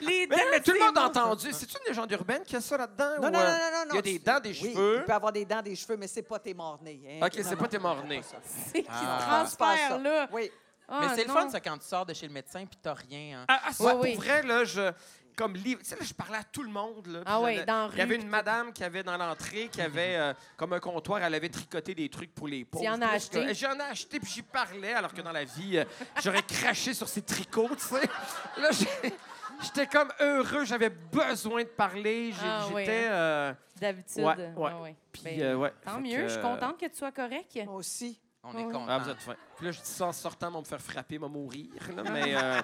[SPEAKER 5] Les
[SPEAKER 8] Mais,
[SPEAKER 5] dents,
[SPEAKER 8] mais tout le
[SPEAKER 5] c'est
[SPEAKER 8] monde a
[SPEAKER 5] mon-
[SPEAKER 8] entendu. C'est-tu une légende urbaine qui a ça là-dedans?
[SPEAKER 7] Non,
[SPEAKER 8] ou,
[SPEAKER 7] non,
[SPEAKER 8] euh,
[SPEAKER 7] non, non, non, non.
[SPEAKER 8] Il y a des dents, des
[SPEAKER 7] Oui,
[SPEAKER 8] cheveux.
[SPEAKER 7] il peut avoir des dents, des cheveux, mais c'est pas tes hein. mornés.
[SPEAKER 8] OK, c'est pas tes mornés.
[SPEAKER 5] C'est qui
[SPEAKER 2] Ah.
[SPEAKER 5] se transfère, là.
[SPEAKER 7] Oui.
[SPEAKER 5] Ah,
[SPEAKER 2] Mais c'est le
[SPEAKER 5] non.
[SPEAKER 2] fun, ça, quand tu sors de chez le médecin puis t'as rien. hein.
[SPEAKER 8] Ah, ah, ça,
[SPEAKER 5] Oui,
[SPEAKER 8] pour
[SPEAKER 5] oui.
[SPEAKER 8] vrai, là, je... Comme livre. Tu sais, là, je parlais à tout le monde. Là, puis
[SPEAKER 5] Ah
[SPEAKER 8] je-
[SPEAKER 5] oui, dans la
[SPEAKER 8] Il y avait
[SPEAKER 5] rue,
[SPEAKER 8] une madame qui avait dans l'entrée, qui avait euh, comme un comptoir, elle avait tricoté des trucs pour les pauvres.
[SPEAKER 5] en as
[SPEAKER 8] Puis là,
[SPEAKER 5] acheté?
[SPEAKER 8] je- J'en ai acheté, puis j'y parlais, alors que dans la vie, euh, j'aurais craché sur ses tricots, tu sais. Là, j'ai- j'étais comme heureux, j'avais besoin de parler. j'ai-
[SPEAKER 5] Ah,
[SPEAKER 8] J'étais...
[SPEAKER 5] oui, hein.
[SPEAKER 8] euh,
[SPEAKER 5] D'habitude.
[SPEAKER 8] Ouais,
[SPEAKER 5] ah
[SPEAKER 8] ouais. puis,
[SPEAKER 5] Ben,
[SPEAKER 8] euh, ouais.
[SPEAKER 5] Tant
[SPEAKER 8] Fait
[SPEAKER 5] mieux,
[SPEAKER 8] que,
[SPEAKER 5] je suis
[SPEAKER 8] euh,
[SPEAKER 5] contente que tu sois correct.
[SPEAKER 7] Moi aussi.
[SPEAKER 2] On est content.
[SPEAKER 8] Ah, vous êtes fin. Puis là, je dis ça en sortant, m'en me faire frapper, m'en mourir. là, mais, euh,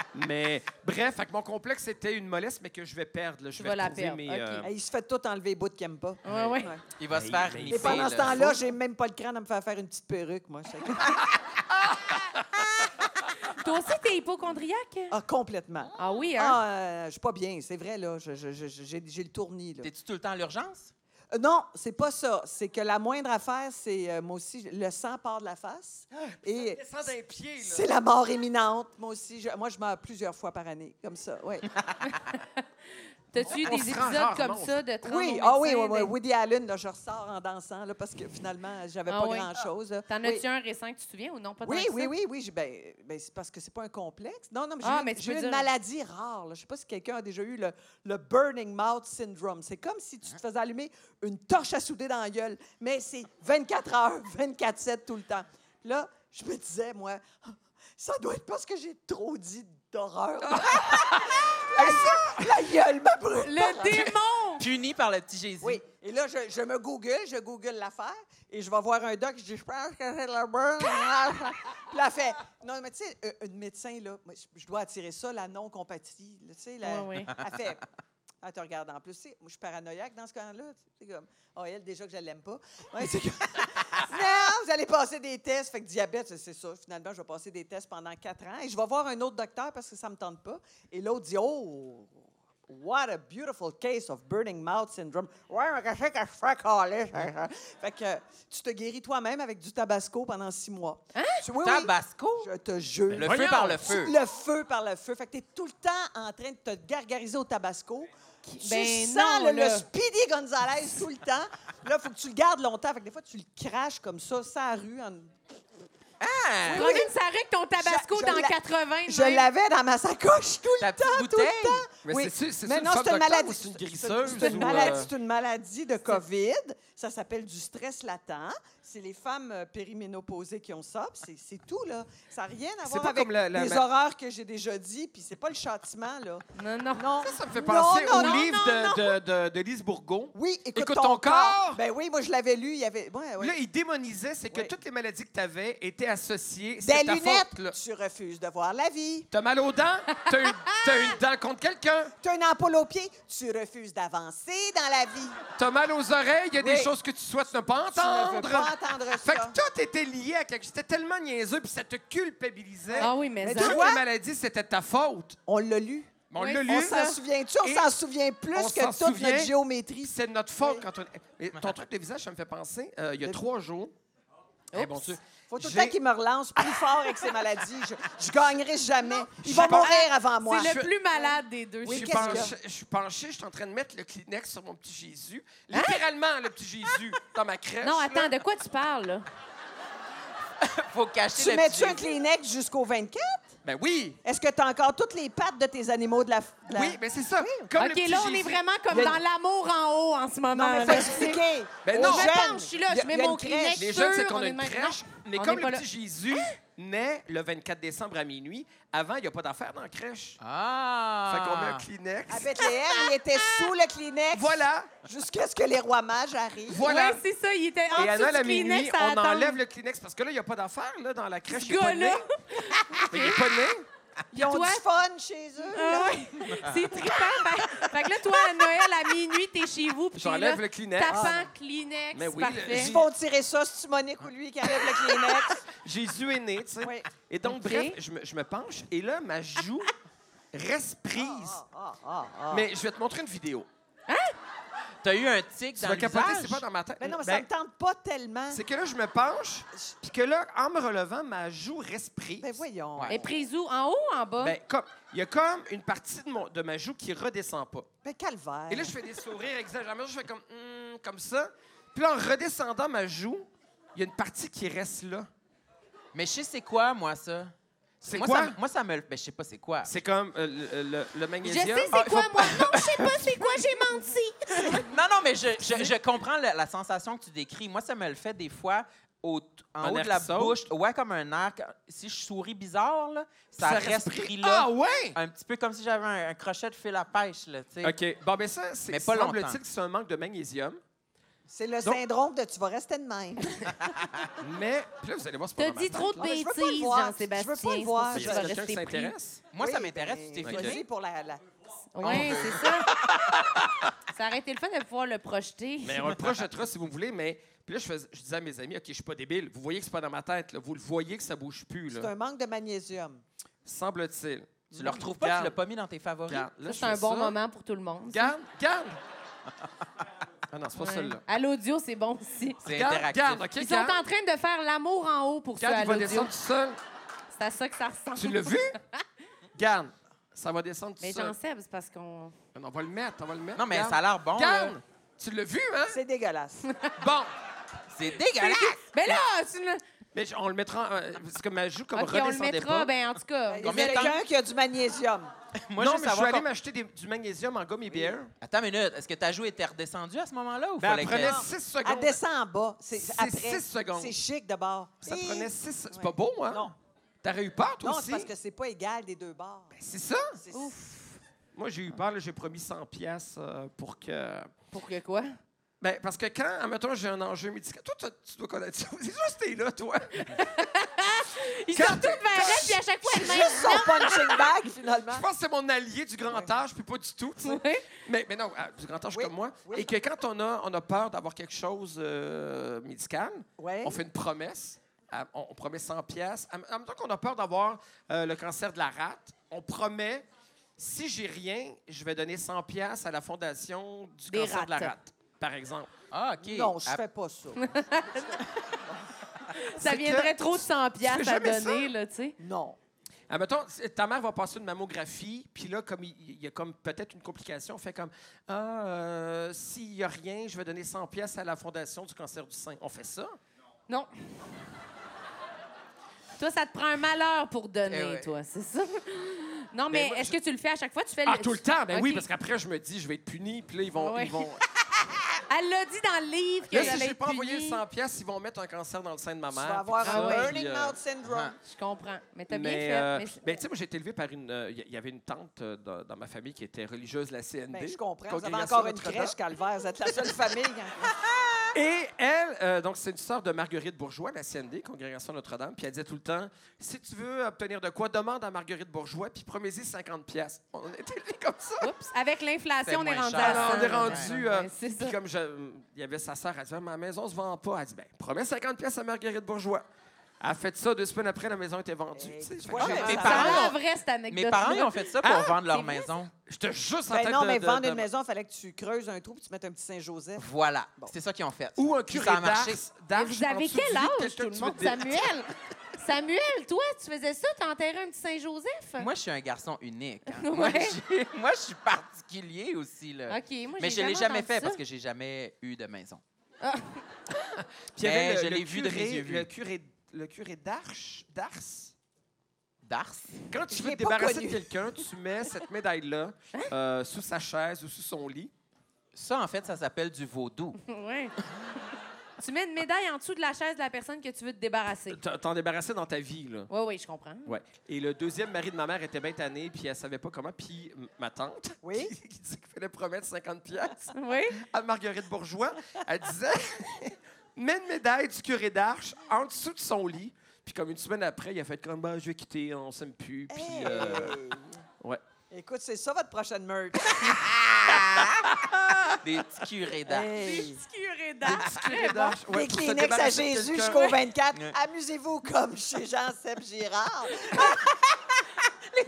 [SPEAKER 8] mais bref, fait que mon complexe c'était une mollesse, mais que je vais perdre. là. Je
[SPEAKER 5] Tu
[SPEAKER 8] vais
[SPEAKER 5] vas la
[SPEAKER 8] retrouver
[SPEAKER 5] perdre,
[SPEAKER 8] mes.
[SPEAKER 5] ok.
[SPEAKER 8] euh,
[SPEAKER 7] Eh, Il se fait tout enlever les bouts qu'il aime pas.
[SPEAKER 5] Ouais, ouais.
[SPEAKER 7] Ouais.
[SPEAKER 2] Il va se faire
[SPEAKER 8] mais-
[SPEAKER 2] nipper,
[SPEAKER 7] Et pendant ce
[SPEAKER 2] là.
[SPEAKER 7] temps-là, j'ai même pas le crâne à me faire faire une petite perruque, moi. Je sais que-
[SPEAKER 5] Toi aussi, t'es hypochondriaque?
[SPEAKER 7] Ah, complètement.
[SPEAKER 5] Ah oui, hein?
[SPEAKER 7] Ah, euh, je suis pas bien, c'est vrai, là. Je- je- je- je- J'ai j'ai le tournis, là.
[SPEAKER 2] T'es-tu tout le temps à l'urgence?
[SPEAKER 7] Euh, non, c'est pas ça. C'est que la moindre affaire, c'est, euh, moi aussi, le sang part de la face.
[SPEAKER 8] Ah,
[SPEAKER 7] et
[SPEAKER 8] Descends d'un pied, là.
[SPEAKER 7] c'est la mort imminente. Moi aussi, je- moi, je meurs plusieurs fois par année, comme ça, oui.
[SPEAKER 5] T'as-tu eu
[SPEAKER 6] On
[SPEAKER 5] des
[SPEAKER 6] se rend
[SPEAKER 5] épisodes comme
[SPEAKER 6] rarement au-
[SPEAKER 5] ça de 30
[SPEAKER 7] Oui, ah oui, oui, oui, Woody Allen, là, je ressors en dansant là, parce que finalement, j'avais
[SPEAKER 5] Ah
[SPEAKER 7] pas
[SPEAKER 5] oui.
[SPEAKER 7] grand-chose. là.
[SPEAKER 5] T'en
[SPEAKER 7] oui.
[SPEAKER 5] as-tu un récent que tu te souviens ou non? Pas tant
[SPEAKER 7] Oui,
[SPEAKER 5] que ça?
[SPEAKER 7] oui, oui, oui, j'ai- ben, ben, c'est parce que c'est pas un complexe. Non, non, mais j'ai
[SPEAKER 5] Ah,
[SPEAKER 7] eu-
[SPEAKER 5] mais tu
[SPEAKER 7] j'ai eu
[SPEAKER 5] peux
[SPEAKER 7] une
[SPEAKER 5] dire-
[SPEAKER 7] maladie rare. là. Je sais pas si quelqu'un a déjà eu le, le burning mouth syndrome. C'est comme si tu te faisais allumer une torche à souder dans la gueule, mais c'est 24 heures, 24-7 tout le temps. Là, je me disais, moi, ça doit être parce que j'ai trop dit d'horreur. la, la gueule m'a brûlé.
[SPEAKER 5] Le démon!
[SPEAKER 2] Puni par le petit Jésus.
[SPEAKER 7] Oui. Et là, je, je me Google, je Google l'affaire, et je vais voir un doc, je dis, je pense que c'est le burn. Puis là, elle fait, non, mais tu sais, euh, une médecin, là, moi, je- je dois attirer ça, la non-compatie. là, Tu sais, la-
[SPEAKER 5] Ouais, ouais.
[SPEAKER 7] elle fait, elle te regarde en plus, tu sais, moi, je suis paranoïaque dans ce cas-là. C'est comme, oh, elle, déjà que je l'aime pas. Ouais, c'est comme, non, vous allez passer des tests. Fait que diabète, c'est- c'est ça. Finalement, je vais passer des tests pendant quatre ans, et je vais voir un autre docteur parce que ça me tente pas. Et l'autre dit, oh, What a beautiful case of burning mouth syndrome. Ouais, mais qu'est-ce que je fais caler? ça, ça? Fait que tu te guéris toi-même avec du tabasco pendant six mois. Hein?
[SPEAKER 2] Tabasco?
[SPEAKER 7] Je te jure.
[SPEAKER 2] Le feu par le feu.
[SPEAKER 7] Tu- Le feu par le feu. Fait que t'es tout le temps en train de te gargariser au tabasco. Tu
[SPEAKER 5] Ben
[SPEAKER 7] sens
[SPEAKER 5] non,
[SPEAKER 7] le, le
[SPEAKER 5] là.
[SPEAKER 7] Speedy Gonzalez tout le temps. Là, faut que tu le gardes longtemps. Fait que des fois, tu le craches comme ça, sans rue. En...
[SPEAKER 2] Ah!
[SPEAKER 5] Prends une sarée avec ton tabasco
[SPEAKER 7] Je- je
[SPEAKER 5] dans
[SPEAKER 7] la-
[SPEAKER 5] 80.
[SPEAKER 7] Je
[SPEAKER 5] même.
[SPEAKER 7] l'avais dans ma sacoche tout
[SPEAKER 2] Ta
[SPEAKER 7] le temps,
[SPEAKER 2] petite
[SPEAKER 7] tout
[SPEAKER 2] bouteille.
[SPEAKER 7] le temps.
[SPEAKER 8] Mais
[SPEAKER 7] Oui.
[SPEAKER 8] c'est- c'est- c'est
[SPEAKER 7] Mais
[SPEAKER 8] une
[SPEAKER 7] non,
[SPEAKER 8] sorte
[SPEAKER 7] c'est une
[SPEAKER 8] d'octave
[SPEAKER 7] maladie.
[SPEAKER 8] ou c'est une grisseuse
[SPEAKER 7] C'est une,
[SPEAKER 8] ou, euh,
[SPEAKER 7] maladie- c'est une maladie de COVID. Ça s'appelle du stress latent. C'est les femmes euh, périménopausées qui ont ça. puis C'est c'est tout, là. Ça n'a rien à
[SPEAKER 8] C'est
[SPEAKER 7] voir
[SPEAKER 8] pas
[SPEAKER 7] avec
[SPEAKER 8] comme la- la-
[SPEAKER 7] les
[SPEAKER 8] ma-
[SPEAKER 7] horreurs que j'ai déjà dit. Puis c'est pas le châtiment, là.
[SPEAKER 5] Non, non.
[SPEAKER 7] Non.
[SPEAKER 8] Ça me fait
[SPEAKER 7] Non,
[SPEAKER 8] penser
[SPEAKER 7] non,
[SPEAKER 8] au
[SPEAKER 7] non,
[SPEAKER 8] livre
[SPEAKER 7] non, non.
[SPEAKER 8] de, de, de, de Lise Bourgon.
[SPEAKER 7] Oui, écoute,
[SPEAKER 8] Écoute
[SPEAKER 7] ton,
[SPEAKER 8] ton corps.
[SPEAKER 7] Ben oui, moi, je l'avais lu. Il y avait... ouais, ouais.
[SPEAKER 8] Là, il démonisait, c'est que
[SPEAKER 7] Oui.
[SPEAKER 8] toutes les maladies que tu avais étaient associées.
[SPEAKER 7] Des
[SPEAKER 8] C'est ta faute, là.
[SPEAKER 7] lunettes, tu refuses de voir la vie.
[SPEAKER 8] T'as mal aux dents? T'as une, t'as une dent contre quelqu'un?
[SPEAKER 7] Tu as un ampoule au pied, tu refuses d'avancer dans la vie.
[SPEAKER 8] T'as mal aux oreilles? Il y a
[SPEAKER 7] Oui.
[SPEAKER 8] des choses que tu souhaites ne pas
[SPEAKER 7] Tu ne veux
[SPEAKER 8] entendre?
[SPEAKER 7] pas entendre
[SPEAKER 8] Fait que
[SPEAKER 7] ça.
[SPEAKER 8] tout était lié à quelque chose. C'était tellement niaiseux, puis ça te culpabilisait.
[SPEAKER 5] Ah oui, mais,
[SPEAKER 7] Mais
[SPEAKER 5] ça.
[SPEAKER 7] tu
[SPEAKER 8] Toutes
[SPEAKER 7] vois-
[SPEAKER 8] les maladies, c'était ta faute.
[SPEAKER 7] On l'a lu.
[SPEAKER 8] Mais on
[SPEAKER 5] Oui,
[SPEAKER 8] l'a
[SPEAKER 5] on
[SPEAKER 8] lu.
[SPEAKER 7] On
[SPEAKER 8] là.
[SPEAKER 7] s'en souvient-tu? On
[SPEAKER 8] Et
[SPEAKER 7] s'en souvient plus
[SPEAKER 8] on
[SPEAKER 7] que
[SPEAKER 8] s'en
[SPEAKER 7] toute
[SPEAKER 8] souvient.
[SPEAKER 7] notre géométrie.
[SPEAKER 8] C'est de notre faute
[SPEAKER 7] Oui.
[SPEAKER 8] quand on... Mais ton truc de visage, ça me fait penser, euh, il y a
[SPEAKER 7] Le-
[SPEAKER 8] trois jours... Eh, bon Dieu.
[SPEAKER 7] Faut tout le
[SPEAKER 8] J'ai-
[SPEAKER 7] temps qu'il me relance plus fort avec ses maladies. Je, je gagnerai jamais. Il
[SPEAKER 8] je
[SPEAKER 7] va
[SPEAKER 8] suis pas-
[SPEAKER 7] mourir avant moi.
[SPEAKER 5] C'est le plus malade des deux.
[SPEAKER 7] Oui,
[SPEAKER 8] je, suis
[SPEAKER 7] qu'est-ce qu'il y a?
[SPEAKER 8] penché, je suis penché, je suis en train de mettre le Kleenex sur mon petit Jésus. Littéralement, le petit Jésus dans ma crèche.
[SPEAKER 5] Hein? Non,
[SPEAKER 8] là.
[SPEAKER 5] attends, de quoi tu parles, là?
[SPEAKER 2] Faut cacher
[SPEAKER 7] Tu
[SPEAKER 2] le
[SPEAKER 7] mets-tu
[SPEAKER 2] petit
[SPEAKER 7] un Kleenex jusqu'au 24?
[SPEAKER 8] Ben oui!
[SPEAKER 7] Est-ce que tu as encore toutes les pattes de tes animaux de la... de la-
[SPEAKER 8] Oui, mais c'est ça. Comme le
[SPEAKER 5] OK,
[SPEAKER 8] petit
[SPEAKER 5] là, on est
[SPEAKER 8] Jésus.
[SPEAKER 5] vraiment comme
[SPEAKER 7] Il y a-
[SPEAKER 5] dans l'amour en haut en ce moment.
[SPEAKER 7] Non, mais faut
[SPEAKER 5] là.
[SPEAKER 7] expliquer.
[SPEAKER 8] Ben
[SPEAKER 7] aux
[SPEAKER 8] non.
[SPEAKER 5] Je
[SPEAKER 7] jeunes.
[SPEAKER 5] pense, je suis là,
[SPEAKER 7] Il y a-
[SPEAKER 5] je mets
[SPEAKER 7] il y a
[SPEAKER 5] mon
[SPEAKER 7] une crèche.
[SPEAKER 5] Kleenex.
[SPEAKER 8] Les jeunes, c'est
[SPEAKER 5] sûr,
[SPEAKER 8] qu'on
[SPEAKER 5] on
[SPEAKER 8] a
[SPEAKER 5] est
[SPEAKER 8] une
[SPEAKER 5] de même.
[SPEAKER 8] crèche, mais
[SPEAKER 5] on
[SPEAKER 8] comme
[SPEAKER 5] est
[SPEAKER 8] le
[SPEAKER 5] pas
[SPEAKER 8] petit Jésus naît le 24 décembre à minuit, avant, il n'y a pas d'affaires dans la crèche.
[SPEAKER 2] Ah!
[SPEAKER 8] Fait qu'on met un Kleenex.
[SPEAKER 7] À Bethléem, il était sous le Kleenex.
[SPEAKER 8] Voilà!
[SPEAKER 7] Jusqu'à ce que les rois mages arrivent.
[SPEAKER 8] Voilà!
[SPEAKER 5] Ouais, c'est ça, il était en
[SPEAKER 8] Et à
[SPEAKER 5] dessous
[SPEAKER 8] Noël, à
[SPEAKER 5] du
[SPEAKER 8] minuit,
[SPEAKER 5] Kleenex à
[SPEAKER 8] on
[SPEAKER 5] attendre.
[SPEAKER 8] enlève le Kleenex parce que là, il n'y a pas d'affaires là, dans la crèche.
[SPEAKER 5] Ce
[SPEAKER 8] Il n'est pas né.
[SPEAKER 5] gars-là.
[SPEAKER 8] Mais il n'est pas né.
[SPEAKER 7] Ils ont
[SPEAKER 5] Toi?
[SPEAKER 7] du fun chez eux. là.
[SPEAKER 5] Ah ouais, c'est trippant. Fait, fait que là, toi, à Noël, à minuit, t'es chez vous. puis
[SPEAKER 8] J'enlève
[SPEAKER 5] là,
[SPEAKER 8] le Kleenex. Ah.
[SPEAKER 5] Tapant Kleenex,
[SPEAKER 8] Mais oui,
[SPEAKER 5] parfait.
[SPEAKER 7] Ils vont tirer ça, c'est-tu Monique ou lui qui enlève le Kleenex?
[SPEAKER 8] Jésus est né, tu sais.
[SPEAKER 7] Oui.
[SPEAKER 8] Et donc,
[SPEAKER 5] Ok.
[SPEAKER 8] bref, je me, je me penche et là, ma joue reste prise.
[SPEAKER 7] Ah, ah, ah.
[SPEAKER 8] Mais je vais te montrer une vidéo.
[SPEAKER 2] T'as eu un tic
[SPEAKER 8] Tu
[SPEAKER 2] dans
[SPEAKER 8] vas
[SPEAKER 2] le
[SPEAKER 8] capoter,
[SPEAKER 2] visage?
[SPEAKER 8] c'est pas dans ma tête.
[SPEAKER 7] Mais non, mais
[SPEAKER 8] Ben,
[SPEAKER 7] ça me tente pas tellement.
[SPEAKER 8] C'est que là, je me penche, puis que là, en me relevant, ma joue reste prise.
[SPEAKER 7] Ben voyons.
[SPEAKER 5] Et prise où? En haut ou en bas?
[SPEAKER 8] Ben, comme, il y a comme une partie de, mon- de ma joue qui redescend pas.
[SPEAKER 7] Ben calvaire.
[SPEAKER 8] Et là, je fais des sourires exagérément. Je fais comme, Hum, comme ça. Puis là, en redescendant ma joue, il y a une partie qui reste là.
[SPEAKER 2] Mais je sais c'est quoi, moi, ça?
[SPEAKER 8] C'est
[SPEAKER 2] moi,
[SPEAKER 8] quoi?
[SPEAKER 2] ça me- moi, ça me... le- Ben, je sais pas c'est quoi.
[SPEAKER 8] C'est comme euh, le, le- le
[SPEAKER 5] je
[SPEAKER 8] magnésium.
[SPEAKER 5] sais c'est
[SPEAKER 8] Ah, il faut
[SPEAKER 5] quoi, moi. Non, je sais pas c'est quoi, j'ai menti.
[SPEAKER 2] Non, non, mais je, je- je comprends la, la sensation que tu décris. Moi, ça me le fait des fois au, en
[SPEAKER 8] Un
[SPEAKER 2] haut
[SPEAKER 8] air
[SPEAKER 2] de la
[SPEAKER 8] qui saute.
[SPEAKER 2] bouche. Ouais, comme un arc. Si je souris bizarre, là, ça,
[SPEAKER 8] Ça
[SPEAKER 2] reste
[SPEAKER 8] respire.
[SPEAKER 2] pris là.
[SPEAKER 8] Ah ouais?
[SPEAKER 2] Un petit peu comme si j'avais un, un crochet de fil à pêche, là, tu sais.
[SPEAKER 8] Ah, OK. Bon, mais ça,
[SPEAKER 2] Mais
[SPEAKER 8] c'est
[SPEAKER 2] pas
[SPEAKER 8] semble-t-il
[SPEAKER 2] longtemps.
[SPEAKER 8] que c'est un manque de magnésium.
[SPEAKER 7] C'est le
[SPEAKER 8] Donc-
[SPEAKER 7] syndrome de tu vas rester de même.
[SPEAKER 8] Mais puis là, vous allez voir, c'est pas
[SPEAKER 5] T'as
[SPEAKER 8] dans ma
[SPEAKER 5] dit
[SPEAKER 8] tête,
[SPEAKER 5] trop de
[SPEAKER 8] là.
[SPEAKER 7] mais je veux pas le
[SPEAKER 5] bêtises,
[SPEAKER 7] voir.
[SPEAKER 5] Jean-Sébastien.
[SPEAKER 7] Je veux pas le
[SPEAKER 5] c'est pour
[SPEAKER 7] voir.
[SPEAKER 5] ça que
[SPEAKER 8] Y
[SPEAKER 5] tu
[SPEAKER 8] a
[SPEAKER 5] vas
[SPEAKER 8] quelqu'un
[SPEAKER 5] rester
[SPEAKER 8] qui
[SPEAKER 5] pris.
[SPEAKER 8] s'intéresse?
[SPEAKER 2] Moi, ça
[SPEAKER 7] Oui,
[SPEAKER 2] m'intéresse
[SPEAKER 7] ben,
[SPEAKER 2] si t'es
[SPEAKER 7] vas-y
[SPEAKER 2] faussé.
[SPEAKER 7] pour la, la-
[SPEAKER 5] Oui, c'est ça. Ça aurait été le fun de pouvoir le projeter.
[SPEAKER 8] Mais on le projettera si vous voulez, mais... Puis là, je, faisais- je disais à mes amis, OK, je suis pas débile. Vous voyez que c'est pas dans ma tête, là. Vous le voyez que ça bouge plus,
[SPEAKER 7] C'est
[SPEAKER 8] là.
[SPEAKER 7] un manque de magnésium.
[SPEAKER 8] Semble-t-il.
[SPEAKER 2] Tu le retrouves pas, tu l'as pas mis dans tes favoris.
[SPEAKER 8] Regarde, là,
[SPEAKER 5] Ça,
[SPEAKER 8] je
[SPEAKER 5] c'est un
[SPEAKER 8] fais
[SPEAKER 5] bon
[SPEAKER 8] ça.
[SPEAKER 5] moment pour tout le monde. ça.
[SPEAKER 8] Garde, garde! Ah non, c'est pas
[SPEAKER 5] Ouais.
[SPEAKER 8] celle-là.
[SPEAKER 5] À l'audio, c'est bon aussi.
[SPEAKER 2] C'est
[SPEAKER 8] Garde,
[SPEAKER 2] interactif.
[SPEAKER 8] garde, OK,
[SPEAKER 5] Ils sont
[SPEAKER 8] garde.
[SPEAKER 5] en train de faire l'amour en haut pour ceux
[SPEAKER 8] Garde,
[SPEAKER 5] à
[SPEAKER 8] il va
[SPEAKER 5] l'audio.
[SPEAKER 8] descendre tout seul.
[SPEAKER 5] C'est à ça que ça ressemble.
[SPEAKER 8] Tu l'as vu? garde. Ça va descendre tout
[SPEAKER 5] Mais
[SPEAKER 8] ça.
[SPEAKER 5] j'en sais, c'est parce qu'on.
[SPEAKER 8] On va le mettre, on va le mettre.
[SPEAKER 2] Non, mais
[SPEAKER 8] Garde.
[SPEAKER 2] ça a l'air bon. là.
[SPEAKER 8] Garde! Tu l'as vu, hein?
[SPEAKER 7] C'est dégueulasse. Ben,
[SPEAKER 8] Bon!
[SPEAKER 2] C'est dégueulasse.
[SPEAKER 5] Ben là, tu le.
[SPEAKER 8] Mais j- on le mettra. euh, parce que ma joue, comme
[SPEAKER 5] Ok, on le
[SPEAKER 8] redescendait
[SPEAKER 5] mettra,
[SPEAKER 8] pas.
[SPEAKER 5] ben en tout cas.
[SPEAKER 7] Il y a
[SPEAKER 2] Combien de temps?
[SPEAKER 7] quelqu'un qui a du magnésium.
[SPEAKER 2] Moi, je veux
[SPEAKER 8] non, mais je suis
[SPEAKER 2] savoir.
[SPEAKER 8] allé
[SPEAKER 2] com-
[SPEAKER 8] m'acheter des- du magnésium en gummy bear.
[SPEAKER 2] Attends une minute. Est-ce que ta joue était redescendue à ce moment-là ou
[SPEAKER 8] Ben,
[SPEAKER 2] fallait
[SPEAKER 8] elle prenait
[SPEAKER 2] que.
[SPEAKER 8] 6
[SPEAKER 7] Elle
[SPEAKER 8] secondes.
[SPEAKER 7] descend en bas. C'est
[SPEAKER 8] C'est
[SPEAKER 7] après.
[SPEAKER 8] six secondes.
[SPEAKER 7] C'est chic de bord.
[SPEAKER 8] Ça
[SPEAKER 7] Hi!
[SPEAKER 8] prenait 6 C'est
[SPEAKER 7] Ouais.
[SPEAKER 8] pas beau, hein?
[SPEAKER 7] Non.
[SPEAKER 8] T'aurais eu peur, toi
[SPEAKER 7] Non,
[SPEAKER 8] aussi?
[SPEAKER 7] c'est parce que c'est pas égal des deux bords.
[SPEAKER 8] C'est ça?
[SPEAKER 7] C'est-
[SPEAKER 8] Moi, j'ai eu peur, là, j'ai promis 100 pièces pour que...
[SPEAKER 5] Pour que quoi?
[SPEAKER 8] Ben, parce que quand, admettons, j'ai un enjeu médical... Toi, tu- tu dois connaître ça. C'est juste que t'es là, toi.
[SPEAKER 5] Ils
[SPEAKER 8] Quand-
[SPEAKER 5] sont toutes vers elle, puis à chaque fois, elle
[SPEAKER 7] C'est juste son punching bag, finalement.
[SPEAKER 8] Je pense que c'est mon allié du grand âge, puis pas du tout, tu sais.
[SPEAKER 5] Oui.
[SPEAKER 8] Mais, mais non, euh, du grand âge
[SPEAKER 7] Oui,
[SPEAKER 8] comme moi.
[SPEAKER 7] oui.
[SPEAKER 8] Et que quand on a, on a peur d'avoir quelque chose euh, médical,
[SPEAKER 7] Ouais.
[SPEAKER 8] on fait une promesse. Euh, on, on promet 100 pièces. En en même temps qu'on a peur d'avoir euh, le cancer de la rate, on promet, si j'ai rien, je vais donner 100 pièces à la fondation du
[SPEAKER 5] Des
[SPEAKER 8] cancer de la
[SPEAKER 5] rates.
[SPEAKER 8] rate, par exemple.
[SPEAKER 2] Ah, OK.
[SPEAKER 7] Non, je
[SPEAKER 2] Ah,
[SPEAKER 7] fais pas ça.
[SPEAKER 5] Ça viendrait trop de 100
[SPEAKER 8] fais
[SPEAKER 5] piastres à
[SPEAKER 8] jamais
[SPEAKER 5] donner, là, tu sais.
[SPEAKER 7] Non.
[SPEAKER 8] Ah, mettons, c'est- ta mère va passer une mammographie, puis là, comme il il y a comme peut-être une complication, on fait comme Ah, euh, s'il n'y a rien, je vais donner 100 pièces à la Fondation du cancer du sein. On fait ça?
[SPEAKER 5] Non. Toi, ça te prend un malheur pour donner,
[SPEAKER 2] Eh ouais.
[SPEAKER 5] toi, c'est ça? Non, mais
[SPEAKER 8] Ben moi,
[SPEAKER 5] est-ce que tu le fais à chaque fois? Tu fais
[SPEAKER 8] Ah, tout le temps! Ben oui,
[SPEAKER 5] Ok.
[SPEAKER 8] parce qu'après, je me dis, je vais être puni, puis là, ils vont.
[SPEAKER 5] Ouais.
[SPEAKER 8] Ils vont...
[SPEAKER 5] Elle l'a dit dans le livre
[SPEAKER 8] là,
[SPEAKER 5] qu'elle
[SPEAKER 8] si
[SPEAKER 5] allait
[SPEAKER 8] j'ai
[SPEAKER 5] être
[SPEAKER 8] pas envoyé le
[SPEAKER 5] punie.
[SPEAKER 8] 100 pièces, ils vont mettre un cancer dans le sein de ma
[SPEAKER 7] Tu
[SPEAKER 8] mère.
[SPEAKER 7] vas avoir
[SPEAKER 8] puis tout
[SPEAKER 7] un
[SPEAKER 8] ça,
[SPEAKER 7] burning
[SPEAKER 8] puis, euh,
[SPEAKER 7] mouth syndrome.
[SPEAKER 5] Je comprends. Mais t'as bien
[SPEAKER 8] Mais,
[SPEAKER 5] fait.
[SPEAKER 8] euh,
[SPEAKER 5] mais-
[SPEAKER 8] ben, tu sais, moi, j'ai été élevé par une. euh, Il y- y avait une tante euh, dans, dans ma famille qui était religieuse, la CND.
[SPEAKER 7] Ben, je comprends. Vous avez
[SPEAKER 8] Congrégation
[SPEAKER 7] encore une
[SPEAKER 8] Notre-Dame.
[SPEAKER 7] crèche, Calvaire. Vous êtes la seule famille.
[SPEAKER 8] Et elle, euh, donc c'est une sœur de Marguerite Bourgeois, la CND, Congrégation Notre-Dame, puis elle disait tout le temps si tu veux obtenir de quoi, demande à Marguerite Bourgeois, puis promets-y 50 pièces. On était élevés comme ça.
[SPEAKER 5] Oups, avec
[SPEAKER 2] C'est
[SPEAKER 5] l'inflation, on est
[SPEAKER 2] moins
[SPEAKER 5] rendu
[SPEAKER 2] cher.
[SPEAKER 5] à
[SPEAKER 8] Alors, on est
[SPEAKER 5] 100.
[SPEAKER 8] rendu.
[SPEAKER 5] Ouais,
[SPEAKER 8] euh,
[SPEAKER 5] ouais, c'est ça.
[SPEAKER 8] puis comme je- il y avait sa sœur, elle disait ma maison se vend pas. Elle dit ben promets 50 pièces à Marguerite Bourgeois. Elle a fait ça deux semaines après, la maison était vendue.
[SPEAKER 7] Hey,
[SPEAKER 8] Tu sais,
[SPEAKER 7] tu
[SPEAKER 8] fait
[SPEAKER 7] vois,
[SPEAKER 8] que j'ai
[SPEAKER 7] mes
[SPEAKER 8] été
[SPEAKER 5] Ça
[SPEAKER 8] par-
[SPEAKER 2] parents-
[SPEAKER 5] rend vrai, cette anecdote.
[SPEAKER 2] Mes parents, ils ont fait ça pour
[SPEAKER 8] Ah,
[SPEAKER 2] vendre leur maison.
[SPEAKER 8] J'étais juste en
[SPEAKER 7] Ben
[SPEAKER 8] tête
[SPEAKER 7] non,
[SPEAKER 8] de-
[SPEAKER 7] mais
[SPEAKER 8] de-
[SPEAKER 7] vendre
[SPEAKER 8] de-
[SPEAKER 7] une maison, il fallait que tu creuses un trou et tu mettes un petit Saint-Joseph.
[SPEAKER 2] Voilà. C'est ça qu'ils ont fait.
[SPEAKER 8] Ou un
[SPEAKER 2] Puis
[SPEAKER 8] curé
[SPEAKER 2] ça a marché.
[SPEAKER 8] d'Ars- d'Arche
[SPEAKER 5] Vous
[SPEAKER 8] en
[SPEAKER 5] avez
[SPEAKER 8] dessous du
[SPEAKER 5] quel
[SPEAKER 8] lit de
[SPEAKER 5] âge,
[SPEAKER 8] quelqu'un
[SPEAKER 5] tout
[SPEAKER 8] que
[SPEAKER 5] le
[SPEAKER 8] tu
[SPEAKER 5] monde?
[SPEAKER 8] veux dire.
[SPEAKER 5] Samuel! Samuel, toi, tu faisais ça? T'enterrais un petit Saint-Joseph?
[SPEAKER 2] Moi, je suis un garçon unique. hein. Moi,
[SPEAKER 5] Ouais.
[SPEAKER 2] j'ai- moi, je suis particulier aussi. Là.
[SPEAKER 5] OK, moi,
[SPEAKER 2] Mais je l'ai jamais
[SPEAKER 5] entendu
[SPEAKER 2] fait
[SPEAKER 5] ça.
[SPEAKER 2] parce que j'ai jamais eu de maison.
[SPEAKER 8] Puis il y avait
[SPEAKER 2] Mais
[SPEAKER 8] le-
[SPEAKER 2] Ben, je
[SPEAKER 8] le
[SPEAKER 2] l'ai vu de mes
[SPEAKER 8] curé-
[SPEAKER 2] yeux vus.
[SPEAKER 8] Le curé, le curé d'Arche, d'Ars.
[SPEAKER 2] D'Ars?
[SPEAKER 8] Quand tu
[SPEAKER 7] Je
[SPEAKER 8] veux
[SPEAKER 7] l'ai
[SPEAKER 8] te
[SPEAKER 7] pas
[SPEAKER 8] débarrasser
[SPEAKER 7] connu. Hein?
[SPEAKER 8] de quelqu'un, tu mets cette médaille-là euh, sous sa chaise ou sous son lit.
[SPEAKER 2] Ça, en fait, ça s'appelle du vaudou.
[SPEAKER 5] Ouais. tu mets une médaille en dessous de la chaise de la personne que tu veux te débarrasser.
[SPEAKER 8] T'en- T'en débarrasser dans ta vie, là.
[SPEAKER 5] Oui, oui, je comprends.
[SPEAKER 8] Ouais. Et le deuxième mari de ma mère était bien tanné, puis elle savait pas comment. Puis m- ma tante,
[SPEAKER 7] Oui.
[SPEAKER 8] qui, qui disait qu'il fallait promettre 50 pièces
[SPEAKER 5] Oui?
[SPEAKER 8] à Marguerite Bourgeois, elle disait « Mets une médaille du curé d'Arche en dessous de son lit. » Puis comme une semaine après, il a fait comme bah, « Je vais quitter, on s'aime plus. » Puis... euh, ouais.
[SPEAKER 7] Écoute, c'est ça votre prochaine meurtre.
[SPEAKER 2] Des petits curés d'Ars.
[SPEAKER 7] Hey.
[SPEAKER 5] Curé
[SPEAKER 8] Curé d'Arche, ouais,
[SPEAKER 7] Ah! Des
[SPEAKER 8] pour se
[SPEAKER 7] Kleenex à
[SPEAKER 8] débarrasser de
[SPEAKER 7] Jésus
[SPEAKER 8] quelqu'un.
[SPEAKER 7] jusqu'au 24.
[SPEAKER 2] Ouais.
[SPEAKER 7] Amusez-vous comme chez Jean-Seb Girard.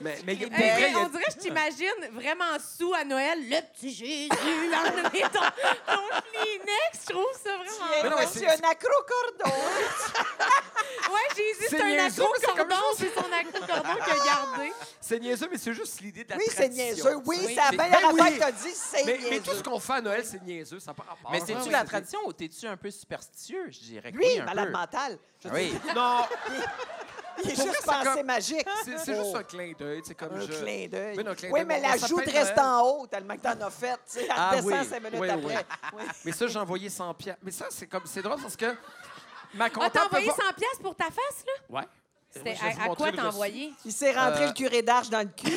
[SPEAKER 8] Mais, mais il y a- pour
[SPEAKER 5] Hey,
[SPEAKER 8] vrai, il y a-
[SPEAKER 5] on dirait que je t'imagine vraiment sous à Noël, le petit Jésus, là, ton, ton Kleenex, je trouve ça
[SPEAKER 7] Mais
[SPEAKER 5] vraiment...
[SPEAKER 8] non, mais c'est-
[SPEAKER 7] c'est un accro-cordon.
[SPEAKER 5] Ouais, Jésus,
[SPEAKER 8] C'est
[SPEAKER 5] c'est un
[SPEAKER 8] niaiseux, mais c'est comme
[SPEAKER 5] accro-cordon, c'est son accro-cordon qu'il a gardé.
[SPEAKER 8] C'est niaiseux, mais c'est juste l'idée de la
[SPEAKER 7] Oui, c'est
[SPEAKER 8] tradition.
[SPEAKER 7] niaiseux. Oui,
[SPEAKER 5] Oui,
[SPEAKER 7] c'est la
[SPEAKER 8] c'est-
[SPEAKER 7] meilleure
[SPEAKER 8] Ben oui.
[SPEAKER 7] affaire que t'as dit, c'est
[SPEAKER 8] Mais,
[SPEAKER 7] niaiseux.
[SPEAKER 8] mais tout ce qu'on fait à Noël, c'est niaiseux, ça n'a pas rapport.
[SPEAKER 2] Mais c'est-tu
[SPEAKER 8] Ah, Ouais,
[SPEAKER 2] la
[SPEAKER 8] c'est-
[SPEAKER 2] tradition ou t'es-tu un peu superstitieux? Je dirais que
[SPEAKER 7] Lui,
[SPEAKER 2] oui, un
[SPEAKER 7] malade
[SPEAKER 2] peu.
[SPEAKER 7] mental. Je veux
[SPEAKER 2] Oui.
[SPEAKER 7] dire,
[SPEAKER 8] Non,
[SPEAKER 7] il est
[SPEAKER 8] Ah Pour
[SPEAKER 7] juste
[SPEAKER 8] vrai, c'est
[SPEAKER 7] pensé
[SPEAKER 8] comme-
[SPEAKER 7] magique.
[SPEAKER 8] c'est c'est juste
[SPEAKER 7] Oh,
[SPEAKER 8] un clin d'œil, c'est comme
[SPEAKER 7] un
[SPEAKER 8] je...
[SPEAKER 7] clin d'œil.
[SPEAKER 8] Oui, non, un clin
[SPEAKER 7] Oui,
[SPEAKER 8] d'œil,
[SPEAKER 7] mais
[SPEAKER 8] mon
[SPEAKER 7] la
[SPEAKER 8] sapin
[SPEAKER 7] joue
[SPEAKER 8] de
[SPEAKER 7] reste
[SPEAKER 8] Noël.
[SPEAKER 7] en haut tellement que t'en as fait. tu sais, Elle
[SPEAKER 8] Ah oui,
[SPEAKER 7] descend cinq minutes
[SPEAKER 8] oui, oui.
[SPEAKER 7] après. Oui.
[SPEAKER 8] Mais ça, j'ai envoyé 100 pièces. Mais ça, c'est comme c'est drôle parce que ma
[SPEAKER 5] Ah,
[SPEAKER 8] comptable
[SPEAKER 5] t'as envoyé
[SPEAKER 8] peut
[SPEAKER 5] 100 pièces pour ta face, là?
[SPEAKER 8] pas- Ouais.
[SPEAKER 5] C'était
[SPEAKER 8] je vais vous
[SPEAKER 5] à, à
[SPEAKER 8] montrer
[SPEAKER 5] quoi
[SPEAKER 8] le
[SPEAKER 5] t'as
[SPEAKER 8] reçu.
[SPEAKER 5] envoyé?
[SPEAKER 7] Il s'est rentré
[SPEAKER 8] Euh,
[SPEAKER 7] le curé d'Arche dans le cul.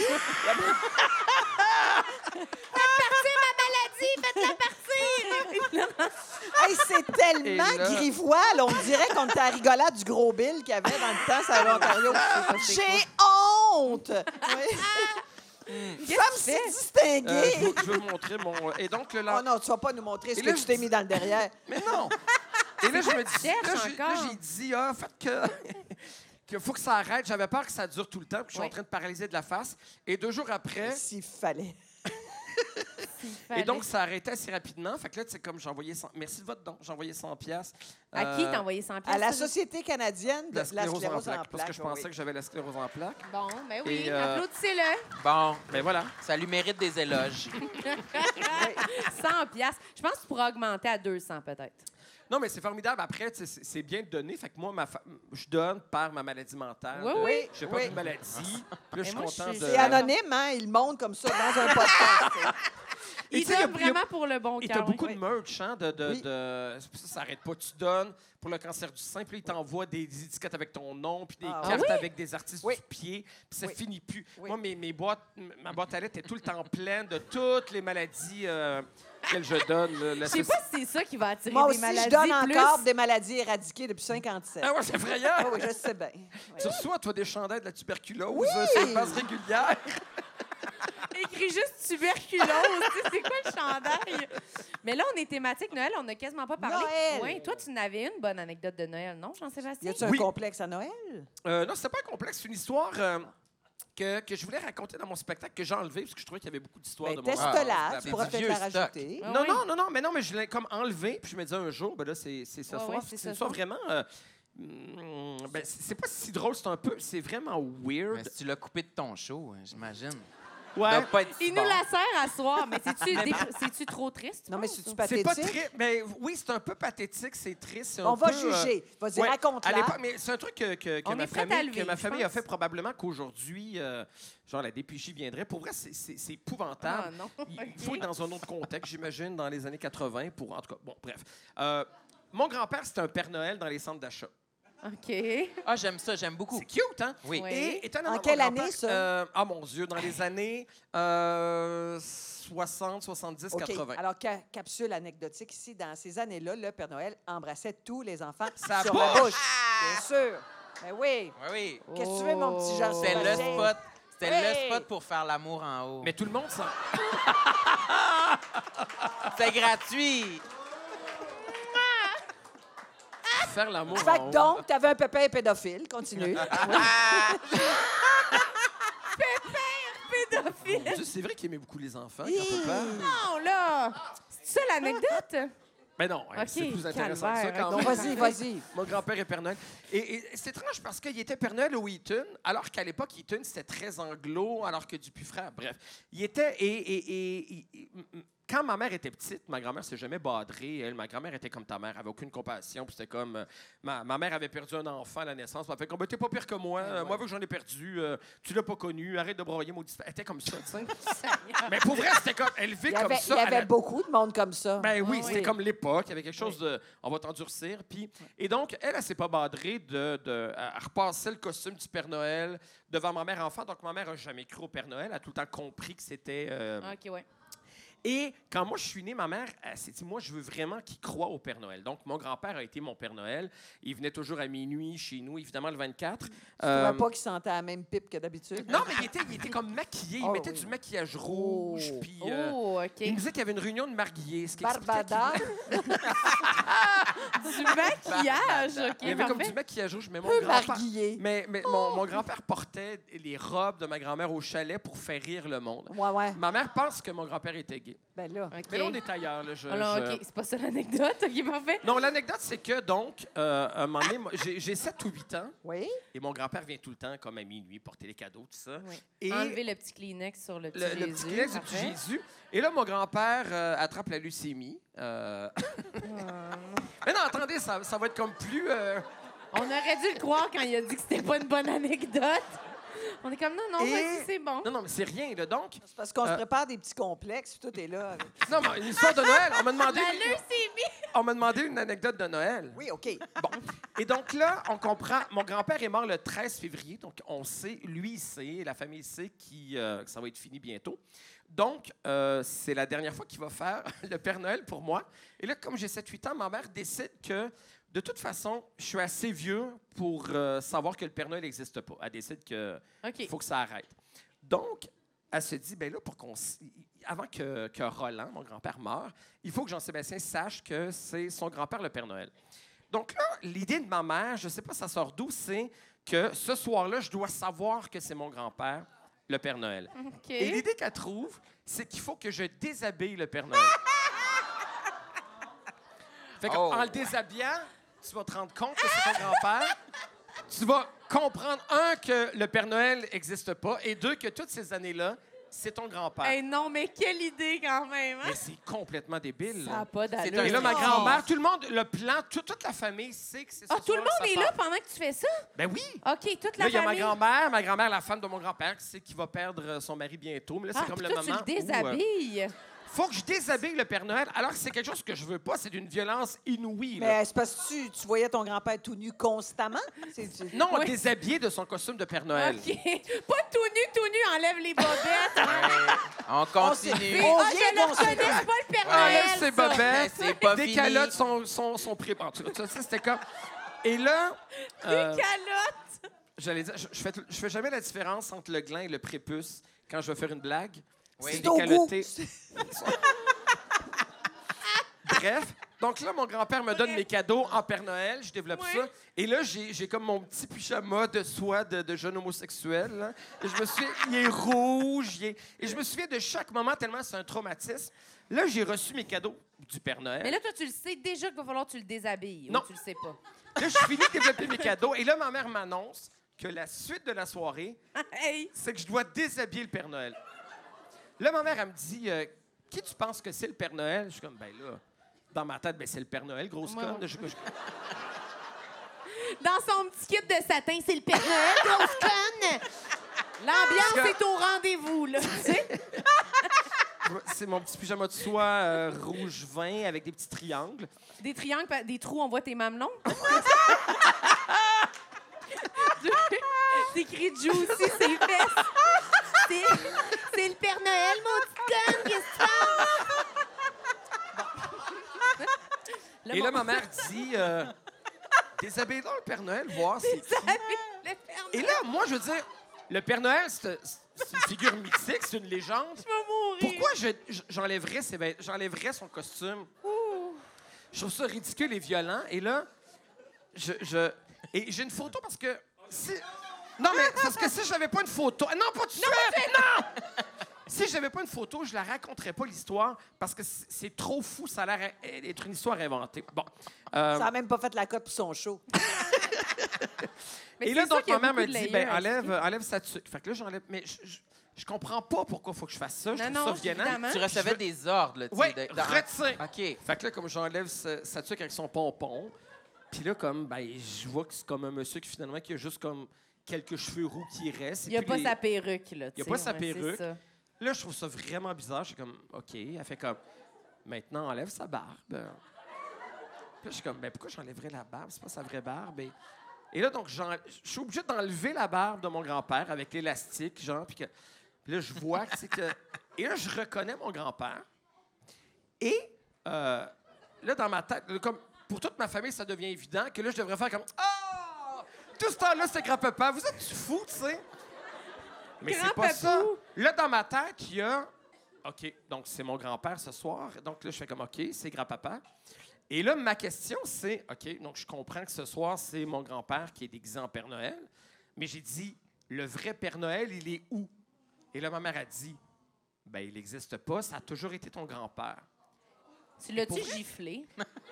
[SPEAKER 7] Hey, c'est tellement
[SPEAKER 8] Et là-
[SPEAKER 7] grivois, là, on dirait qu'on était à rigolade du gros Bill qu'il y avait dans le temps sur l'Ontario. J'ai honte! Oui. Femme si
[SPEAKER 8] Euh, je,
[SPEAKER 7] distinguée!
[SPEAKER 8] veux- je veux vous montrer mon. Et donc, le
[SPEAKER 7] Oh
[SPEAKER 8] lendemain.
[SPEAKER 7] non, tu vas pas nous montrer ce
[SPEAKER 8] Et là,
[SPEAKER 7] que tu
[SPEAKER 8] je
[SPEAKER 7] t'es
[SPEAKER 8] dis-
[SPEAKER 7] mis dans le derrière.
[SPEAKER 8] Mais non! Et là, je me dis.
[SPEAKER 5] cherches
[SPEAKER 8] Là, j'ai- là,
[SPEAKER 5] encore?
[SPEAKER 8] j'ai dit, ah, faites que. Qu'il faut que ça arrête. J'avais peur que ça Hein? dure tout le temps, puis que je suis en train de paralyser de la face. Et deux jours après,
[SPEAKER 7] S'il fallait.
[SPEAKER 8] Et donc, ça arrêtait assez rapidement. Fait que là, c'est comme j'envoyais 100... Merci de votre don. J'envoyais 100 pièces.
[SPEAKER 1] À qui
[SPEAKER 8] euh,
[SPEAKER 1] t'as envoyé 100
[SPEAKER 8] Hein,
[SPEAKER 7] À la Société canadienne de
[SPEAKER 8] la sclérose, en plaques, parce que je pensais que j'avais la sclérose en plaques.
[SPEAKER 1] Bon, ben oui,
[SPEAKER 8] Et, euh,
[SPEAKER 1] applaudissez-le.
[SPEAKER 2] Bon,
[SPEAKER 8] Ben voilà.
[SPEAKER 2] ça lui mérite des éloges.
[SPEAKER 1] 100 piastres. Je pense que tu pourras augmenter à 200 peut-être.
[SPEAKER 8] Non, mais c'est formidable. Après, tu sais, c'est c'est bien de donner. Fait que moi, ma fa- je donne par ma maladie mentale.
[SPEAKER 1] Oui,
[SPEAKER 8] de-
[SPEAKER 7] oui,
[SPEAKER 8] J'ai pas
[SPEAKER 7] oui.
[SPEAKER 8] de maladie. Puis là, je suis
[SPEAKER 1] moi, je
[SPEAKER 8] content
[SPEAKER 1] suis-
[SPEAKER 8] de...
[SPEAKER 7] C'est anonyme, hein? Il monte comme ça dans un podcast.
[SPEAKER 8] Et
[SPEAKER 1] Il
[SPEAKER 8] tu sais, il y a-
[SPEAKER 1] donne
[SPEAKER 8] il y a-
[SPEAKER 1] vraiment pour le bon
[SPEAKER 8] Et
[SPEAKER 1] cœur.
[SPEAKER 8] t'as beaucoup
[SPEAKER 1] oui.
[SPEAKER 8] de merch, hein, de... de,
[SPEAKER 7] Oui.
[SPEAKER 8] de- c'est pour Ça, ça s'arrête pas. Tu donnes pour le cancer du sein, puis là, ils t'envoient des des étiquettes avec ton nom, puis des
[SPEAKER 7] Ah,
[SPEAKER 8] cartes avec des artistes
[SPEAKER 7] Oui.
[SPEAKER 8] du pied, puis ça
[SPEAKER 7] Oui.
[SPEAKER 8] finit plus.
[SPEAKER 7] Oui.
[SPEAKER 8] Moi, mes, mes boîtes, m- ma boîte à lettres est tout le temps pleine de toutes les maladies euh, que je donne. là, la
[SPEAKER 1] Je sais
[SPEAKER 8] soci-
[SPEAKER 1] pas si c'est ça qui va attirer
[SPEAKER 7] Moi
[SPEAKER 1] des
[SPEAKER 7] aussi,
[SPEAKER 1] maladies
[SPEAKER 7] je donne
[SPEAKER 1] plus.
[SPEAKER 7] encore des maladies éradiquées depuis 57.
[SPEAKER 8] Ah ouais, c'est effrayant!
[SPEAKER 7] Ah oui, je sais bien. Oui.
[SPEAKER 8] Tu reçois, toi, des chandelles de la tuberculose euh, sur une base régulière.
[SPEAKER 1] Écris juste tuberculose. tu sais, c'est quoi le chandail? Mais là, on est thématique Noël, on n'a quasiment pas parlé.
[SPEAKER 7] Noël!
[SPEAKER 1] Ouais, toi, tu n'avais une bonne anecdote de Noël, non,
[SPEAKER 7] Y
[SPEAKER 1] Jean-Sébastien?
[SPEAKER 7] a-tu un
[SPEAKER 8] Oui.
[SPEAKER 7] complexe à Noël?
[SPEAKER 8] Euh, non, c'était pas un complexe, c'est une histoire euh, que, que je voulais raconter dans mon spectacle que j'ai enlevé parce que je trouvais qu'il y avait beaucoup d'histoires
[SPEAKER 7] Ben,
[SPEAKER 8] de mon
[SPEAKER 7] teste-la,
[SPEAKER 2] Ah,
[SPEAKER 7] tu pourras
[SPEAKER 2] c'est du
[SPEAKER 7] peut-être la
[SPEAKER 2] vieux
[SPEAKER 7] rajouter.
[SPEAKER 1] Ah
[SPEAKER 8] Non,
[SPEAKER 1] oui.
[SPEAKER 8] non, non, non, mais non, mais je l'ai comme enlevé, puis je me disais un jour, ben là, c'est c'est ce
[SPEAKER 1] Ouais,
[SPEAKER 8] soir.
[SPEAKER 1] Ah ouais, c'est
[SPEAKER 8] Puis c'est une
[SPEAKER 1] ce
[SPEAKER 8] histoire vraiment. euh, mm, ben, c'est c'est pas si drôle, c'est un peu. C'est vraiment
[SPEAKER 2] Mais
[SPEAKER 8] weird.
[SPEAKER 2] si tu l'as coupé de ton show, hein, j'imagine. Ça
[SPEAKER 8] Ouais.
[SPEAKER 7] Ben,
[SPEAKER 2] doit pas être si
[SPEAKER 1] Il nous
[SPEAKER 2] bon.
[SPEAKER 1] la sert à soir, mais c'est-tu dépr- c'est-tu trop triste? tu
[SPEAKER 7] Non, mais
[SPEAKER 1] penses?
[SPEAKER 7] c'est-tu
[SPEAKER 8] Ben, C'est pas
[SPEAKER 7] pathétique?
[SPEAKER 8] très. Mais oui, c'est un peu pathétique, c'est triste. c'est un
[SPEAKER 7] On va
[SPEAKER 8] peu, euh,
[SPEAKER 7] juger. Vas-y,
[SPEAKER 8] Ouais, à
[SPEAKER 7] raconte-la.
[SPEAKER 8] l'époque, mais c'est un truc que, que- que
[SPEAKER 1] On est
[SPEAKER 8] ma,
[SPEAKER 1] prête à
[SPEAKER 8] famille,
[SPEAKER 1] le
[SPEAKER 8] que ma
[SPEAKER 1] vivre, je
[SPEAKER 8] famille a
[SPEAKER 1] pense.
[SPEAKER 8] fait probablement qu'aujourd'hui, euh, genre la DPJ viendrait. Pour vrai, c'est- c'est c'est épouvantable.
[SPEAKER 1] Ah, non.
[SPEAKER 8] Il faut être dans un autre contexte, j'imagine, dans les années 80 pour. En tout cas, bon, bref. Euh, mon grand-père, c'était un Père Noël dans les centres d'achat.
[SPEAKER 1] OK.
[SPEAKER 2] Ah, j'aime ça, j'aime beaucoup.
[SPEAKER 8] C'est cute, hein?
[SPEAKER 2] Oui.
[SPEAKER 1] Ouais.
[SPEAKER 8] Et étonnamment,
[SPEAKER 7] En
[SPEAKER 8] mon
[SPEAKER 7] quelle année,
[SPEAKER 8] grand-père,
[SPEAKER 7] ça?
[SPEAKER 8] euh, ah, mon Dieu, dans les années euh, 60, 70,
[SPEAKER 7] OK.
[SPEAKER 8] 80.
[SPEAKER 7] Alors, ca- capsule anecdotique ici. Dans ces années-là, le Père Noël embrassait tous les enfants
[SPEAKER 8] Sa
[SPEAKER 7] sur la bouche. Bien sûr. Ben
[SPEAKER 2] Oui,
[SPEAKER 7] oui.
[SPEAKER 2] oui.
[SPEAKER 7] Qu'est-ce que tu veux, mon petit Jean
[SPEAKER 8] Oh.
[SPEAKER 2] C'était le
[SPEAKER 7] Sébastien?
[SPEAKER 2] spot. C'était
[SPEAKER 7] Hey!
[SPEAKER 2] le spot pour faire l'amour en haut.
[SPEAKER 8] Mais tout le monde s'en.
[SPEAKER 2] C'était gratuit.
[SPEAKER 8] Faire l'amour.
[SPEAKER 7] Fait
[SPEAKER 8] en
[SPEAKER 7] que
[SPEAKER 8] haut.
[SPEAKER 7] donc, t'avais un pépin pédophile. Continue.
[SPEAKER 8] Ah, Mon Dieu, c'est vrai qu'il aimait beaucoup les enfants, grand-papa.
[SPEAKER 1] Non, là! C'est ça l'anecdote?
[SPEAKER 8] Mais non, hein,
[SPEAKER 1] Ok,
[SPEAKER 8] c'est plus intéressant que ça
[SPEAKER 1] calvaire,
[SPEAKER 8] quand
[SPEAKER 7] Donc,
[SPEAKER 8] même.
[SPEAKER 7] vas-y, vas-y.
[SPEAKER 8] Mon grand-père est Père Noël. Et, et c'est étrange parce qu'il était Père Noël au Eaton, alors qu'à l'époque, Eaton, c'était très anglo, alors que Dupuis-Frère, bref. Il était. Et, et- et- et- m- m- quand ma mère était petite, ma grand-mère s'est jamais badrée. Elle, ma grand-mère était comme ta mère, elle avait aucune compassion. Puis c'était comme. euh, ma, ma mère avait perdu un enfant à la naissance. puis Elle fait comme, Ben, t'es pas pire que moi. euh, Moi, vu que j'en ai perdu, euh, tu l'as pas connu. Arrête de broyer, maudit. Elle était comme ça, tu sais. Mais pour vrai, c'était comme. Elle vit
[SPEAKER 7] Il y
[SPEAKER 8] comme
[SPEAKER 7] avait,
[SPEAKER 8] ça.
[SPEAKER 7] il y
[SPEAKER 8] elle
[SPEAKER 7] avait
[SPEAKER 8] a-
[SPEAKER 7] beaucoup de monde comme ça.
[SPEAKER 8] ben oui,
[SPEAKER 7] Ah
[SPEAKER 8] c'était comme l'époque. Il y avait quelque chose de. On va t'endurcir. Puis, et donc, elle, elle s'est pas badrée de, de, à à repasser le costume du Père Noël devant ma mère enfant. Donc, ma mère a jamais cru au Père Noël. Elle a tout le temps compris que c'était. euh,
[SPEAKER 1] OK, ouais.
[SPEAKER 8] Et quand moi, je suis né, ma mère, elle s'est dit Moi, je veux vraiment qu'il croit au Père Noël. Donc, mon grand-père a été mon Père Noël. Il venait toujours à minuit chez nous, évidemment, le 24.
[SPEAKER 7] Tu
[SPEAKER 8] Euh,
[SPEAKER 7] trouvais pas qu'il sentait la même pipe que d'habitude?
[SPEAKER 8] Non, mais il était, il était comme maquillé. Il
[SPEAKER 7] Oh,
[SPEAKER 8] mettait
[SPEAKER 7] oui.
[SPEAKER 8] du maquillage rouge.
[SPEAKER 7] Oh.
[SPEAKER 8] Puis. euh,
[SPEAKER 1] Oh, OK.
[SPEAKER 8] Il me disait qu'il y avait une réunion de mariés. Ce qui expliquait qu'il-
[SPEAKER 7] Barbada.
[SPEAKER 1] Du maquillage, OK,
[SPEAKER 8] Il y avait comme du
[SPEAKER 1] parfait. Oh.
[SPEAKER 8] maquillage rouge, mais mon
[SPEAKER 7] Peu
[SPEAKER 8] grand-père.
[SPEAKER 7] marguillé.
[SPEAKER 8] Mais, mais mon, mon grand-père portait les robes de ma grand-mère au chalet pour faire rire le monde.
[SPEAKER 7] Ouais, ouais.
[SPEAKER 8] Ma mère pense que mon grand-père était gay.
[SPEAKER 7] Ben là.
[SPEAKER 1] OK.
[SPEAKER 8] Mais là, on est euh, ailleurs. Là, je-
[SPEAKER 1] Alors,
[SPEAKER 8] je-
[SPEAKER 1] OK, c'est pas ça l'anecdote. OK, parfait.
[SPEAKER 8] Non, l'anecdote, c'est que, donc, euh, à un moment donné, moi, j'ai, j'ai 7 ou 8 ans
[SPEAKER 7] Oui.
[SPEAKER 8] et mon grand-père vient tout le temps, comme à minuit, porter les cadeaux, tout ça.
[SPEAKER 1] Oui.
[SPEAKER 8] Et
[SPEAKER 1] Enlever le petit Kleenex sur le petit
[SPEAKER 8] le,
[SPEAKER 1] Jésus.
[SPEAKER 8] le petit Kleenex du petit
[SPEAKER 1] parfait.
[SPEAKER 8] Jésus. Et là, mon grand-père euh, attrape la leucémie. euh. Mais non, attendez, ça, ça va être comme plus. euh,
[SPEAKER 1] On aurait dû le croire quand il a dit que c'était pas une bonne anecdote. On est comme, non, non,
[SPEAKER 8] Et-
[SPEAKER 1] vas-y, c'est bon.
[SPEAKER 8] Non, non, mais c'est rien, là. Donc,
[SPEAKER 7] C'est parce qu'on se
[SPEAKER 8] Euh.
[SPEAKER 7] prépare des petits complexes, puis tout est là.
[SPEAKER 8] Non, mais une histoire de Noël. On m'a demandé,
[SPEAKER 1] La leucémie!
[SPEAKER 8] on m'a demandé une anecdote de Noël.
[SPEAKER 7] Oui, OK.
[SPEAKER 8] Bon. Et donc là, on comprend. Mon grand-père est mort le 13 février, donc on sait, lui il sait, la famille sait qui, euh, que ça va être fini bientôt. Donc, euh, c'est la dernière fois qu'il va faire le Père Noël pour moi. Et là, comme j'ai 7-8 ans, ma mère décide que, de toute façon, je suis assez vieux pour euh, savoir que le Père Noël n'existe pas. Elle décide que il
[SPEAKER 1] OK.
[SPEAKER 8] faut que ça arrête. Donc, elle se dit, ben là, pour qu'on, s- avant que, que Roland, mon grand-père, meure, il faut que Jean-Sébastien sache que c'est son grand-père le Père Noël. Donc là, l'idée de ma mère, je sais pas ça sort d'où, c'est que ce soir-là, je dois savoir que c'est mon grand-père le Père Noël.
[SPEAKER 5] OK.
[SPEAKER 8] Et l'idée qu'elle trouve, c'est qu'il faut que je déshabille le Père Noël. fait qu'en
[SPEAKER 5] Oh.
[SPEAKER 8] en le déshabillant, tu vas te rendre compte que c'est ton grand-père. Tu vas comprendre, un, que le Père Noël n'existe pas, et deux, que toutes ces années-là, c'est ton grand-père.
[SPEAKER 5] Hey, non, mais quelle idée quand même. hein?
[SPEAKER 8] Mais c'est complètement débile.
[SPEAKER 5] Ça
[SPEAKER 8] là.
[SPEAKER 5] n'a pas
[SPEAKER 8] C'est
[SPEAKER 5] d'allure.
[SPEAKER 8] un- Et là, ma
[SPEAKER 5] Oh.
[SPEAKER 8] grand-mère, tout le monde, le plan, tout- toute la famille sait que c'est ce
[SPEAKER 5] Ah, tout
[SPEAKER 8] soir
[SPEAKER 5] le
[SPEAKER 8] que ça
[SPEAKER 5] monde est
[SPEAKER 8] part.
[SPEAKER 5] là pendant que tu fais ça?
[SPEAKER 8] Ben oui!
[SPEAKER 5] OK, toute la
[SPEAKER 8] Là, il y a ma
[SPEAKER 5] famille.
[SPEAKER 8] grand-mère, ma grand-mère, la femme de mon grand-père, qui sait qu'il va perdre euh, son mari bientôt. Mais là, c'est
[SPEAKER 5] Ah,
[SPEAKER 8] comme
[SPEAKER 5] puis
[SPEAKER 8] le
[SPEAKER 5] toi,
[SPEAKER 8] moment.
[SPEAKER 5] tu le
[SPEAKER 8] où, euh,
[SPEAKER 5] déshabilles.
[SPEAKER 8] faut que je déshabille le Père Noël, alors que c'est quelque chose que je veux pas, c'est d'une violence inouïe. là.
[SPEAKER 7] Mais c'est parce que tu, tu voyais ton grand-père tout nu constamment. C'est- tu-
[SPEAKER 8] Non,
[SPEAKER 5] Oui.
[SPEAKER 8] déshabillé de son costume de Père Noël.
[SPEAKER 5] OK. Pas tout nu, tout nu, enlève les bobettes.
[SPEAKER 2] On continue.
[SPEAKER 7] On
[SPEAKER 5] ah,
[SPEAKER 7] vient
[SPEAKER 5] je le
[SPEAKER 7] qu'on se-
[SPEAKER 5] reconnais, c'est pas le Père Noël.
[SPEAKER 8] Enlève ses
[SPEAKER 5] ça.
[SPEAKER 2] Mais
[SPEAKER 8] bobettes,
[SPEAKER 2] c'est pas
[SPEAKER 8] des
[SPEAKER 2] fini.
[SPEAKER 8] calottes sont, sont, sont prises. En tout cas, ça, ça, c'était comme... Et là, euh,
[SPEAKER 5] Des calottes.
[SPEAKER 8] j'allais dire, je, je fais, tout- je fais jamais la différence entre le gland et le prépuce quand je veux faire une blague.
[SPEAKER 2] Oui.
[SPEAKER 8] C'est
[SPEAKER 2] C'est
[SPEAKER 8] des
[SPEAKER 7] au goût.
[SPEAKER 8] calotés. Bref, donc là, mon grand-père me donne mes cadeaux en Père Noël, je développe
[SPEAKER 5] Ouais.
[SPEAKER 8] ça. Et là, j'ai j'ai comme mon petit pyjama de soie de, de jeune homosexuel. là. Et je me souviens, il est rouge. il est- Et je me souviens de chaque moment tellement c'est un traumatisme. Là, j'ai reçu mes cadeaux du Père Noël.
[SPEAKER 5] Mais là, toi, tu le sais déjà qu'il va falloir que tu le déshabilles.
[SPEAKER 8] Non.
[SPEAKER 5] Ou tu le sais pas.
[SPEAKER 8] Là, je finis de développer mes cadeaux. Et là, ma mère m'annonce que la suite de la soirée,
[SPEAKER 5] Hey.
[SPEAKER 8] c'est que je dois déshabiller le Père Noël. Là, ma mère, elle me dit euh, Qui tu penses que c'est le Père Noël Je suis comme Ben là, dans ma tête, ben, c'est le Père Noël, grosse
[SPEAKER 5] Ouais,
[SPEAKER 8] conne.
[SPEAKER 5] ouais.
[SPEAKER 8] Je- je-
[SPEAKER 5] Dans son petit kit de satin, c'est le Père Noël, grosse conne. L'ambiance est au rendez-vous, là. tu sais.
[SPEAKER 8] c'est mon petit pyjama de soie euh, rouge vin avec des petits triangles.
[SPEAKER 5] Des triangles, pa- des trous, on voit tes mamelons. c'est écrit Juicy, ses fesses. C'est, c'est le Père Noël, mon petit conne, qu'est-ce que tu penses?
[SPEAKER 8] Et là, ma mère dit euh, Déshabille donc le Père Noël, voir c'est qui.
[SPEAKER 5] Le Père
[SPEAKER 8] Et là, moi, je veux dire, le Père Noël, c'est c'est une figure mythique, c'est une légende.
[SPEAKER 5] va mourir.
[SPEAKER 8] Pourquoi je- je- j'enlèverais ses vêt- j'enlèverais son costume? Je trouve ça ridicule et violent. Et là, je. je- et j'ai une photo parce que. Si, non, mais c'est parce que si j'avais pas une photo. Non, pas tout de suite! Non! Si j'avais pas une photo, je la raconterais pas l'histoire parce que c'est c'est trop fou. Ça a l'air d'être une histoire inventée. Bon. Euh,
[SPEAKER 7] Ça a même pas fait la cote pour son show.
[SPEAKER 5] Mais
[SPEAKER 8] et
[SPEAKER 5] c'est
[SPEAKER 8] là,
[SPEAKER 5] sûr
[SPEAKER 8] donc,
[SPEAKER 5] qu'il y a
[SPEAKER 8] ma mère me
[SPEAKER 5] beaucoup de
[SPEAKER 8] dit,
[SPEAKER 5] layers.
[SPEAKER 8] ben, enlève, enlève sa tuque. Fait que là, j'enlève. Mais je, je, je comprends pas pourquoi il faut que je fasse ça. Je
[SPEAKER 5] Non,
[SPEAKER 8] trouve
[SPEAKER 5] non,
[SPEAKER 8] ça violent.
[SPEAKER 5] évidemment.
[SPEAKER 2] Tu recevais des ordres, là, tu sais,
[SPEAKER 8] Ouais,
[SPEAKER 2] de- de-
[SPEAKER 8] retire.
[SPEAKER 2] OK.
[SPEAKER 8] Fait que là, comme j'enlève sa, sa tuque avec son pompon, puis là, comme, ben, je vois que c'est comme un monsieur qui finalement, qui a juste comme quelques cheveux roux qui restent. et
[SPEAKER 5] Il n'y a
[SPEAKER 8] puis
[SPEAKER 5] pas
[SPEAKER 8] les-
[SPEAKER 5] sa perruque, là.
[SPEAKER 8] Il y a
[SPEAKER 5] tu
[SPEAKER 8] pas
[SPEAKER 5] sais,
[SPEAKER 8] sa
[SPEAKER 5] ouais, c'est
[SPEAKER 8] perruque.
[SPEAKER 5] ça.
[SPEAKER 8] Là, je trouve ça vraiment bizarre. Je suis comme, OK. Elle fait comme, maintenant, enlève sa barbe. Puis là, je suis comme, ben, pourquoi j'enlèverais la barbe? C'est pas sa vraie barbe. Et, et là, donc, j'en- je suis obligé d'enlever la barbe de mon grand-père avec l'élastique, genre. Puis que- puis là, je vois que c'est que. Et là, je reconnais mon grand-père. Et euh, là, dans ma tête, là, comme pour toute ma famille, ça devient évident que là, je devrais faire comme, Ah! Tout ce temps-là, c'était grand-papa. Vous êtes fou, tu sais? Mais c'est pas ça.
[SPEAKER 5] Grand-papou.
[SPEAKER 8] Là, dans ma tête, il y a. OK, donc c'est mon grand-père ce soir. Donc là, je fais comme OK, c'est grand-papa. Et là, ma question, c'est OK, donc je comprends que ce soir, c'est mon grand-père qui est déguisé en Père Noël. Mais j'ai dit, le vrai Père Noël, il est où? Et là, ma mère a dit, ben, il n'existe pas, ça a toujours été ton grand-père.
[SPEAKER 5] Tu l'as-tu
[SPEAKER 8] vrai?
[SPEAKER 5] giflé?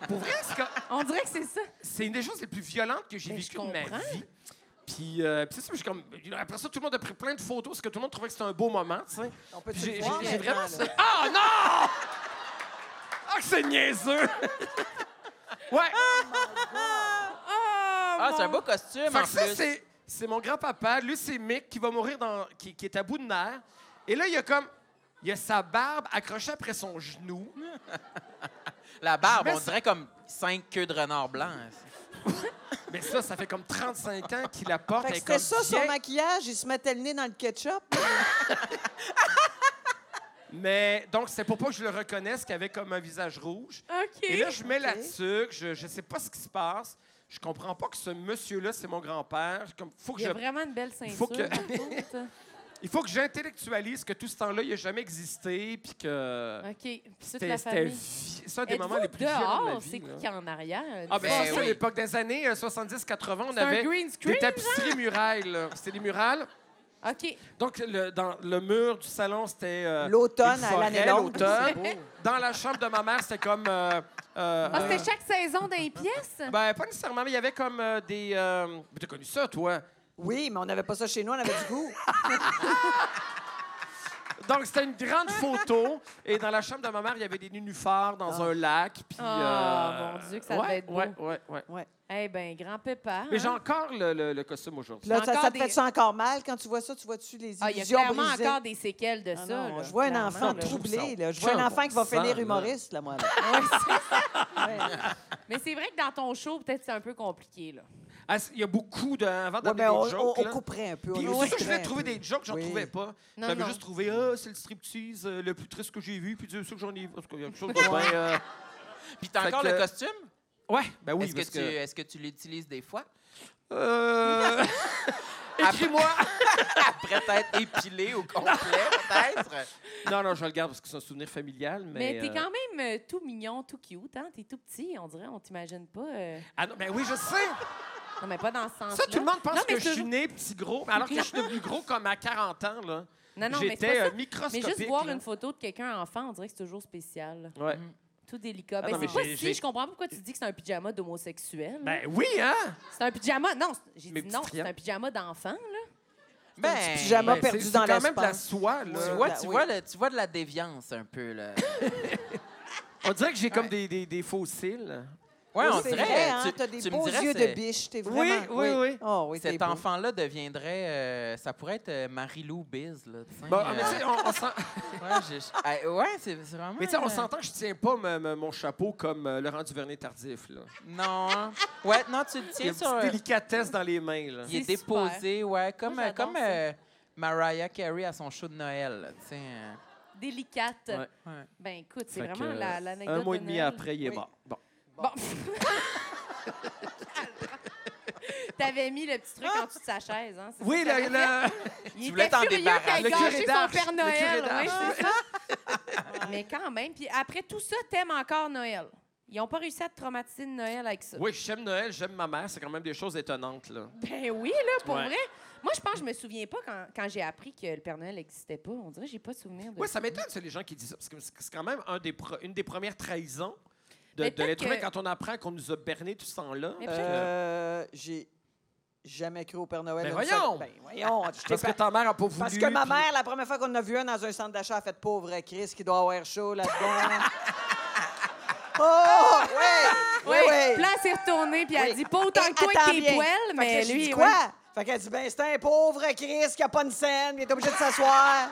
[SPEAKER 8] Pour vrai, c'est comme-
[SPEAKER 5] On dirait que c'est ça.
[SPEAKER 8] c'est une des choses les plus violentes que j'ai
[SPEAKER 5] Ben,
[SPEAKER 8] vécues
[SPEAKER 5] je
[SPEAKER 8] de ma
[SPEAKER 5] comprends.
[SPEAKER 8] vie. Puis, euh, puis c'est ça, je suis comme. Après ça, tout le monde a pris plein de photos parce que tout le monde trouvait que c'était un beau moment, tu sais.
[SPEAKER 7] On peut
[SPEAKER 8] Puis
[SPEAKER 7] se
[SPEAKER 8] J'ai
[SPEAKER 7] voir
[SPEAKER 8] j'ai- j'ai
[SPEAKER 7] maintenant,
[SPEAKER 8] vraiment.
[SPEAKER 7] là.
[SPEAKER 8] ce- Ah non! Ah, que c'est niaiseux! ouais!
[SPEAKER 2] Ah, c'est un beau costume,
[SPEAKER 8] Fait
[SPEAKER 2] en
[SPEAKER 8] que ça,
[SPEAKER 2] plus.
[SPEAKER 8] c'est, c'est mon grand-papa, lui, c'est Mick, qui va mourir dans. Qui, qui est à bout de nerfs. Et là, il y a comme. Il y a sa barbe accrochée après son genou.
[SPEAKER 2] La barbe,
[SPEAKER 8] Je mets
[SPEAKER 2] on
[SPEAKER 8] ça-
[SPEAKER 2] dirait comme cinq queues de renard blanc.
[SPEAKER 8] Mais ça, ça fait comme 35 ans qu'il la porte.
[SPEAKER 7] Fait que
[SPEAKER 8] elle est
[SPEAKER 7] c'était
[SPEAKER 8] comme
[SPEAKER 7] ça, son
[SPEAKER 8] vieille.
[SPEAKER 7] maquillage. Il se mettait le nez dans le ketchup.
[SPEAKER 8] Mais donc, c'est pour pas que je le reconnaisse qu'il avait comme un visage rouge.
[SPEAKER 5] OK.
[SPEAKER 8] Et là, je mets la tuque, je, je sais pas ce qui se passe. Je comprends pas que ce monsieur-là, c'est mon grand-père. Comme, faut que
[SPEAKER 5] Il y a
[SPEAKER 8] je-
[SPEAKER 5] vraiment une belle ceinture.
[SPEAKER 8] faut que-
[SPEAKER 5] par contre.
[SPEAKER 8] il faut que j'intellectualise que tout ce temps-là, il a jamais existé, puis que
[SPEAKER 5] OK. Toute
[SPEAKER 8] c'était
[SPEAKER 5] la
[SPEAKER 8] c'était
[SPEAKER 5] famille.
[SPEAKER 8] vi- c'est un des moments
[SPEAKER 5] Êtes-vous
[SPEAKER 8] les plus violents de ma
[SPEAKER 5] dehors?
[SPEAKER 8] vie.
[SPEAKER 5] C'est
[SPEAKER 8] là.
[SPEAKER 5] qui qui est en arrière?
[SPEAKER 8] Ah ben,
[SPEAKER 2] Ben
[SPEAKER 8] c'est ça,
[SPEAKER 2] oui.
[SPEAKER 8] à l'époque des années euh, 70-80, on
[SPEAKER 5] C'est un
[SPEAKER 8] avait
[SPEAKER 5] green
[SPEAKER 8] des
[SPEAKER 5] screen? hein?
[SPEAKER 8] tapisseries murales. là. C'était des murales.
[SPEAKER 5] OK.
[SPEAKER 8] Donc, le, dans le mur du salon, c'était. euh,
[SPEAKER 7] L'automne
[SPEAKER 8] une
[SPEAKER 7] à
[SPEAKER 8] forêt,
[SPEAKER 7] l'année longue.
[SPEAKER 8] l'automne. Dans la chambre de ma mère, c'était comme. euh, euh,
[SPEAKER 5] Ah, c'était chaque saison d'un pièce?
[SPEAKER 8] ben, pas nécessairement, mais il y avait comme euh, des. euh, mais T'as connu ça, toi?
[SPEAKER 7] Oui, mais on n'avait pas ça chez nous, on avait du goût.
[SPEAKER 8] Donc, c'était une grande photo. Et dans la chambre de ma mère, il y avait des nénuphars dans un lac. Puis, euh,
[SPEAKER 5] Ah, mon Dieu, que ça
[SPEAKER 8] ouais,
[SPEAKER 5] devait être beau.
[SPEAKER 8] Ouais, ouais, ouais.
[SPEAKER 5] Eh ben, grand-pépère.
[SPEAKER 8] Mais
[SPEAKER 5] hein?
[SPEAKER 8] j'ai encore le, le- le costume aujourd'hui.
[SPEAKER 7] Là,
[SPEAKER 5] Encore
[SPEAKER 7] ça, ça te
[SPEAKER 5] des-
[SPEAKER 7] fait ça encore mal quand tu vois ça, tu vois-tu les illusions
[SPEAKER 5] Ah, il y a clairement
[SPEAKER 7] brisées?
[SPEAKER 5] encore des séquelles de
[SPEAKER 7] Ah
[SPEAKER 5] ça.
[SPEAKER 7] non,
[SPEAKER 5] là.
[SPEAKER 7] je vois un
[SPEAKER 5] Clairement,
[SPEAKER 7] enfant
[SPEAKER 5] là.
[SPEAKER 7] troublé. Là. Je vois un enfant qui va finir humoriste, là, moi. là.
[SPEAKER 5] Ouais, c'est-
[SPEAKER 7] Ouais.
[SPEAKER 5] Mais c'est vrai que dans ton show, peut-être que c'est un peu compliqué. Là.
[SPEAKER 8] Ah, c'est- Il y a beaucoup de. Avant
[SPEAKER 7] Ouais,
[SPEAKER 8] d'amener
[SPEAKER 7] ben,
[SPEAKER 8] des
[SPEAKER 7] on,
[SPEAKER 8] jokes.
[SPEAKER 7] on- on
[SPEAKER 8] là.
[SPEAKER 7] couperait un peu.
[SPEAKER 8] Puis
[SPEAKER 7] on
[SPEAKER 8] c'est ça, je
[SPEAKER 7] illustrerait
[SPEAKER 8] voulais
[SPEAKER 7] un
[SPEAKER 8] trouver
[SPEAKER 7] peu.
[SPEAKER 8] des jokes, j'en
[SPEAKER 7] Oui.
[SPEAKER 8] trouvais pas.
[SPEAKER 5] Non,
[SPEAKER 8] J'avais
[SPEAKER 5] non.
[SPEAKER 8] juste trouvé, ah, c'est le striptease euh, le plus triste que j'ai vu, puis Dieu sûr que j'en ai. Parce qu'il y a quelque chose de bien. euh,
[SPEAKER 2] Puis t'as
[SPEAKER 8] Fait
[SPEAKER 2] encore le
[SPEAKER 8] que-
[SPEAKER 2] costume?
[SPEAKER 8] Ouais, ben oui,
[SPEAKER 2] est-ce, que
[SPEAKER 8] parce
[SPEAKER 2] tu, est-ce que tu l'utilises des fois?
[SPEAKER 8] Euh... Écris-moi!
[SPEAKER 2] Après t'être épilé au complet, peut-être?
[SPEAKER 8] non, non, je le garde parce que c'est un souvenir familial, mais...
[SPEAKER 5] Mais, t'es
[SPEAKER 8] euh,
[SPEAKER 5] quand même euh, tout mignon, tout cute. Hein? T'es tout petit, on dirait, on t'imagine pas. euh,
[SPEAKER 8] Ah non, ben oui, je sais!
[SPEAKER 5] Non, mais pas dans ce sens-là.
[SPEAKER 8] Ça, tout le monde pense
[SPEAKER 5] Non, mais
[SPEAKER 8] que je
[SPEAKER 5] c'est-
[SPEAKER 8] suis né petit gros, mais alors que je suis devenu gros comme à 40 ans, là.
[SPEAKER 5] Non, non, mais c'est
[SPEAKER 8] J'étais
[SPEAKER 5] pas
[SPEAKER 8] euh,
[SPEAKER 5] ça. Mais
[SPEAKER 8] microscopique.
[SPEAKER 5] juste voir
[SPEAKER 8] là.
[SPEAKER 5] une Mm-hmm. photo de quelqu'un enfant, on dirait que c'est toujours spécial. là.
[SPEAKER 8] Ouais.
[SPEAKER 5] Tout délicat.
[SPEAKER 8] Ah non,
[SPEAKER 5] Ben,
[SPEAKER 8] mais
[SPEAKER 5] c'est pas
[SPEAKER 8] j'ai-
[SPEAKER 5] si,
[SPEAKER 8] j'ai-
[SPEAKER 5] je comprends pas pourquoi tu dis que c'est un pyjama d'homosexuel. là.
[SPEAKER 8] Ben oui, hein?
[SPEAKER 5] C'est un pyjama, non, c'est- j'ai
[SPEAKER 8] Mes
[SPEAKER 5] dit non,
[SPEAKER 8] petites
[SPEAKER 5] c'est un
[SPEAKER 8] friandes.
[SPEAKER 5] pyjama d'enfant, là.
[SPEAKER 2] Ben,
[SPEAKER 7] petit pyjama. M'a
[SPEAKER 8] Ben,
[SPEAKER 7] perdu
[SPEAKER 8] c'est-
[SPEAKER 7] dans
[SPEAKER 8] C'est quand même de la
[SPEAKER 7] l'espace.
[SPEAKER 8] soie, là.
[SPEAKER 2] Tu
[SPEAKER 7] Ouais.
[SPEAKER 2] vois,
[SPEAKER 7] Ben
[SPEAKER 2] tu,
[SPEAKER 7] oui.
[SPEAKER 2] vois le- tu vois de la déviance un peu, là.
[SPEAKER 8] On dirait que j'ai comme des, des, des faux cils.
[SPEAKER 2] Ouais, on
[SPEAKER 7] C'est
[SPEAKER 2] dirait.
[SPEAKER 7] vrai, hein,
[SPEAKER 2] tu,
[SPEAKER 7] t'as des
[SPEAKER 2] tu me
[SPEAKER 7] beaux
[SPEAKER 2] dirais,
[SPEAKER 7] yeux
[SPEAKER 2] c'est-
[SPEAKER 7] de biche, t'es
[SPEAKER 8] Oui,
[SPEAKER 7] vraiment...
[SPEAKER 8] oui, oui.
[SPEAKER 7] Oh, oui, t'es
[SPEAKER 2] Cet
[SPEAKER 7] beau.
[SPEAKER 2] enfant-là deviendrait. euh, ça pourrait être euh, Marie-Lou Biz, là. tu sais,
[SPEAKER 8] Bon, ah,
[SPEAKER 2] euh,
[SPEAKER 8] mais tu sais, on, on s'en-
[SPEAKER 2] ouais, j'ai- j'ai- ah, ouais, c'est c'est vraiment.
[SPEAKER 8] mais tu sais, on
[SPEAKER 5] Hmm.
[SPEAKER 2] euh,
[SPEAKER 8] s'entend que je tiens pas me- me- mon chapeau comme euh, Laurent Duvernay-Tardif, là.
[SPEAKER 2] Non. hein. Ouais, non, tu le
[SPEAKER 8] Il y
[SPEAKER 2] tiens
[SPEAKER 8] a une
[SPEAKER 2] sur.
[SPEAKER 8] petite
[SPEAKER 2] euh,
[SPEAKER 8] délicatesse dans les mains, là.
[SPEAKER 2] Il est,
[SPEAKER 5] C'est super.
[SPEAKER 2] déposé, ouais, comme,
[SPEAKER 5] Moi,
[SPEAKER 2] euh,
[SPEAKER 5] j'adore
[SPEAKER 2] comme
[SPEAKER 5] ça.
[SPEAKER 2] euh, Mariah Carey à son show de Noël, là, tu sais. euh,
[SPEAKER 5] Délicate.
[SPEAKER 8] Ouais.
[SPEAKER 2] ouais.
[SPEAKER 5] Ben écoute, c'est
[SPEAKER 8] Fait
[SPEAKER 5] vraiment
[SPEAKER 8] que, euh,
[SPEAKER 5] la- l'anecdote.
[SPEAKER 8] Un mois et
[SPEAKER 5] de
[SPEAKER 8] demi
[SPEAKER 5] Noël.
[SPEAKER 8] après, il est
[SPEAKER 7] Oui.
[SPEAKER 8] mort. Bon.
[SPEAKER 5] Bon. T'avais mis le petit truc en dessous de sa chaise, hein? c'est
[SPEAKER 8] Oui,
[SPEAKER 5] ça que
[SPEAKER 8] le,
[SPEAKER 5] t'avais fait?
[SPEAKER 8] le-
[SPEAKER 5] Il
[SPEAKER 2] voulais
[SPEAKER 5] était
[SPEAKER 2] t'en
[SPEAKER 5] furieux
[SPEAKER 2] débarrasser.
[SPEAKER 5] qu'elle
[SPEAKER 8] Le curé
[SPEAKER 5] gâché son
[SPEAKER 8] d'Arche.
[SPEAKER 5] Père
[SPEAKER 8] Le Ah,
[SPEAKER 5] Noël.
[SPEAKER 8] curé
[SPEAKER 5] Oui, c'est ça. Mais quand même. Puis après tout ça, t'aimes encore Noël. Ils n'ont pas réussi à te traumatiser de Noël avec ça.
[SPEAKER 8] Oui, j'aime Noël, j'aime ma mère, c'est quand même des choses étonnantes. Là.
[SPEAKER 5] Ben oui, là, pour
[SPEAKER 8] Ouais.
[SPEAKER 5] vrai. Moi, je pense que je me souviens pas quand, quand j'ai appris que le Père Noël n'existait pas. On dirait que j'ai pas de souvenir de
[SPEAKER 8] Oui, ça m'étonne, c'est les gens qui disent ça, parce que c'est quand même un des pre- une des premières trahisons de,
[SPEAKER 5] Mais
[SPEAKER 8] de
[SPEAKER 5] peut-être
[SPEAKER 8] l'être humain
[SPEAKER 5] que-
[SPEAKER 8] quand on apprend qu'on nous a berné tout ce temps-là.
[SPEAKER 5] Mais
[SPEAKER 8] Euh,
[SPEAKER 7] Euh, J'ai jamais cru au Père Noël.
[SPEAKER 8] Ben
[SPEAKER 7] une
[SPEAKER 8] voyons!
[SPEAKER 7] seule- Ben voyons! je t'ai
[SPEAKER 8] parce que
[SPEAKER 7] pas-
[SPEAKER 8] ta mère a pas voulu.
[SPEAKER 7] Parce que ma
[SPEAKER 8] puis-
[SPEAKER 7] mère, la première fois qu'on a vu un dans un centre d'achat, a fait pauvre Chris qui doit avoir chaud là-dedans. oh! Oui! Oui,
[SPEAKER 5] Ouais,
[SPEAKER 7] oui!
[SPEAKER 5] Puis là, elle s'est retournée, puis elle
[SPEAKER 7] Oui. Eh,
[SPEAKER 5] dit pas autant que toi
[SPEAKER 7] Attends
[SPEAKER 5] avec
[SPEAKER 7] bien.
[SPEAKER 5] tes poils,
[SPEAKER 7] Fait que là,
[SPEAKER 5] mais
[SPEAKER 7] j'ai
[SPEAKER 5] lui.
[SPEAKER 7] dit
[SPEAKER 5] ouais.
[SPEAKER 7] quoi? Fait qu'elle dit, ben, c'est un pauvre Chris qui a pas une scène, il est obligé de s'asseoir.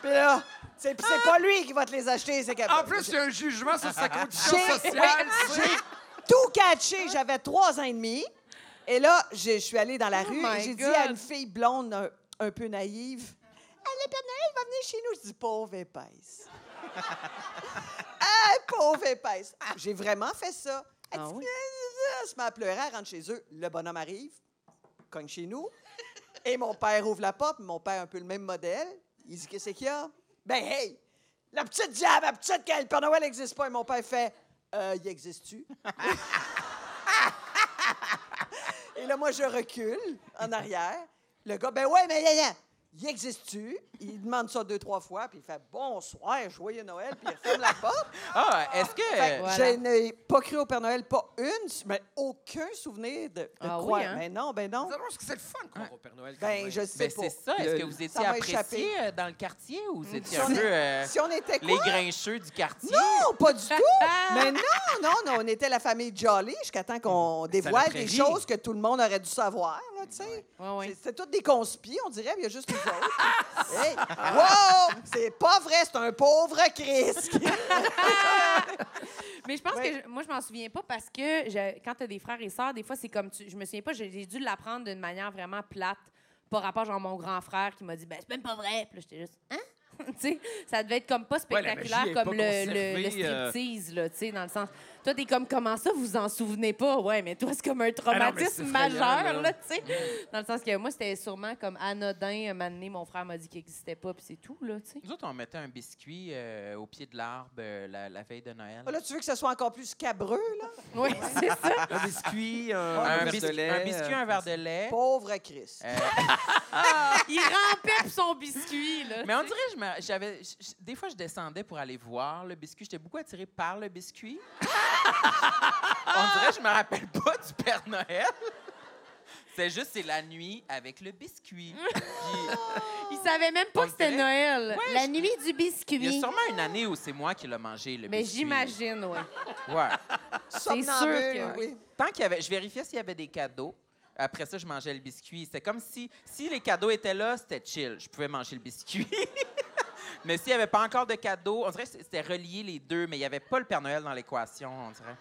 [SPEAKER 7] Puis là, c'est puis c'est pas lui qui va te les acheter, c'est capable.
[SPEAKER 8] En plus, il y a un jugement sur sa condition
[SPEAKER 7] J'ai-
[SPEAKER 8] sociale.
[SPEAKER 7] j'ai tout catché. J'avais trois ans et demi. Et là, je je suis allée dans la rue et
[SPEAKER 5] Oh my
[SPEAKER 7] j'ai dit
[SPEAKER 5] God.
[SPEAKER 7] à une fille blonde un, un peu naïve Allez, Père Noël va venir chez nous. Je dis Pauvre épaisse. ah, pauvre épaisse. Ah, J'ai vraiment fait ça. Elle
[SPEAKER 5] Ah
[SPEAKER 7] dit,
[SPEAKER 5] oui?
[SPEAKER 7] Elle se met à pleurer, elle rentre chez eux. Le bonhomme arrive, cogne chez nous. Et mon père ouvre la porte. Mon père, un peu le même modèle. Il dit Qu'est-ce qu'il y a Ben, hey, la petite diable, la petite, que le Père Noël n'existe pas. Et mon père fait Euh, Il existe-tu Et là, moi, je recule en arrière. Le gars, ben ouais, mais y'a, y'a. Il existe-tu? Il demande ça deux, trois fois, puis il fait bonsoir, joyeux Noël, puis il ferme la porte.
[SPEAKER 2] Ah, est-ce que.
[SPEAKER 7] Fait que
[SPEAKER 5] Voilà.
[SPEAKER 7] Je n'ai pas cru au Père Noël, pas une, mais aucun souvenir de, de
[SPEAKER 5] Ah oui,
[SPEAKER 7] croire.
[SPEAKER 5] hein?
[SPEAKER 7] Mais non, ben non.
[SPEAKER 8] Nous allons voir ce que c'est le fun, quoi, au Père Noël. quand
[SPEAKER 7] Ben,
[SPEAKER 8] même.
[SPEAKER 7] je sais
[SPEAKER 2] Ben,
[SPEAKER 7] pas.
[SPEAKER 2] c'est ça. Est-ce
[SPEAKER 8] Le-
[SPEAKER 2] que vous étiez
[SPEAKER 7] ça m'a échappé. Mm.
[SPEAKER 2] appréciés euh, dans le quartier ou vous étiez
[SPEAKER 7] Si
[SPEAKER 2] un
[SPEAKER 7] on est-
[SPEAKER 2] peu euh,
[SPEAKER 7] Si on était
[SPEAKER 2] les
[SPEAKER 7] quoi?
[SPEAKER 2] grincheux du quartier?
[SPEAKER 7] Non, pas du tout. mais non, non, non, on était la famille Jolly jusqu'à temps
[SPEAKER 2] Mm-hmm.
[SPEAKER 7] qu'on dévoile des
[SPEAKER 2] prairie.
[SPEAKER 7] choses que tout le monde aurait dû savoir, là, tu sais.
[SPEAKER 5] Ouais, ouais.
[SPEAKER 7] C'est- C'était toutes des conspires, on dirait, mais il y a juste les autres. hey, wow! C'est pas vrai, c'est un pauvre Chris.
[SPEAKER 5] Mais je pense
[SPEAKER 7] Ouais.
[SPEAKER 5] que je- moi, je m'en souviens pas parce que je- quand t'as des frères et sœurs, des fois, c'est comme tu. Je me souviens pas, j'ai j'ai dû ben, l'apprendre d'une manière vraiment plate. Par rapport, genre, mon grand frère qui m'a dit, ben, c'est même pas vrai. Puis là, j'étais juste, hein? tu sais, ça devait être comme pas
[SPEAKER 8] Ouais, la
[SPEAKER 5] spectaculaire
[SPEAKER 8] magie est
[SPEAKER 5] comme
[SPEAKER 8] pas
[SPEAKER 5] le, le, le
[SPEAKER 8] conservée, euh.
[SPEAKER 5] striptease, là, tu sais, dans le sens. Toi, t'es comme, comment ça, vous en souvenez pas? Ouais, mais toi, c'est comme un
[SPEAKER 8] c'est
[SPEAKER 5] traumatisme
[SPEAKER 8] effrayant, là.
[SPEAKER 5] majeur, là, tu sais. Dans le sens que moi, c'était sûrement comme anodin. Un moment donné, mon frère m'a dit qu'il n'existait pas, puis c'est tout, là, tu sais.
[SPEAKER 2] Nous autres, on mettait un biscuit euh, au pied de l'arbre euh, la, la veille de Noël.
[SPEAKER 7] Ah, Là, tu veux que ce soit encore plus scabreux, là?
[SPEAKER 5] Oui, c'est ça.
[SPEAKER 8] Un biscuit, un,
[SPEAKER 2] un,
[SPEAKER 8] verre
[SPEAKER 2] bis-
[SPEAKER 8] de lait. euh.
[SPEAKER 2] un biscuit, un verre de lait.
[SPEAKER 7] Pauvre Chris.
[SPEAKER 2] Euh,
[SPEAKER 5] Il rampait pour son biscuit, là.
[SPEAKER 2] mais on dirait, je me- j'avais, j- j- des fois, je descendais pour aller voir le biscuit. J'étais beaucoup attirée par le biscuit. on dirait, je me rappelle pas du Père Noël. C'est juste, c'est la nuit avec le biscuit. Puis,
[SPEAKER 5] Il savait même
[SPEAKER 2] On
[SPEAKER 5] pas que c'était
[SPEAKER 2] dirait-
[SPEAKER 5] Noël.
[SPEAKER 2] Ouais,
[SPEAKER 5] La
[SPEAKER 2] je-
[SPEAKER 5] nuit du
[SPEAKER 2] il y a
[SPEAKER 5] biscuit.
[SPEAKER 2] sûrement une année où c'est moi qui l'ai mangé, le
[SPEAKER 5] Mais
[SPEAKER 2] biscuit.
[SPEAKER 5] j'imagine, oui.
[SPEAKER 2] Ouais.
[SPEAKER 7] Somnambule,
[SPEAKER 5] sûr que-
[SPEAKER 7] oui.
[SPEAKER 2] Tant qu'il y avait, je vérifiais s'il y avait des cadeaux. Après ça, je mangeais le biscuit. C'était comme si, si les cadeaux étaient là, c'était chill. Je pouvais manger le biscuit. mais s'il n'y avait pas encore de cadeaux, on dirait que c'était relié les deux, mais il n'y avait pas le Père Noël dans l'équation, on dirait.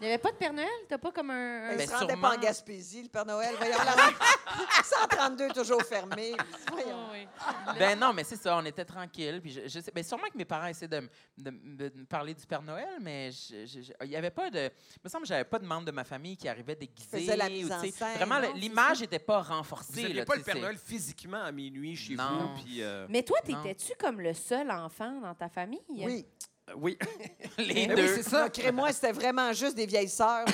[SPEAKER 5] Il n'y avait pas de Père Noël? T'as pas comme un. un-
[SPEAKER 7] Il
[SPEAKER 2] Ben,
[SPEAKER 7] se rendait
[SPEAKER 2] sûrement.
[SPEAKER 7] pas en Gaspésie, le Père Noël. Voyons, là, 132 toujours fermé. Voyons.
[SPEAKER 2] Ben non, mais c'est ça, on était tranquille. Puis je, je sais, ben sûrement que mes parents essayaient de, m- de m- de me parler du Père Noël, mais je- je- je- il n'y avait pas de. Il me semble que j'avais pas de membre de ma famille qui arrivait déguisé.
[SPEAKER 7] Faisait la
[SPEAKER 2] ou,
[SPEAKER 7] mise en
[SPEAKER 2] tu sais,
[SPEAKER 7] scène,
[SPEAKER 2] Vraiment,
[SPEAKER 7] non,
[SPEAKER 2] le- l'image n'était pas renforcée.
[SPEAKER 8] Vous n'aviez
[SPEAKER 2] là,
[SPEAKER 8] pas
[SPEAKER 2] tu sais,
[SPEAKER 8] le Père
[SPEAKER 2] c'est-
[SPEAKER 8] Noël physiquement à minuit chez
[SPEAKER 2] Non.
[SPEAKER 8] vous. Puis, euh,
[SPEAKER 5] Mais toi,
[SPEAKER 2] Non.
[SPEAKER 5] t'étais-tu comme le seul enfant dans ta famille?
[SPEAKER 7] Oui. Ben
[SPEAKER 8] Oui.
[SPEAKER 7] Ah
[SPEAKER 2] Les
[SPEAKER 8] Mais oui,
[SPEAKER 2] deux.
[SPEAKER 8] c'est ça.
[SPEAKER 7] Crée-moi, c'était vraiment juste des vieilles sœurs.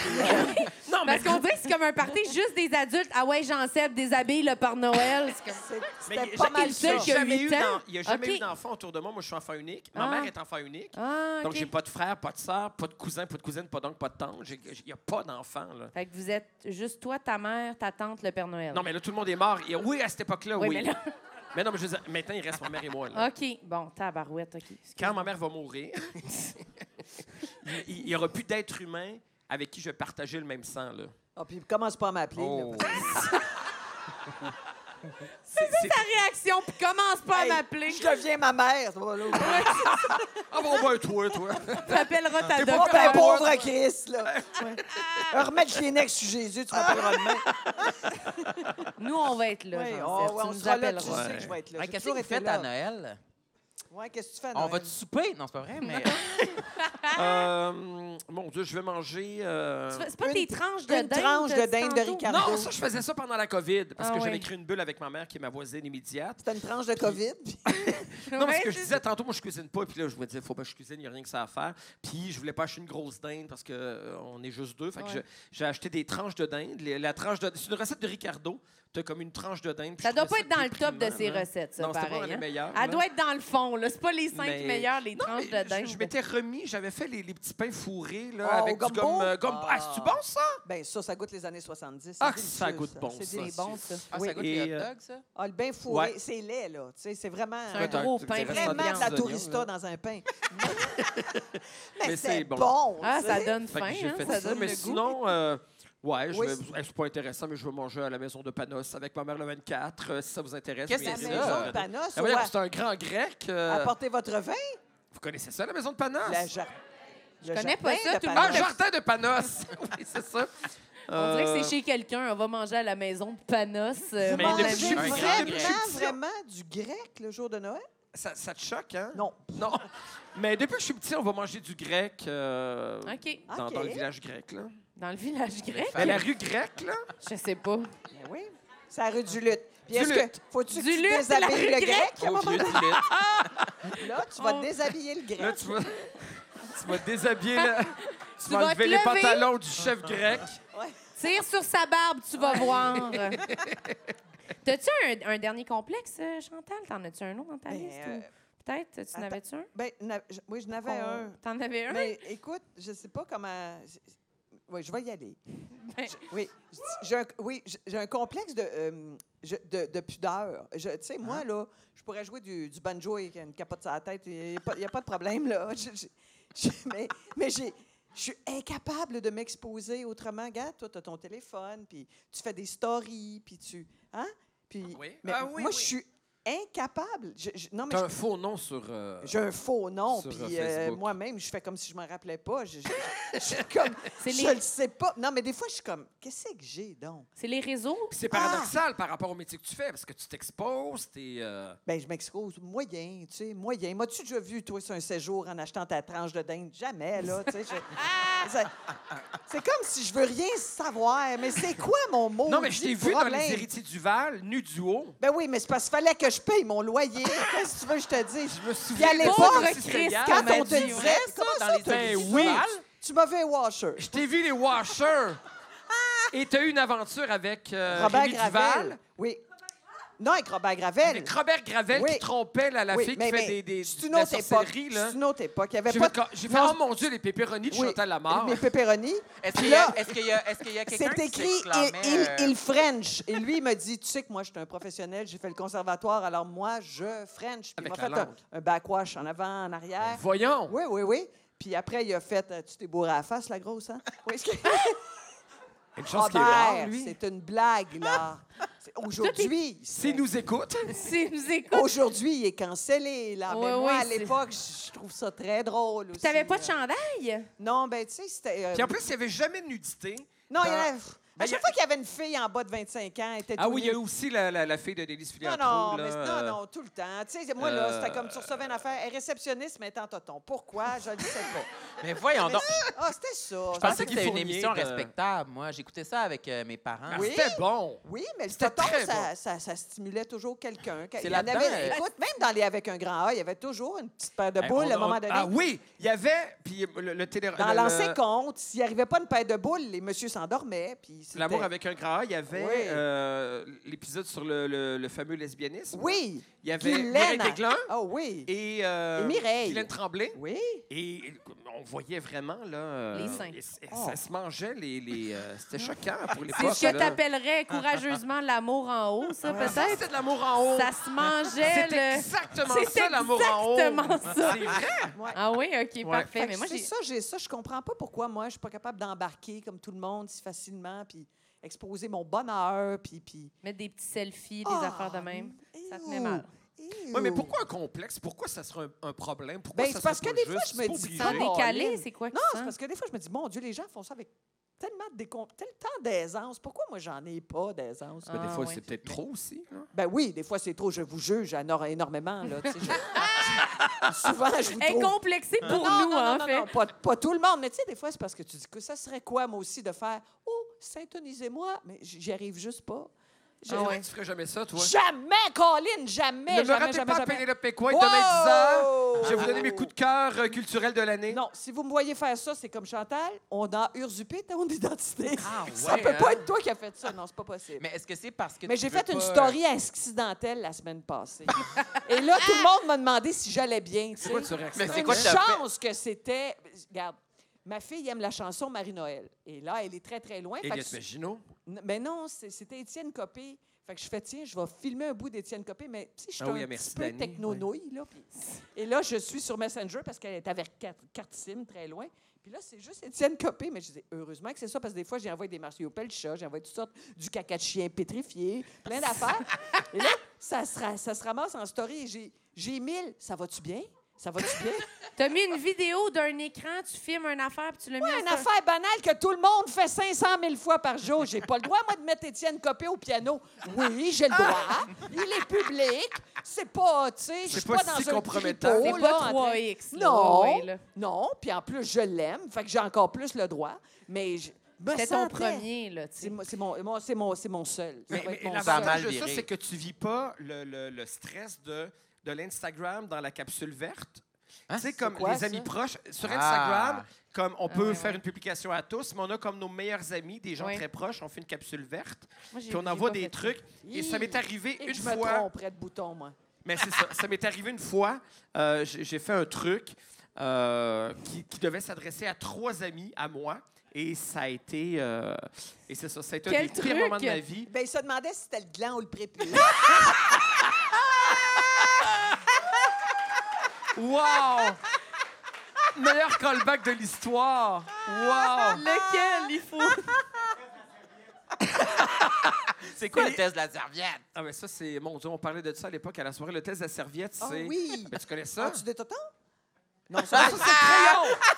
[SPEAKER 8] Non, mais,
[SPEAKER 5] Parce qu'on dirait que c'est comme un party juste des adultes. Ah ouais, j'en sais, déshabille le Père Noël. C'est comme-
[SPEAKER 7] C'est-
[SPEAKER 8] mais
[SPEAKER 7] C'était
[SPEAKER 8] il-
[SPEAKER 7] pas
[SPEAKER 8] j'ai-
[SPEAKER 7] mal
[SPEAKER 5] il
[SPEAKER 7] ça.
[SPEAKER 5] seul qui a
[SPEAKER 8] jamais
[SPEAKER 5] huit
[SPEAKER 8] eu d'en-
[SPEAKER 5] ans.
[SPEAKER 8] Il n'y a jamais
[SPEAKER 5] Ok.
[SPEAKER 8] eu d'enfant autour de moi. Moi, je suis enfant unique. Ma
[SPEAKER 5] Ah.
[SPEAKER 8] mère est enfant unique.
[SPEAKER 5] Ah,
[SPEAKER 8] Donc,
[SPEAKER 5] ok.
[SPEAKER 8] j'ai pas de frère, pas de sœur, pas de cousin, pas de cousine, pas d'oncle, pas de tante. Il n'y a pas d'enfant, là.
[SPEAKER 5] Fait que vous êtes juste toi, ta mère, ta tante, le Père Noël.
[SPEAKER 8] Non, mais là, tout le monde est mort. Et Oui, à cette époque-là, oui.
[SPEAKER 5] Ah Oui, mais là-
[SPEAKER 8] Mais non, mais je veux dire, maintenant, il reste ma mère et moi. là.
[SPEAKER 5] OK. Bon, tabarouette, OK.
[SPEAKER 8] Quand ma mère va mourir, il n'y aura plus d'être humain avec qui je vais partager le même sang, là.
[SPEAKER 7] Ah, puis commence pas à m'appeler.
[SPEAKER 2] Oh.
[SPEAKER 7] là.
[SPEAKER 8] C'est- c'est-
[SPEAKER 5] Ta réaction, puis commence pas
[SPEAKER 7] Hey,
[SPEAKER 5] à m'appeler.
[SPEAKER 7] Je deviens ma mère. ça va, là.
[SPEAKER 8] Ah bon, ben, toi, toi.
[SPEAKER 5] T'appelleras ta
[SPEAKER 7] Oh,
[SPEAKER 5] docteur.
[SPEAKER 7] ben, pauvre Chris, là. Ouais. Remettre Kleenex sur Jésus, tu m'appelleras demain.
[SPEAKER 5] Nous, on va être là,
[SPEAKER 7] Oui,
[SPEAKER 5] Jean-Seb.
[SPEAKER 7] oh, ouais,
[SPEAKER 5] tu
[SPEAKER 7] on
[SPEAKER 5] nous
[SPEAKER 7] sera là, tu
[SPEAKER 5] appelleras.
[SPEAKER 7] sais que je vais être là.
[SPEAKER 2] Hein,
[SPEAKER 7] J'ai
[SPEAKER 2] Qu'est-ce
[SPEAKER 7] toujours
[SPEAKER 2] que vous
[SPEAKER 7] été
[SPEAKER 2] faites
[SPEAKER 7] là.
[SPEAKER 2] à Noël?
[SPEAKER 7] Ouais, qu'est-ce que tu fais,
[SPEAKER 2] On
[SPEAKER 7] Noël?
[SPEAKER 2] va-tu souper? Non, c'est pas vrai, mais.
[SPEAKER 8] Euh, mon Dieu, je vais manger. euh,
[SPEAKER 5] Tu fais- C'est pas
[SPEAKER 7] Une-
[SPEAKER 5] tes tranches de
[SPEAKER 7] une
[SPEAKER 5] dinde.
[SPEAKER 7] tranche de
[SPEAKER 5] t'as dit
[SPEAKER 7] dinde de
[SPEAKER 5] tantôt?
[SPEAKER 7] Ricardo.
[SPEAKER 8] Non, ça, je faisais ça pendant la COVID, parce
[SPEAKER 5] Ah
[SPEAKER 8] que
[SPEAKER 5] ouais.
[SPEAKER 8] j'avais créé une bulle avec ma mère, qui est ma voisine immédiate.
[SPEAKER 7] T'as une tranche de COVID?
[SPEAKER 8] Non, parce
[SPEAKER 5] Ouais,
[SPEAKER 8] que je
[SPEAKER 5] c'est-
[SPEAKER 8] disais tantôt, moi, je cuisine pas. Puis là, je me disais, faut pas que je cuisine, il n'y a rien que ça à faire. Puis je voulais pas acheter une grosse dinde parce qu'on est juste deux. Fait que
[SPEAKER 5] Ouais.
[SPEAKER 8] je- j'ai acheté des tranches de dinde. Les- la tranche de, c'est une recette de Ricardo. Tu as comme une tranche de dinde. puis
[SPEAKER 5] Ça
[SPEAKER 8] je
[SPEAKER 5] doit pas
[SPEAKER 8] trouvais
[SPEAKER 5] être dans le top de
[SPEAKER 8] déprimant,
[SPEAKER 5] ses
[SPEAKER 8] là.
[SPEAKER 5] recettes, ça,
[SPEAKER 8] Non, c'était
[SPEAKER 5] pareil.
[SPEAKER 8] pas dans les
[SPEAKER 5] hein.
[SPEAKER 8] meilleures.
[SPEAKER 5] Elle
[SPEAKER 8] là.
[SPEAKER 5] doit être dans le fond, là. C'est pas les cinq
[SPEAKER 8] Mais-
[SPEAKER 5] meilleures, les
[SPEAKER 8] Non,
[SPEAKER 5] tranches
[SPEAKER 8] mais
[SPEAKER 5] de
[SPEAKER 8] je-
[SPEAKER 5] dinde.
[SPEAKER 8] Je, m'étais remis, j'avais fait les, les petits pains fourrés là,
[SPEAKER 7] Oh,
[SPEAKER 8] avec
[SPEAKER 7] au gombo?
[SPEAKER 8] du gomme. euh, gombo. Ah, c'est-tu bon, ça?
[SPEAKER 7] ben ça, ça goûte les années 70.
[SPEAKER 8] Ah,
[SPEAKER 7] c'est
[SPEAKER 8] ça
[SPEAKER 7] délicieux,
[SPEAKER 8] goûte bon,
[SPEAKER 7] C'est
[SPEAKER 8] ça.
[SPEAKER 7] délicieux.
[SPEAKER 5] C'est bon, ça.
[SPEAKER 2] Ah,
[SPEAKER 8] Oui,
[SPEAKER 2] ça goûte
[SPEAKER 8] et,
[SPEAKER 2] les hot
[SPEAKER 8] euh,
[SPEAKER 2] dogs, ça?
[SPEAKER 7] Ah, le bain fourré,
[SPEAKER 8] Ouais.
[SPEAKER 7] c'est laid, là. Tu sais, c'est vraiment...
[SPEAKER 5] C'est un
[SPEAKER 8] Peut-être,
[SPEAKER 5] gros
[SPEAKER 8] tu
[SPEAKER 5] pain,
[SPEAKER 8] dirais, sans
[SPEAKER 7] Vraiment de la
[SPEAKER 8] viande, oignons,
[SPEAKER 7] tourista
[SPEAKER 8] là.
[SPEAKER 7] dans un pain.
[SPEAKER 8] Mais c'est
[SPEAKER 7] Mais c'est
[SPEAKER 8] bon.
[SPEAKER 7] bon.
[SPEAKER 5] Ah,
[SPEAKER 7] tu
[SPEAKER 5] ça
[SPEAKER 7] sais.
[SPEAKER 5] donne
[SPEAKER 8] Fait
[SPEAKER 5] faim,
[SPEAKER 8] que j'ai
[SPEAKER 5] hein,
[SPEAKER 8] fait
[SPEAKER 5] ça
[SPEAKER 8] ça,
[SPEAKER 5] donne
[SPEAKER 8] mais
[SPEAKER 5] le goût.
[SPEAKER 8] sinon, euh, ouais, je
[SPEAKER 7] Oui,
[SPEAKER 8] vais- eh, c'est pas intéressant, mais je vais manger à la maison de Panos avec ma mère le 24, euh, si ça vous intéresse.
[SPEAKER 2] Qu'est-ce
[SPEAKER 8] mais-
[SPEAKER 2] que
[SPEAKER 7] La
[SPEAKER 2] c'est
[SPEAKER 8] mais-
[SPEAKER 2] ça?
[SPEAKER 7] maison
[SPEAKER 8] euh,
[SPEAKER 7] de Panos,
[SPEAKER 8] ah, voyons,
[SPEAKER 7] ouais.
[SPEAKER 8] c'est un grand grec. euh,
[SPEAKER 7] Apportez votre vin.
[SPEAKER 8] vous connaissez ça, la maison de Panos?
[SPEAKER 7] La jar... Je
[SPEAKER 5] connais pas ça, tout le
[SPEAKER 8] Ah,
[SPEAKER 5] monde.
[SPEAKER 8] jardin de Panos! oui, c'est ça.
[SPEAKER 5] On dirait
[SPEAKER 8] euh,
[SPEAKER 5] que c'est chez quelqu'un. On va manger à la maison de Panos. euh,
[SPEAKER 8] Mais
[SPEAKER 7] Mais
[SPEAKER 8] depuis que je
[SPEAKER 7] depuis
[SPEAKER 8] suis
[SPEAKER 2] un grand
[SPEAKER 8] petit,
[SPEAKER 7] vraiment,
[SPEAKER 8] depuis que je suis petit,
[SPEAKER 7] vraiment du grec le jour de Noël?
[SPEAKER 8] Ça, ça te choque, hein?
[SPEAKER 7] Non.
[SPEAKER 8] Non. Mais depuis que je suis petit, on va manger du grec euh,
[SPEAKER 5] OK.
[SPEAKER 8] dans,
[SPEAKER 7] OK.
[SPEAKER 8] dans le village grec. Là.
[SPEAKER 5] Dans le village grec?
[SPEAKER 8] Mais la rue grecque, là,
[SPEAKER 5] Je sais pas.
[SPEAKER 7] Ben oui. C'est la rue du Lutte. Puis
[SPEAKER 8] Du
[SPEAKER 7] est-ce que
[SPEAKER 8] Lutte.
[SPEAKER 7] faut-tu que
[SPEAKER 5] Du
[SPEAKER 7] tu
[SPEAKER 5] Lutte, c'est la
[SPEAKER 7] déshabilles
[SPEAKER 5] rue
[SPEAKER 7] le grec? à un
[SPEAKER 2] Au
[SPEAKER 7] moment
[SPEAKER 2] vieux
[SPEAKER 7] donné?
[SPEAKER 2] Tilut.
[SPEAKER 7] Là, tu vas
[SPEAKER 5] On-
[SPEAKER 7] déshabiller le grec.
[SPEAKER 8] là tu vas, tu vas déshabiller, là. tu vas
[SPEAKER 5] vas
[SPEAKER 8] enlever
[SPEAKER 5] te
[SPEAKER 8] les
[SPEAKER 5] lever.
[SPEAKER 8] pantalons du chef grec.
[SPEAKER 5] Tire sur sa barbe, tu vas voir. T'as-tu un, un dernier complexe, euh, Chantal? T'en as-tu un autre dans ta
[SPEAKER 7] Ben,
[SPEAKER 5] liste?
[SPEAKER 7] euh,
[SPEAKER 5] ou Peut-être? Tu en
[SPEAKER 7] attends,
[SPEAKER 5] avais-tu un?
[SPEAKER 7] Ben, na- je- oui, je n'avais
[SPEAKER 5] Qu'on-
[SPEAKER 7] un.
[SPEAKER 5] T'en avais
[SPEAKER 8] Ben,
[SPEAKER 5] un?
[SPEAKER 7] Mais écoute, je sais pas comment. Oui, je vais y aller.
[SPEAKER 5] Ben-
[SPEAKER 7] Je- Oui, je- j'ai un, oui, j'ai- j'ai un complexe de, euh, je- de, de pudeur. Je- Tu sais,
[SPEAKER 8] Ah.
[SPEAKER 7] moi, là, je pourrais jouer du, du banjo avec une capote sur la tête. Il n'y a, pas- y a pas de problème, là. Je- je- je- mais mais j'ai- Je suis incapable de m'exposer autrement. Regarde, toi, tu as ton téléphone, puis tu fais des stories, puis tu. Hein? Puis,
[SPEAKER 8] oui?
[SPEAKER 7] mais
[SPEAKER 8] Ah oui,
[SPEAKER 7] moi,
[SPEAKER 8] oui.
[SPEAKER 7] je suis incapable. Je- je- non, mais
[SPEAKER 8] T'as un faux nom sur. euh,
[SPEAKER 7] J'ai un faux nom,
[SPEAKER 8] Sur,
[SPEAKER 7] puis
[SPEAKER 8] euh,
[SPEAKER 7] euh,
[SPEAKER 8] Facebook.
[SPEAKER 7] moi-même, je fais comme si je m'en rappelais pas. Je, je- je suis comme,
[SPEAKER 1] C'est
[SPEAKER 7] je
[SPEAKER 1] les-
[SPEAKER 7] le sais pas. Non, mais des fois, je suis comme, qu'est-ce que j'ai donc?
[SPEAKER 1] C'est les réseaux.
[SPEAKER 8] Puis C'est
[SPEAKER 7] Ah!
[SPEAKER 8] paradoxal par rapport au métier que tu fais, parce que tu t'exposes, t'es. euh,
[SPEAKER 7] Ben, je m'excuse, moyen, tu sais, moyen. M'as-tu déjà vu, toi, sur un séjour en achetant ta tranche de dinde? Jamais, là, tu sais. je- c'est- C'est comme si je veux rien savoir, mais c'est quoi mon mot?
[SPEAKER 8] Non, mais je t'ai vu dans Les Héritiers du Val, nu du haut.
[SPEAKER 7] Ben oui, mais c'est parce qu'il fallait que je paye mon loyer. Qu'est-ce que tu veux que je te dise?
[SPEAKER 8] Je me souviens.
[SPEAKER 7] allez
[SPEAKER 8] de
[SPEAKER 7] pas,
[SPEAKER 8] Francis
[SPEAKER 1] Chris,
[SPEAKER 8] Régal.
[SPEAKER 7] Quand
[SPEAKER 2] mais
[SPEAKER 7] on te
[SPEAKER 2] dis
[SPEAKER 7] dirait,
[SPEAKER 2] vrai, ça,
[SPEAKER 7] comment
[SPEAKER 2] dans
[SPEAKER 7] ça,
[SPEAKER 2] les
[SPEAKER 7] t'as
[SPEAKER 8] Ben
[SPEAKER 7] dit
[SPEAKER 8] oui.
[SPEAKER 7] ça? Tu m'as vu un washer.
[SPEAKER 8] Je t'ai vu les Washers. Et t'as eu une aventure avec euh,
[SPEAKER 7] Ah! Robert
[SPEAKER 8] Rémi
[SPEAKER 7] Gravel.
[SPEAKER 8] Duval,
[SPEAKER 7] Oui. Non, avec Robert Gravel.
[SPEAKER 8] avec Robert Gravel
[SPEAKER 7] Oui.
[SPEAKER 8] qui trompait la, la
[SPEAKER 7] Oui,
[SPEAKER 8] fille qui
[SPEAKER 7] mais-
[SPEAKER 8] fait
[SPEAKER 7] mais
[SPEAKER 8] des, des,
[SPEAKER 7] c'est une
[SPEAKER 8] de la
[SPEAKER 7] autre époque.
[SPEAKER 8] sorcellerie, là.
[SPEAKER 7] C'est une autre époque. Il y avait
[SPEAKER 8] J'ai
[SPEAKER 7] pas
[SPEAKER 8] fait,
[SPEAKER 7] de-
[SPEAKER 8] quand- j'ai fait,
[SPEAKER 7] Non,
[SPEAKER 8] oh mon Dieu, les pépéronis de
[SPEAKER 7] oui,
[SPEAKER 8] Chantal Lamarre.
[SPEAKER 7] Les pepperoni.
[SPEAKER 2] Est-ce
[SPEAKER 7] Puis
[SPEAKER 2] qu'il y a,
[SPEAKER 7] là,
[SPEAKER 2] est-ce qu'il y a, est-ce qu'il y a quelqu'un
[SPEAKER 7] c'est
[SPEAKER 2] qui
[SPEAKER 7] écrit il,
[SPEAKER 2] s'exclamait,
[SPEAKER 7] il-
[SPEAKER 2] euh,
[SPEAKER 7] il French. Et lui, il m'a dit Tu sais que moi, je suis un professionnel, j'ai fait le conservatoire, alors moi, je French. Puis il
[SPEAKER 8] Avec
[SPEAKER 7] m'a
[SPEAKER 8] la
[SPEAKER 7] fait un,
[SPEAKER 8] langue. Ben,
[SPEAKER 7] un backwash en avant, en arrière.
[SPEAKER 8] Voyons.
[SPEAKER 7] Oui, oui, oui. Puis après, il a fait euh, Tu t'es bourré à la face, la grosse, hein Oui, ce que-
[SPEAKER 8] Une chance qu'il est rare,
[SPEAKER 7] Robert,
[SPEAKER 8] lui.
[SPEAKER 7] c'est une blague, là. C'est- Aujourd'hui,
[SPEAKER 8] S'il nous écoute,
[SPEAKER 1] C'est
[SPEAKER 8] Oh,
[SPEAKER 1] nous écoute.
[SPEAKER 7] Aujourd'hui, il est cancellé, là.
[SPEAKER 1] Ouais,
[SPEAKER 7] mais moi,
[SPEAKER 1] ouais,
[SPEAKER 7] à
[SPEAKER 1] c'est-
[SPEAKER 7] l'époque, je je trouve ça très drôle aussi.
[SPEAKER 1] T'avais pas de
[SPEAKER 7] là.
[SPEAKER 1] chandail?
[SPEAKER 7] Non, ben tu sais, c'était... euh,
[SPEAKER 8] puis en plus, il n'y avait jamais de nudité.
[SPEAKER 7] non, il y
[SPEAKER 8] dans-
[SPEAKER 7] avait...
[SPEAKER 8] Ben,
[SPEAKER 7] À
[SPEAKER 8] il y a-
[SPEAKER 7] chaque fois qu'il y avait une fille en bas de 25 ans, elle était
[SPEAKER 8] Ah
[SPEAKER 7] tout
[SPEAKER 8] oui, il y a
[SPEAKER 7] nue.
[SPEAKER 8] eu aussi la, la, la fille de Denise Filiatro.
[SPEAKER 7] Non, non,
[SPEAKER 8] là,
[SPEAKER 7] mais c'est-
[SPEAKER 8] euh,
[SPEAKER 7] non, non, tout le temps. Tu sais, moi, là, c'était comme tu recevais une affaire. Elle est réceptionniste, mais elle est en toton. Pourquoi? Je ne sais pas.
[SPEAKER 2] Mais voyons donc.
[SPEAKER 7] Ah, c'était ça.
[SPEAKER 2] Je pensais
[SPEAKER 8] Patrick
[SPEAKER 2] que c'était une
[SPEAKER 8] Fournier euh,
[SPEAKER 2] émission
[SPEAKER 8] de-
[SPEAKER 2] respectable, moi. J'écoutais ça avec euh, mes parents.
[SPEAKER 8] ah,
[SPEAKER 7] Oui.
[SPEAKER 8] C'était bon.
[SPEAKER 7] Oui, mais le
[SPEAKER 8] C'était
[SPEAKER 7] toton,
[SPEAKER 8] très
[SPEAKER 7] ça,
[SPEAKER 8] bon.
[SPEAKER 7] ça- ça stimulait toujours quelqu'un. Il y en
[SPEAKER 2] là-dedans,
[SPEAKER 7] avait,
[SPEAKER 2] euh,
[SPEAKER 7] écoute, même dans les Avec un grand A, il y avait toujours une petite paire de
[SPEAKER 8] hein. Hey,
[SPEAKER 7] boules
[SPEAKER 8] on-
[SPEAKER 7] à un moment
[SPEAKER 8] on-
[SPEAKER 7] donné.
[SPEAKER 8] Ah oui, il y avait. Puis le, le télé.
[SPEAKER 7] Dans
[SPEAKER 8] le-
[SPEAKER 7] l'ancien
[SPEAKER 8] le-
[SPEAKER 7] compte, s'il n'arrivait pas une paire de boules, les messieurs s'endormaient. puis c'était-
[SPEAKER 8] L'amour avec un grand A, il y avait
[SPEAKER 7] Oui.
[SPEAKER 8] euh, l'épisode sur le, le- le fameux lesbianisme.
[SPEAKER 7] Oui.
[SPEAKER 8] Il y avait
[SPEAKER 7] Guylaine.
[SPEAKER 8] Mireille Desglin
[SPEAKER 7] Ah oui.
[SPEAKER 8] et, euh,
[SPEAKER 7] Et Mireille.
[SPEAKER 8] Guylaine Tremblay.
[SPEAKER 7] Oui.
[SPEAKER 8] Et on voyait vraiment, là. euh,
[SPEAKER 1] Les seins.
[SPEAKER 8] et- et Ça se mangeait, les. les, euh, C'était choquant pour les
[SPEAKER 1] C'est ce que t'appellerais courageusement l'amour en haut, ça, peut-être?
[SPEAKER 8] Ah, C'était de l'amour en haut.
[SPEAKER 1] Ça se mangeait,
[SPEAKER 8] Ah, C'est
[SPEAKER 1] le...
[SPEAKER 8] exactement
[SPEAKER 1] C'est
[SPEAKER 8] ça, l'amour en haut.
[SPEAKER 1] exactement ça.
[SPEAKER 8] C'est vrai.
[SPEAKER 1] Ah oui, OK,
[SPEAKER 7] Fait
[SPEAKER 1] parfait.
[SPEAKER 7] que
[SPEAKER 1] Mais moi,
[SPEAKER 7] c'est
[SPEAKER 1] j'ai...
[SPEAKER 7] ça, j'ai ça. Je comprends pas pourquoi moi, je suis pas capable d'embarquer comme tout le monde si facilement, puis exposer mon bonheur, puis... puis...
[SPEAKER 1] Mettre des petits selfies, des
[SPEAKER 7] Ah,
[SPEAKER 1] affaires de même. Ça te met
[SPEAKER 7] ew,
[SPEAKER 1] mal.
[SPEAKER 8] Oui, mais
[SPEAKER 7] ew.
[SPEAKER 8] pourquoi un complexe? Pourquoi ça serait un, un problème? Pourquoi
[SPEAKER 7] Ben,
[SPEAKER 8] ça
[SPEAKER 7] c'est
[SPEAKER 8] serait
[SPEAKER 7] parce que
[SPEAKER 8] pas
[SPEAKER 7] des fois,
[SPEAKER 8] juste?
[SPEAKER 7] je me
[SPEAKER 8] C'est pas
[SPEAKER 7] dis,
[SPEAKER 8] obligé.
[SPEAKER 7] ça,
[SPEAKER 1] Sans
[SPEAKER 7] Caroline.
[SPEAKER 1] décaler, c'est quoi que
[SPEAKER 7] Non,
[SPEAKER 1] ça?
[SPEAKER 7] c'est parce que des fois, je me dis, mon Dieu, les gens font ça avec tellement de décon... tel temps d'aisance. Pourquoi moi, j'en ai pas d'aisance?
[SPEAKER 1] Ah,
[SPEAKER 8] Ben, Des fois,
[SPEAKER 1] ouais.
[SPEAKER 8] c'est peut-être trop aussi. hein. là.
[SPEAKER 7] Ben oui, des fois, c'est trop. Je vous juge éno- énormément, là. tu sais, je- Souvent, je vous
[SPEAKER 1] Elle est
[SPEAKER 7] trouve...
[SPEAKER 1] complexée pour
[SPEAKER 7] Non,
[SPEAKER 1] nous,
[SPEAKER 7] non,
[SPEAKER 1] en
[SPEAKER 7] non, non,
[SPEAKER 1] fait.
[SPEAKER 7] non, pas, pas tout le monde. Mais tu sais, des fois, c'est parce que tu dis que ça serait quoi, moi aussi, de faire Oh, syntonisez-moi, mais j- j'y arrive juste pas. J'ai-
[SPEAKER 8] Ah ouais, Tu ferais jamais ça, toi?
[SPEAKER 7] Jamais, Colin, jamais.
[SPEAKER 8] Ne me
[SPEAKER 7] jamais,
[SPEAKER 8] ratez
[SPEAKER 7] jamais,
[SPEAKER 8] pas
[SPEAKER 7] jamais.
[SPEAKER 8] Pénélope Pécoin demain 10h.
[SPEAKER 7] Wow!
[SPEAKER 8] Je vais vous donner mes coups de cœur euh, culturels de l'année.
[SPEAKER 7] Non, si vous me voyez faire ça, c'est comme Chantal, on a usurpé ton identité.
[SPEAKER 2] Ah
[SPEAKER 7] ça
[SPEAKER 2] ouais,
[SPEAKER 7] peut pas
[SPEAKER 2] hein?
[SPEAKER 7] être toi qui as fait ça, non, c'est pas possible.
[SPEAKER 2] Mais est-ce que c'est parce que
[SPEAKER 7] Mais
[SPEAKER 2] tu
[SPEAKER 7] j'ai
[SPEAKER 2] veux
[SPEAKER 7] fait une
[SPEAKER 2] pas, euh,
[SPEAKER 7] story accidentelle la semaine passée. Et là, tout le monde m'a demandé si j'allais bien. tu sais.
[SPEAKER 8] C'est quoi tu réaction?
[SPEAKER 2] Mais Ben, c'est
[SPEAKER 7] C'est
[SPEAKER 2] quoi
[SPEAKER 7] une
[SPEAKER 2] que t'as fait?
[SPEAKER 7] chance que c'était. Regarde, ma fille aime la chanson Marie-Noël. Et là, elle est très, très loin. Fait que
[SPEAKER 8] Eliott
[SPEAKER 7] c'est-
[SPEAKER 8] Maginot.
[SPEAKER 7] N- Mais non, c'est- c'était Étienne Copé. Fait que je fais, tiens, je vais filmer un bout d'Étienne Copé, mais tu sais, je suis
[SPEAKER 8] Ah oui,
[SPEAKER 7] un
[SPEAKER 8] ah, merci,
[SPEAKER 7] petit peu
[SPEAKER 8] Dani,
[SPEAKER 7] techno-nouille, là. puis- Et là, je suis sur Messenger parce qu'elle est avec Cat- Cartsim, très loin. Puis là, c'est juste Étienne Copé, mais je dis, heureusement que c'est ça, parce que des fois, j'ai envoyé des marsupiaux le chat, j'ai envoyé toutes sortes, du caca de chien pétrifié, plein d'affaires. Et là, ça se, ra- ça se ramasse en story. et J'ai, j'ai mille. Ça va-tu bien? Ça va-tu bien?
[SPEAKER 1] T'as mis une vidéo d'un écran, tu filmes une affaire, puis tu l'as mis
[SPEAKER 7] Ouais,
[SPEAKER 1] en
[SPEAKER 7] une
[SPEAKER 1] story.
[SPEAKER 7] affaire banale que tout le monde fait 500 000 fois par jour. J'ai pas le droit, moi, de mettre Étienne Copé au piano. Oui, j'ai le droit. Il est public. C'est pas, tu sais, je suis
[SPEAKER 8] pas
[SPEAKER 7] pas,
[SPEAKER 8] si
[SPEAKER 7] dans un
[SPEAKER 8] compromettant.
[SPEAKER 7] tripot,
[SPEAKER 1] C'est
[SPEAKER 7] Oh, là,
[SPEAKER 1] pas
[SPEAKER 7] en train-
[SPEAKER 1] 3X, là,
[SPEAKER 7] Non,
[SPEAKER 1] ouais, ouais, là.
[SPEAKER 7] non. Puis en plus, je l'aime. Fait que j'ai encore plus le droit. Mais je me
[SPEAKER 1] C'était ton
[SPEAKER 7] sentais-
[SPEAKER 1] premier, là, tu
[SPEAKER 7] C'est
[SPEAKER 1] sais.
[SPEAKER 7] mon, c'est mon, moi, c'est mon, c'est mon seul. Ça
[SPEAKER 8] Mais,
[SPEAKER 7] va
[SPEAKER 8] mais
[SPEAKER 7] être mon
[SPEAKER 2] la-
[SPEAKER 7] seul.
[SPEAKER 2] mal
[SPEAKER 8] l'avantage de ça,
[SPEAKER 2] viré.
[SPEAKER 8] c'est que tu vis pas le, le- le stress de, de l'Instagram dans la capsule verte.
[SPEAKER 2] euh,
[SPEAKER 1] Hein?
[SPEAKER 2] hein?
[SPEAKER 8] Tu sais, comme
[SPEAKER 7] quoi,
[SPEAKER 8] les
[SPEAKER 7] ça? Ah
[SPEAKER 8] amis proches. Sur
[SPEAKER 2] Ah.
[SPEAKER 8] Instagram, comme on peut
[SPEAKER 1] ouais,
[SPEAKER 8] faire
[SPEAKER 1] ouais.
[SPEAKER 8] une publication à tous, mais on a comme nos meilleurs amis, des gens
[SPEAKER 1] Ouais.
[SPEAKER 8] très proches, on fait une capsule verte,
[SPEAKER 1] Moi, j'ai-
[SPEAKER 8] puis on
[SPEAKER 1] j'ai
[SPEAKER 8] envoie
[SPEAKER 1] pas
[SPEAKER 8] des
[SPEAKER 1] fait ça.
[SPEAKER 8] trucs. Et ça m'est arrivé
[SPEAKER 7] Et que
[SPEAKER 8] une
[SPEAKER 7] je me
[SPEAKER 8] fois.
[SPEAKER 7] tromperais de bouton, moi.
[SPEAKER 8] Mais c'est ça. Ça m'est arrivé une fois. euh, j'ai j'ai fait un truc euh, qui, qui devait s'adresser à trois amis à moi. Et ça a été. euh, et c'est ça. Ça a été un
[SPEAKER 1] Quel
[SPEAKER 8] des pires
[SPEAKER 1] truc?
[SPEAKER 8] moments de ma vie.
[SPEAKER 7] Ben, il se demandait si c'était le gland ou le prépuce.
[SPEAKER 8] Wow! Meilleur callback de l'histoire! Wow!
[SPEAKER 1] Lequel il faut?
[SPEAKER 2] C'est quoi le test de la serviette?
[SPEAKER 8] Ah, mais ça, c'est. Mon Dieu, on parlait de ça à l'époque à la soirée. Le test de la serviette,
[SPEAKER 7] Ah
[SPEAKER 8] c'est.
[SPEAKER 7] oui! Ah,
[SPEAKER 8] Mais tu connais ça?
[SPEAKER 7] As-tu des tontons?
[SPEAKER 8] Non, ça, ça, c'est le crayon!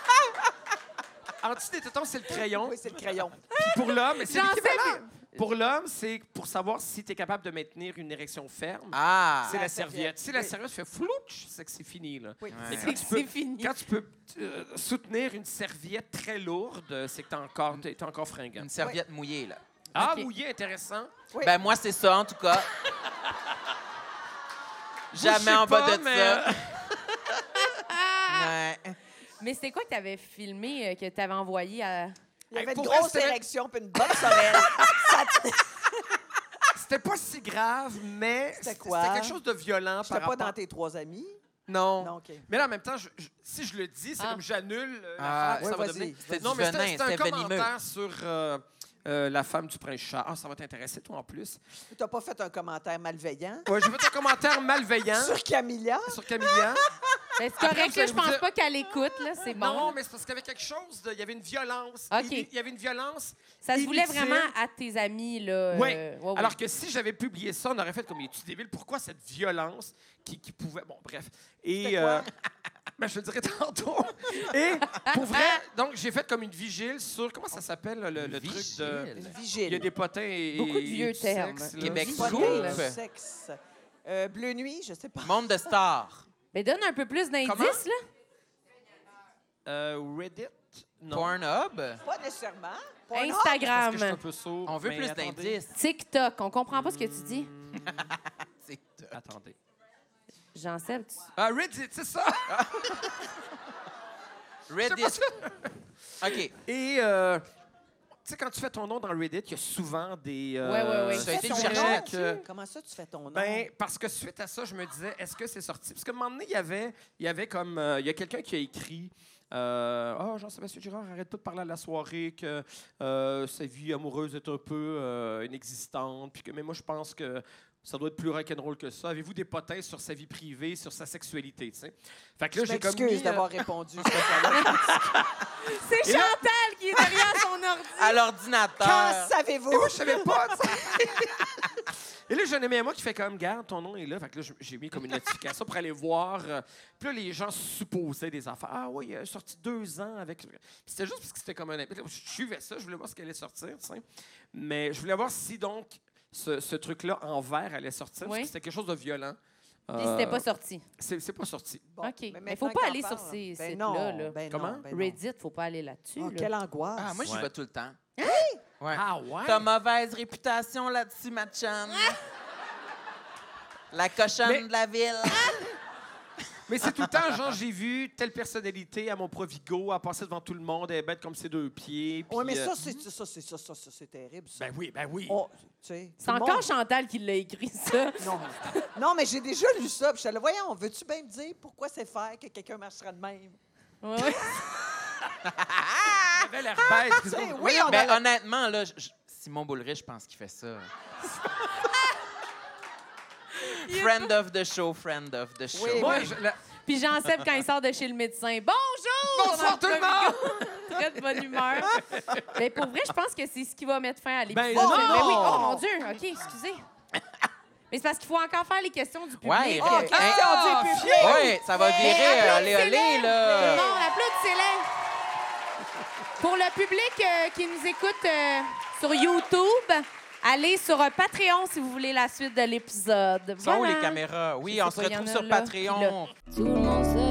[SPEAKER 8] En dessous des tétons, c'est le crayon.
[SPEAKER 7] Oui, c'est le crayon.
[SPEAKER 8] Puis pour l'homme, c'est
[SPEAKER 1] J'en sais
[SPEAKER 8] l'équivalent. Pour l'homme, c'est pour savoir si tu es capable de maintenir une érection ferme.
[SPEAKER 2] Ah!
[SPEAKER 8] C'est la,
[SPEAKER 7] La
[SPEAKER 8] serviette.
[SPEAKER 7] serviette,
[SPEAKER 8] Si la
[SPEAKER 7] oui.
[SPEAKER 8] serviette fait flouch, c'est que c'est fini. Là.
[SPEAKER 7] Oui.
[SPEAKER 2] Ouais.
[SPEAKER 8] Mais quand,
[SPEAKER 5] C'est
[SPEAKER 8] tu peux,
[SPEAKER 5] c'est fini.
[SPEAKER 8] quand tu peux euh, soutenir une serviette très lourde, euh, c'est que t'es encore, t'es- t'es encore fringant.
[SPEAKER 2] Une serviette mouillée, là.
[SPEAKER 8] Ah,
[SPEAKER 5] Ok.
[SPEAKER 8] mouillé, intéressant.
[SPEAKER 7] Oui.
[SPEAKER 2] Ben, moi, c'est ça, en tout cas. Jamais en bas
[SPEAKER 8] pas,
[SPEAKER 2] de
[SPEAKER 8] mais,
[SPEAKER 2] ça.
[SPEAKER 7] Ah!
[SPEAKER 2] Ouais.
[SPEAKER 5] Mais c'est quoi que t'avais filmé, euh, que t'avais envoyé à...
[SPEAKER 1] Ben,
[SPEAKER 7] Il y
[SPEAKER 8] Hey,
[SPEAKER 7] avait une
[SPEAKER 8] pour vrai,
[SPEAKER 7] grosse
[SPEAKER 8] c'était-
[SPEAKER 7] érection puis une bonne semaine. ça
[SPEAKER 8] C'était pas si grave, mais
[SPEAKER 7] C'était
[SPEAKER 8] c'était
[SPEAKER 7] quoi?
[SPEAKER 8] c'était quelque chose de violent.
[SPEAKER 7] J'étais
[SPEAKER 8] par
[SPEAKER 7] pas
[SPEAKER 8] rapport-
[SPEAKER 7] dans tes trois amis. euh,
[SPEAKER 8] Non.
[SPEAKER 7] Non, OK.
[SPEAKER 8] Mais là, en même temps, je- je- si je le dis, c'est
[SPEAKER 5] Ah.
[SPEAKER 8] comme j'annule euh,
[SPEAKER 2] Ah,
[SPEAKER 8] l'affaire, ça
[SPEAKER 7] ouais,
[SPEAKER 8] va
[SPEAKER 7] vas-y.
[SPEAKER 8] devenir-
[SPEAKER 2] C'était
[SPEAKER 8] Non,
[SPEAKER 2] du
[SPEAKER 8] mais c'était-
[SPEAKER 2] venin,
[SPEAKER 8] c'était un
[SPEAKER 2] c'était venimeux.
[SPEAKER 8] commentaire sur euh, euh, la femme du prince Charles. Ah, ça va t'intéresser, toi, en plus.
[SPEAKER 7] Tu n'as pas fait un commentaire malveillant
[SPEAKER 8] Ouais, je veux un commentaire malveillant
[SPEAKER 7] sur Camilla.
[SPEAKER 8] sur Camilla.
[SPEAKER 5] Ben, c'est
[SPEAKER 8] Après,
[SPEAKER 5] correct,
[SPEAKER 8] vous
[SPEAKER 5] là,
[SPEAKER 8] allez
[SPEAKER 5] je
[SPEAKER 8] vous
[SPEAKER 5] pense
[SPEAKER 8] dire-
[SPEAKER 5] pas qu'elle écoute, là, c'est bon.
[SPEAKER 8] Non, mais c'est parce qu'il y avait quelque chose, de- il y avait une violence.
[SPEAKER 5] OK.
[SPEAKER 8] Il, il y avait une violence.
[SPEAKER 5] Ça se voulait
[SPEAKER 8] inutile.
[SPEAKER 5] vraiment à tes amis, là. euh, ouais,
[SPEAKER 8] Ouais.
[SPEAKER 5] ouais.
[SPEAKER 8] Alors que si j'avais publié ça, on aurait fait comme, es-tu débile? Pourquoi cette violence qui, qui pouvait... Bon, bref. Et... euh, ben, je te dirais tantôt. Et pour vrai, donc j'ai fait comme une vigile sur... Comment ça s'appelle le, le truc
[SPEAKER 2] Vigile.
[SPEAKER 8] de... Il y a
[SPEAKER 7] Vigile.
[SPEAKER 8] des potins et...
[SPEAKER 5] Beaucoup de
[SPEAKER 8] et
[SPEAKER 5] vieux
[SPEAKER 8] du
[SPEAKER 5] termes.
[SPEAKER 8] sexe, là.
[SPEAKER 2] Québec
[SPEAKER 7] Pas
[SPEAKER 2] Cool.
[SPEAKER 7] de sexe. Euh, bleu nuit, je sais pas.
[SPEAKER 2] Monde de stars.
[SPEAKER 5] Mais donne un peu plus
[SPEAKER 8] Comment?
[SPEAKER 5] d'indices, là.
[SPEAKER 8] Euh, Reddit? Non.
[SPEAKER 2] Pornhub.
[SPEAKER 7] Pas nécessairement. Pas non.
[SPEAKER 8] Parce que je suis un
[SPEAKER 5] Instagram,
[SPEAKER 8] peu sourd.
[SPEAKER 2] On veut
[SPEAKER 8] mais
[SPEAKER 2] plus
[SPEAKER 8] attendez.
[SPEAKER 2] d'indices.
[SPEAKER 5] TikTok. On comprend pas ce que tu dis.
[SPEAKER 2] C'est-
[SPEAKER 8] Attendez.
[SPEAKER 5] J'en sais. tu-
[SPEAKER 8] Ah, Reddit, c'est ça!
[SPEAKER 2] Reddit. OK.
[SPEAKER 8] Et euh, tu sais, quand tu fais ton nom dans Reddit, il y a souvent des. euh,
[SPEAKER 5] Ouais, ouais, ouais.
[SPEAKER 2] Ça a été
[SPEAKER 7] Ton
[SPEAKER 2] le
[SPEAKER 7] nom,
[SPEAKER 2] chercher.
[SPEAKER 8] Check, euh,
[SPEAKER 7] Comment ça, tu fais ton nom?
[SPEAKER 8] Ben, parce que suite à ça, je me disais, est-ce que c'est sorti? Parce que un moment donné, il y avait, il y avait comme. euh, Il y a quelqu'un qui a écrit. Euh, oh, Jean-Sébastien Girard, arrête pas de parler à la soirée que euh, sa vie amoureuse est un peu euh, inexistante. Puis que, mais moi, je pense que ça doit être plus rock'n'roll que ça. Avez-vous des potins sur sa vie privée, sur sa sexualité, tu sais? Fait que là,
[SPEAKER 7] je
[SPEAKER 8] j'ai comme.
[SPEAKER 7] m'excuse
[SPEAKER 8] mis, euh,
[SPEAKER 7] d'avoir répondu. ce soir-là.
[SPEAKER 5] C'est
[SPEAKER 8] Et là-
[SPEAKER 5] Chantal qui est derrière son ordi.
[SPEAKER 2] À
[SPEAKER 7] Quand
[SPEAKER 2] l'ordinateur.
[SPEAKER 8] Et
[SPEAKER 7] savez-vous?
[SPEAKER 8] moi, Oh, je savais pas, tu sais. Et là, j'ai un ami à moi qui fait comme, garde, ton nom est là. Fait que là, je- j'ai mis comme une notification pour aller voir. euh. Puis là, les gens supposaient des affaires. Ah oui, il a sorti deux ans avec. Puis c'était juste parce que c'était comme un. Puis là, Je suivais ça, je voulais voir ce qu'elle allait sortir, tu sais. Mais je voulais voir si donc ce, ce truc-là en vert allait sortir. Parce
[SPEAKER 5] Oui.
[SPEAKER 8] que c'était quelque chose de violent.
[SPEAKER 5] Puis
[SPEAKER 8] Euh,
[SPEAKER 5] c'était pas sorti.
[SPEAKER 8] c'est c'est pas sorti.
[SPEAKER 7] Bon,
[SPEAKER 5] OK. Mais
[SPEAKER 7] maintenant
[SPEAKER 5] faut pas
[SPEAKER 7] qu'on
[SPEAKER 5] aller
[SPEAKER 7] parle,
[SPEAKER 5] sur ces
[SPEAKER 7] ben
[SPEAKER 5] sites-là,
[SPEAKER 7] non,
[SPEAKER 5] là.
[SPEAKER 7] ben non,
[SPEAKER 8] Comment?
[SPEAKER 7] ben non.
[SPEAKER 5] Reddit, faut pas aller là-dessus.
[SPEAKER 7] Oh,
[SPEAKER 5] là.
[SPEAKER 7] quelle angoisse.
[SPEAKER 2] Ah, moi, j'y
[SPEAKER 8] Ouais.
[SPEAKER 2] vais tout le temps.
[SPEAKER 8] Ah ouais?
[SPEAKER 2] T'as mauvaise réputation là-dessus, ma chum. La cochonne
[SPEAKER 8] Mais-
[SPEAKER 2] de la ville.
[SPEAKER 5] Ah,
[SPEAKER 8] Mais c'est tout le temps, genre, j'ai vu telle personnalité à mon provigo, à passer devant tout le monde, elle est bête comme ses deux pieds. puis,
[SPEAKER 7] Oui, mais
[SPEAKER 8] euh,
[SPEAKER 7] ça, c'est ça, c'est ça, ça, ça, c'est terrible. Ça.
[SPEAKER 8] Ben oui, ben oui.
[SPEAKER 7] Oh, tu sais,
[SPEAKER 5] C'est
[SPEAKER 7] tout le
[SPEAKER 5] encore
[SPEAKER 7] monde-
[SPEAKER 5] Chantal qui l'a écrit, ça.
[SPEAKER 7] Non. non, mais j'ai déjà lu ça. Puis je suis allée, voyons, veux-tu bien me dire pourquoi c'est faire que quelqu'un marchera de même?
[SPEAKER 5] Ouais, ouais.
[SPEAKER 8] Elle avait l'air bête.
[SPEAKER 7] Tu sais,
[SPEAKER 8] disons.
[SPEAKER 7] oui, on
[SPEAKER 2] Ben,
[SPEAKER 7] a-
[SPEAKER 2] honnêtement, là, je- je- Simon Boulry, je pense qu'il fait ça. friend of the show, friend of the show.
[SPEAKER 7] Oui,
[SPEAKER 8] Moi, je- la-
[SPEAKER 5] Puis j'en sais quand il sort de chez le médecin. Bonjour!
[SPEAKER 8] Bonsoir tout le
[SPEAKER 5] monde! Très de bonne humeur. Mais pour vrai, je pense que c'est ce qui va mettre fin à l'épisode. Mais
[SPEAKER 8] Ben non!
[SPEAKER 5] oui, oh mon Dieu! OK, excusez. Mais c'est parce qu'il faut encore faire les questions du public.
[SPEAKER 2] Ouais, Oh,
[SPEAKER 5] Euh,
[SPEAKER 2] ok.
[SPEAKER 5] tout
[SPEAKER 7] Ah,
[SPEAKER 2] Hey,
[SPEAKER 7] question du
[SPEAKER 2] ouais,
[SPEAKER 7] public!
[SPEAKER 2] ça va
[SPEAKER 5] Mais
[SPEAKER 2] virer. euh, Allez,
[SPEAKER 5] applaudissez-les.
[SPEAKER 2] allez,
[SPEAKER 5] le
[SPEAKER 2] là.
[SPEAKER 5] monde, applaudissez-les. Pour le public euh, qui nous écoute euh, sur YouTube, allez sur euh, Patreon si vous voulez la suite de l'épisode.
[SPEAKER 2] Sont où
[SPEAKER 5] Voilà.
[SPEAKER 2] les caméras?
[SPEAKER 5] Je
[SPEAKER 2] Oui,
[SPEAKER 5] sais
[SPEAKER 2] on se
[SPEAKER 5] pas, y en
[SPEAKER 2] retrouve
[SPEAKER 5] a
[SPEAKER 2] sur
[SPEAKER 5] là, puis
[SPEAKER 2] Patreon.
[SPEAKER 3] Tout le monde se